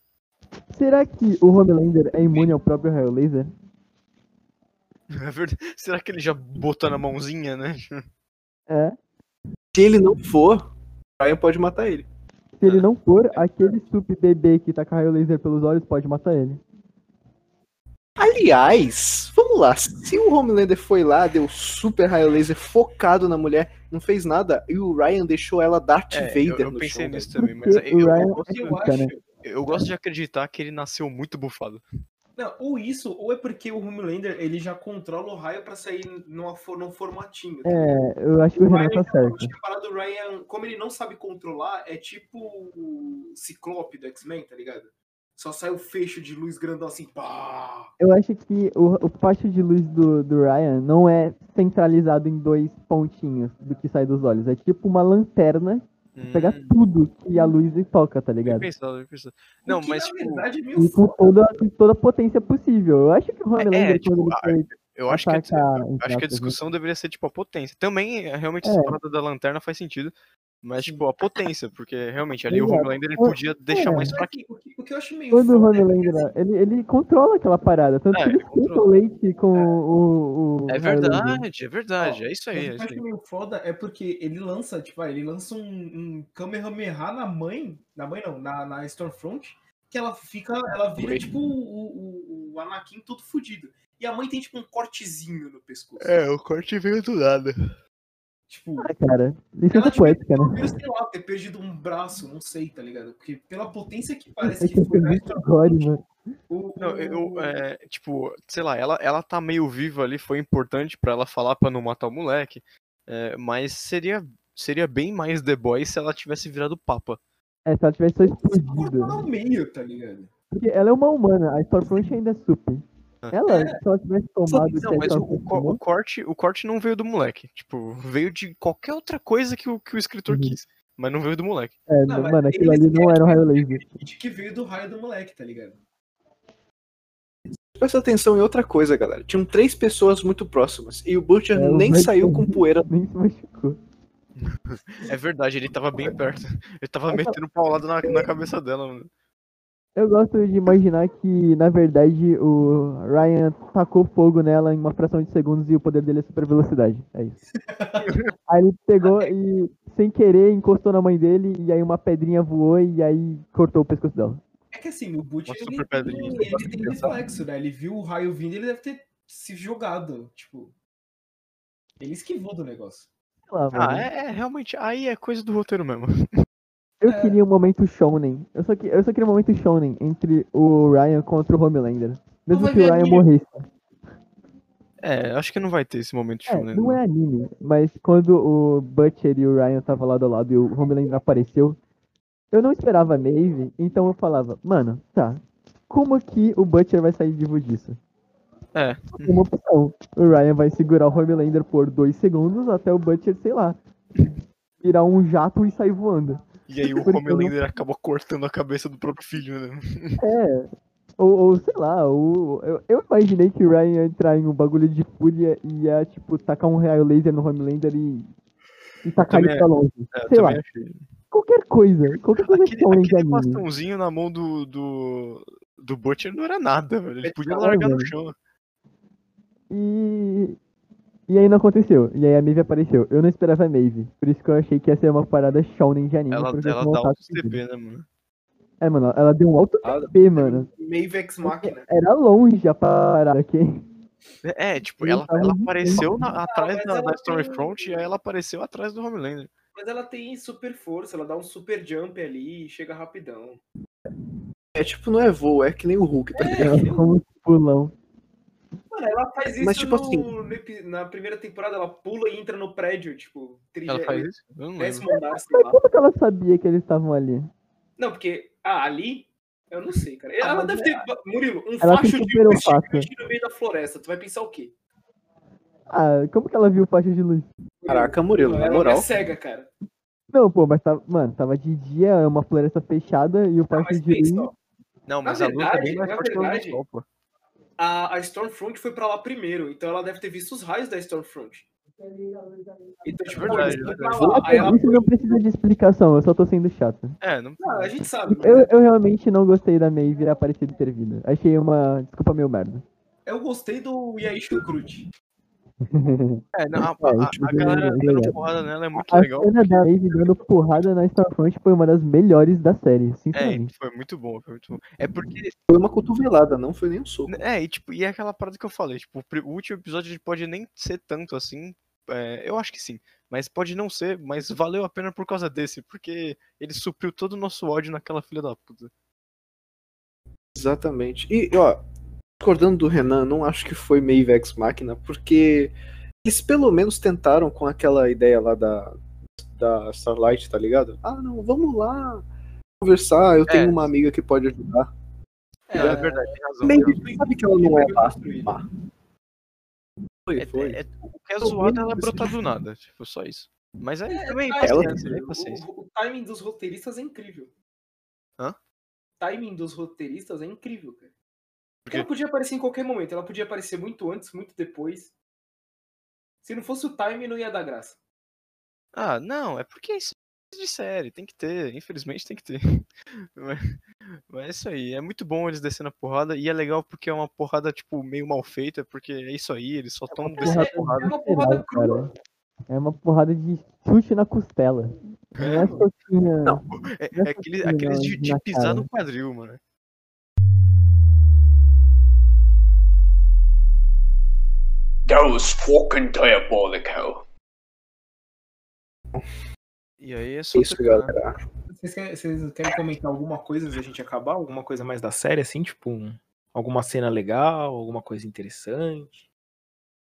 Speaker 5: Será que o Homelander é imune ao próprio raio laser?
Speaker 2: É verdade. Será que ele já botou na mãozinha, né?
Speaker 5: É.
Speaker 1: Se ele não for, Ryan pode matar ele.
Speaker 5: Se ele não for, aquele estúpido bebê que tá com raio laser pelos olhos pode matar ele.
Speaker 1: Aliás, vamos lá. Se o Homelander foi lá, deu super raio laser focado na mulher, não fez nada, e o Ryan deixou ela Darth
Speaker 2: É, eu,
Speaker 1: Vader
Speaker 2: eu
Speaker 1: no
Speaker 2: pensei
Speaker 1: chão,
Speaker 2: nisso
Speaker 1: velho.
Speaker 2: também, mas
Speaker 5: Porque o
Speaker 2: eu,
Speaker 5: Ryan
Speaker 2: eu, gosto,
Speaker 3: Eu
Speaker 5: Fica,
Speaker 3: acho.
Speaker 5: né?
Speaker 2: eu gosto de acreditar que ele nasceu muito bufado.
Speaker 3: Não, ou isso, ou é porque o Homelander ele já controla o raio pra sair numa, for- num formatinho. tá ligado?
Speaker 5: É, eu acho que o Renan tá
Speaker 3: não,
Speaker 5: certo.
Speaker 3: acho que a parada do Ryan, como ele não sabe controlar, é tipo o Ciclope do X-Men, tá ligado? Só sai o fecho de luz grandão assim, pá!
Speaker 5: Eu acho que o, o facho de luz do, do Ryan não é centralizado em dois pontinhos do que sai dos olhos. É tipo uma lanterna que pega tudo que a luz toca, tá
Speaker 2: Bem
Speaker 5: ligado?
Speaker 2: Hum, pensado, bem pensado. Não,
Speaker 3: O que,
Speaker 2: mas
Speaker 3: na
Speaker 2: tipo,
Speaker 3: verdade é meio
Speaker 5: E com
Speaker 3: foda.
Speaker 5: toda, com toda a potência possível. Eu acho que o
Speaker 2: É, é,
Speaker 5: Homelander,
Speaker 2: tipo,
Speaker 5: quando
Speaker 2: a-
Speaker 5: ele foi
Speaker 2: eu acho que, a, dis-
Speaker 5: atacar,
Speaker 2: eu
Speaker 5: entre
Speaker 2: acho que é a
Speaker 5: aspas, né?
Speaker 2: discussão deveria ser tipo a potência. Também, é, realmente,
Speaker 5: É.
Speaker 2: essa parada da lanterna faz sentido. Mas, tipo, a potência, porque realmente ali o
Speaker 5: Exato.
Speaker 2: Homelander ele
Speaker 5: Ou-
Speaker 2: podia deixar
Speaker 5: é.
Speaker 2: mais
Speaker 3: Mas,
Speaker 2: fraquinho.
Speaker 3: assim, o, que, o que eu acho meio
Speaker 5: Quando o
Speaker 3: foda é que,
Speaker 5: Homelander, ele, ele controla aquela parada. Tanto
Speaker 2: É,
Speaker 5: que
Speaker 2: ele
Speaker 5: ele esquenta o
Speaker 2: controla.
Speaker 5: leite com o, né? o- o
Speaker 2: É
Speaker 5: Homelander.
Speaker 2: verdade, é verdade, é isso aí. É
Speaker 3: Mas o que
Speaker 2: isso
Speaker 3: eu acho
Speaker 2: aí.
Speaker 3: meio foda é porque ele lança, tipo, ah, ele lança um, um Kamehameha na mãe, na mãe não, na, na Stormfront, que ela fica, ela vira,
Speaker 1: Oi.
Speaker 3: tipo, o, o, o Anakin todo fudido. E a mãe tem, tipo, um cortezinho no pescoço.
Speaker 2: É, o corte veio do nada.
Speaker 3: Tipo,
Speaker 5: Ah, Cara, licença
Speaker 3: Ela te
Speaker 5: poética, né?
Speaker 3: eu sei lá, ter perdido um braço, não sei, tá ligado? Porque pela potência que parece
Speaker 5: É
Speaker 3: que
Speaker 5: que
Speaker 3: foi
Speaker 5: foi
Speaker 3: na
Speaker 5: muito gore, né?
Speaker 3: Stormfront,
Speaker 5: mano.
Speaker 3: o, o,
Speaker 2: Não,
Speaker 5: Uhum.
Speaker 2: eu, é, tipo, sei lá, ela, ela tá meio viva ali, foi importante pra ela falar pra não matar o moleque, é, mas seria, seria bem mais The Boy se ela tivesse virado Papa.
Speaker 5: É, se ela tivesse só
Speaker 3: se cortou
Speaker 5: explodido.
Speaker 3: no meio, tá ligado?
Speaker 5: Porque ela é uma humana, a Stormfront ainda é super. Ela, se ela tivesse tomado o que
Speaker 2: Não,
Speaker 5: a
Speaker 2: mas o, o
Speaker 5: Stormfront
Speaker 2: co- o
Speaker 5: tomou,
Speaker 2: corte, o corte não veio do moleque, tipo, veio de qualquer outra coisa que o, que o escritor
Speaker 5: Uhum.
Speaker 2: quis, mas não veio do moleque.
Speaker 5: é,
Speaker 3: Não, mas
Speaker 5: mano, aquilo
Speaker 3: eles
Speaker 5: ali não era um raio laser.
Speaker 3: De que veio do raio do moleque, tá ligado?
Speaker 1: Presta atenção em outra coisa, galera. Tinham três pessoas muito próximas e o Butcher
Speaker 5: É, o
Speaker 1: nem
Speaker 5: Red
Speaker 1: saiu
Speaker 5: Hood.
Speaker 1: com poeira.
Speaker 5: Nem se machucou.
Speaker 2: É verdade, ele tava bem perto, ele tava
Speaker 5: Essa-
Speaker 2: metendo paulada na, na cabeça dela, mano.
Speaker 5: Eu gosto de imaginar que, na verdade, o Ryan tacou fogo nela em uma fração de segundos e o poder dele é super velocidade. É isso. aí ele pegou e, sem querer, encostou na mãe dele e aí uma pedrinha voou e aí cortou o pescoço dela.
Speaker 3: É que assim, o Butch,
Speaker 2: Uma
Speaker 3: ele,
Speaker 2: super pedrinha.
Speaker 3: ele, ele tem reflexo, né? Ele viu o raio vindo, ele deve ter se jogado, tipo... Ele esquivou do negócio.
Speaker 5: Sei lá, mano.
Speaker 2: Ah, é, é, realmente, aí é coisa do roteiro mesmo.
Speaker 5: Eu
Speaker 3: É.
Speaker 5: queria um momento shounen. Eu só, que, eu só queria um momento shounen entre o Ryan contra o Homelander. Mesmo
Speaker 3: vai
Speaker 5: que o
Speaker 3: ver
Speaker 5: Ryan
Speaker 3: anime.
Speaker 5: morresse.
Speaker 2: É, acho que não vai ter esse momento de
Speaker 5: É,
Speaker 2: show, né?
Speaker 5: não é anime, mas quando o Butcher e o Ryan estavam lado a lado e o Homelander apareceu, eu não esperava a Maeve, então eu falava, mano, tá, como que o Butcher vai sair vivo disso?
Speaker 2: É.
Speaker 5: Só tem Uma opção. O Ryan vai segurar o Homelander por dois segundos até o Butcher, sei lá, virar um jato e sair voando.
Speaker 2: E aí o
Speaker 5: Porque eu não-
Speaker 2: Homelander acabou cortando a cabeça do próprio filho, né?
Speaker 5: É. Ou, ou, sei lá, ou, eu, eu imaginei que o Ryan ia entrar em um bagulho de fúria e ia, tipo, tacar um raio laser no Homelander e, e tacar
Speaker 2: também
Speaker 5: ele pra longe.
Speaker 2: É, eu
Speaker 5: Sei lá.
Speaker 2: também achei.
Speaker 5: Qualquer coisa, qualquer coisa que
Speaker 2: Aquele,
Speaker 5: falem de
Speaker 2: aquele
Speaker 5: anime.
Speaker 2: bastãozinho na mão do, do, do Butcher não era nada, velho. Ele podia
Speaker 5: tá
Speaker 2: largar no
Speaker 5: velho.
Speaker 2: chão.
Speaker 5: E... e aí não aconteceu. E aí a Maeve apareceu. Eu não esperava a Maeve. Por isso que eu achei que ia ser uma parada shounen de anime.
Speaker 2: Ela,
Speaker 5: porque
Speaker 2: ela
Speaker 5: senão
Speaker 2: dá
Speaker 5: eu tava
Speaker 2: um CB, né, mano?
Speaker 5: É, mano, ela deu um alto
Speaker 1: Ah,
Speaker 5: TP, mano.
Speaker 3: Maeve Ex Machina.
Speaker 5: Era longe a parada, ok?
Speaker 2: É, é, tipo,
Speaker 5: Ele
Speaker 2: ela,
Speaker 5: tava
Speaker 2: ela
Speaker 5: muito
Speaker 2: apareceu na- atrás
Speaker 3: mas
Speaker 2: da,
Speaker 3: ela
Speaker 2: da
Speaker 3: tem-
Speaker 2: Stormfront e aí ela apareceu atrás do Homelander.
Speaker 3: Mas ela tem super força, ela dá um super jump ali e chega rapidão.
Speaker 1: É tipo, não é voo, é que nem o Hulk, tá ligado?
Speaker 5: Ela ficou um pulão.
Speaker 3: Mano, Mano, ela faz isso
Speaker 1: Mas, tipo
Speaker 3: no-
Speaker 1: assim-
Speaker 3: no epi- na primeira temporada, ela pula e entra no prédio, tipo,
Speaker 2: Ela
Speaker 3: trigé-
Speaker 2: faz isso? Eu não lembro.
Speaker 3: décimo andar, sei lá.
Speaker 5: Como que ela sabia que eles estavam ali?
Speaker 3: Não, porque ah, ali, eu não sei, cara.
Speaker 5: Ah,
Speaker 3: Ela
Speaker 5: mas
Speaker 3: deve ter, Murilo, um
Speaker 5: ela
Speaker 3: facho de
Speaker 5: superou o
Speaker 3: luz
Speaker 5: fato.
Speaker 3: gigante no meio da floresta. Tu vai pensar o quê?
Speaker 5: Ah, como que ela viu faixa de luz?
Speaker 1: Caraca, Murilo, na
Speaker 3: ela
Speaker 1: moral.
Speaker 3: é cega, cara.
Speaker 5: Não, pô, mas tava, mano, tava de dia, é uma floresta fechada e o
Speaker 3: Ah,
Speaker 5: faixa
Speaker 3: mas
Speaker 5: de
Speaker 3: pensa,
Speaker 5: luz.
Speaker 3: ó,
Speaker 2: Não,
Speaker 3: Na
Speaker 2: mas a luz é
Speaker 3: verdade,
Speaker 2: bem mais
Speaker 3: na
Speaker 2: forte que a luz do
Speaker 3: verdade-
Speaker 2: sol, pô.
Speaker 3: a, a Stormfront foi pra lá primeiro, então ela deve ter visto os raios da Stormfront. Então, tipo,
Speaker 2: Verdade,
Speaker 3: eles vão pra
Speaker 2: verdade.
Speaker 3: lá, aí
Speaker 5: Ah,
Speaker 3: ela-
Speaker 5: pô, Isso não precisa de explicação, eu só tô sendo chato.
Speaker 2: É, não.
Speaker 3: Ah, a gente sabe. mas-
Speaker 5: Eu, eu realmente não gostei da May virar parecida e ter vindo. Achei uma. Desculpa, meu merda.
Speaker 3: Eu gostei do Yaishu Cruz.
Speaker 2: É, não, a,
Speaker 5: É,
Speaker 2: a-
Speaker 5: tipo,
Speaker 2: a galera
Speaker 5: é Ah,
Speaker 2: dando
Speaker 5: legal.
Speaker 2: porrada nela é muito
Speaker 5: A
Speaker 2: legal.
Speaker 5: cena da Maeve dando porrada na Starfront foi uma das melhores da série,
Speaker 2: É,
Speaker 5: sinceramente.
Speaker 2: foi muito bom, foi muito bom. É porque.
Speaker 1: Foi uma cotovelada, não foi nem um soco.
Speaker 2: É, e tipo, e é aquela parada que eu falei, tipo, o pri- o último episódio ele pode nem ser tanto assim. é, eu acho que sim. Mas pode não ser, mas valeu a pena por causa desse, porque ele supriu todo o nosso ódio naquela filha da puta.
Speaker 1: Exatamente. E, ó, discordando do Renan, não acho que foi meio Vex Máquina, porque eles pelo menos tentaram com aquela ideia lá da, da Starlight, tá ligado? Ah, não, vamos lá conversar, eu tenho uma amiga que pode ajudar.
Speaker 2: É, é verdade, tem razão.
Speaker 1: Meio
Speaker 2: tem
Speaker 1: que sabe que ela não é má.
Speaker 3: construído.
Speaker 1: má. Foi,
Speaker 2: razão.
Speaker 1: foi.
Speaker 2: É, é, o que é
Speaker 1: Tô
Speaker 2: zoado ela
Speaker 1: vendo
Speaker 2: brotar do nada, tipo, só isso. Mas aí também
Speaker 3: tá,
Speaker 1: É, ela-
Speaker 2: paciência,
Speaker 3: cara,
Speaker 2: né, paciência.
Speaker 3: o, o timing dos roteiristas é incrível.
Speaker 2: Hã?
Speaker 3: Timing dos roteiristas é incrível, cara.
Speaker 2: quê?
Speaker 3: Porque ela podia aparecer em qualquer momento. Ela podia aparecer muito antes, muito depois. Se não fosse o timing, não ia dar graça.
Speaker 2: Ah, não, é porque é isso de série, tem que ter, infelizmente tem que ter. Mas, mas é isso aí, é muito bom eles descendo a porrada e é legal porque é uma porrada tipo meio mal feita, porque é isso aí, eles só estão descendo a
Speaker 3: porrada-
Speaker 2: porrada.
Speaker 3: É uma
Speaker 5: Sei lá,
Speaker 3: porrada crua.
Speaker 5: cara. É uma porrada de chute na costela. Não é soquinha.
Speaker 2: É,
Speaker 5: não é
Speaker 2: é aquele,
Speaker 5: possível,
Speaker 2: aqueles de, de
Speaker 5: na
Speaker 2: pisar
Speaker 5: cara.
Speaker 2: no quadril, mano.
Speaker 6: That was fucking diabolical.
Speaker 2: E aí é só
Speaker 1: Isso,
Speaker 2: terminar.
Speaker 1: galera.
Speaker 3: Vocês querem, vocês querem comentar alguma coisa antes da gente acabar? Alguma coisa mais da série, assim? Tipo, um- alguma cena legal, alguma coisa interessante?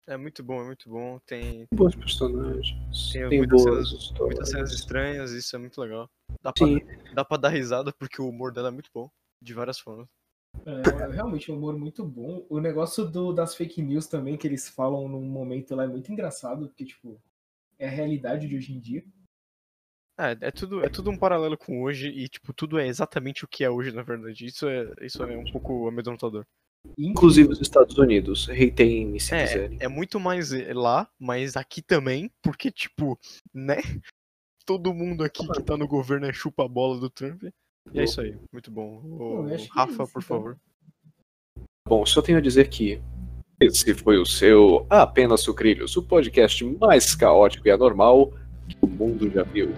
Speaker 2: É muito bom, é muito bom. Tem
Speaker 1: Bons personagens.
Speaker 2: Tem
Speaker 1: Tem,
Speaker 2: muitas
Speaker 1: boas histórias.
Speaker 2: muitas cenas estranhas, isso é muito legal. Dá pra,
Speaker 1: Sim,
Speaker 2: dá pra dar risada porque o humor dela é muito bom, de várias formas.
Speaker 3: É, realmente um humor muito bom. O negócio do, das fake news também que eles falam num momento lá é muito engraçado, porque, tipo, é a realidade de hoje em dia.
Speaker 2: É, é tudo, é tudo um paralelo com hoje e, tipo, tudo é exatamente o que é hoje, na verdade. Isso é, isso é um pouco amedrontador.
Speaker 3: E,
Speaker 1: inclusive os Estados Unidos. Reitem me se quiserem.
Speaker 2: É, é muito mais eh, lá, mas aqui também, porque, tipo, né? Todo mundo aqui que tá no governo é chupa a bola do Trump. E é isso aí, muito bom. Ô,
Speaker 3: eu acho que é
Speaker 2: Rafa,
Speaker 3: isso,
Speaker 2: por
Speaker 3: então.
Speaker 2: favor.
Speaker 1: Bom, só tenho a dizer que esse foi o seu Apenas Sucrilhos, o podcast mais caótico e anormal que o mundo já viu.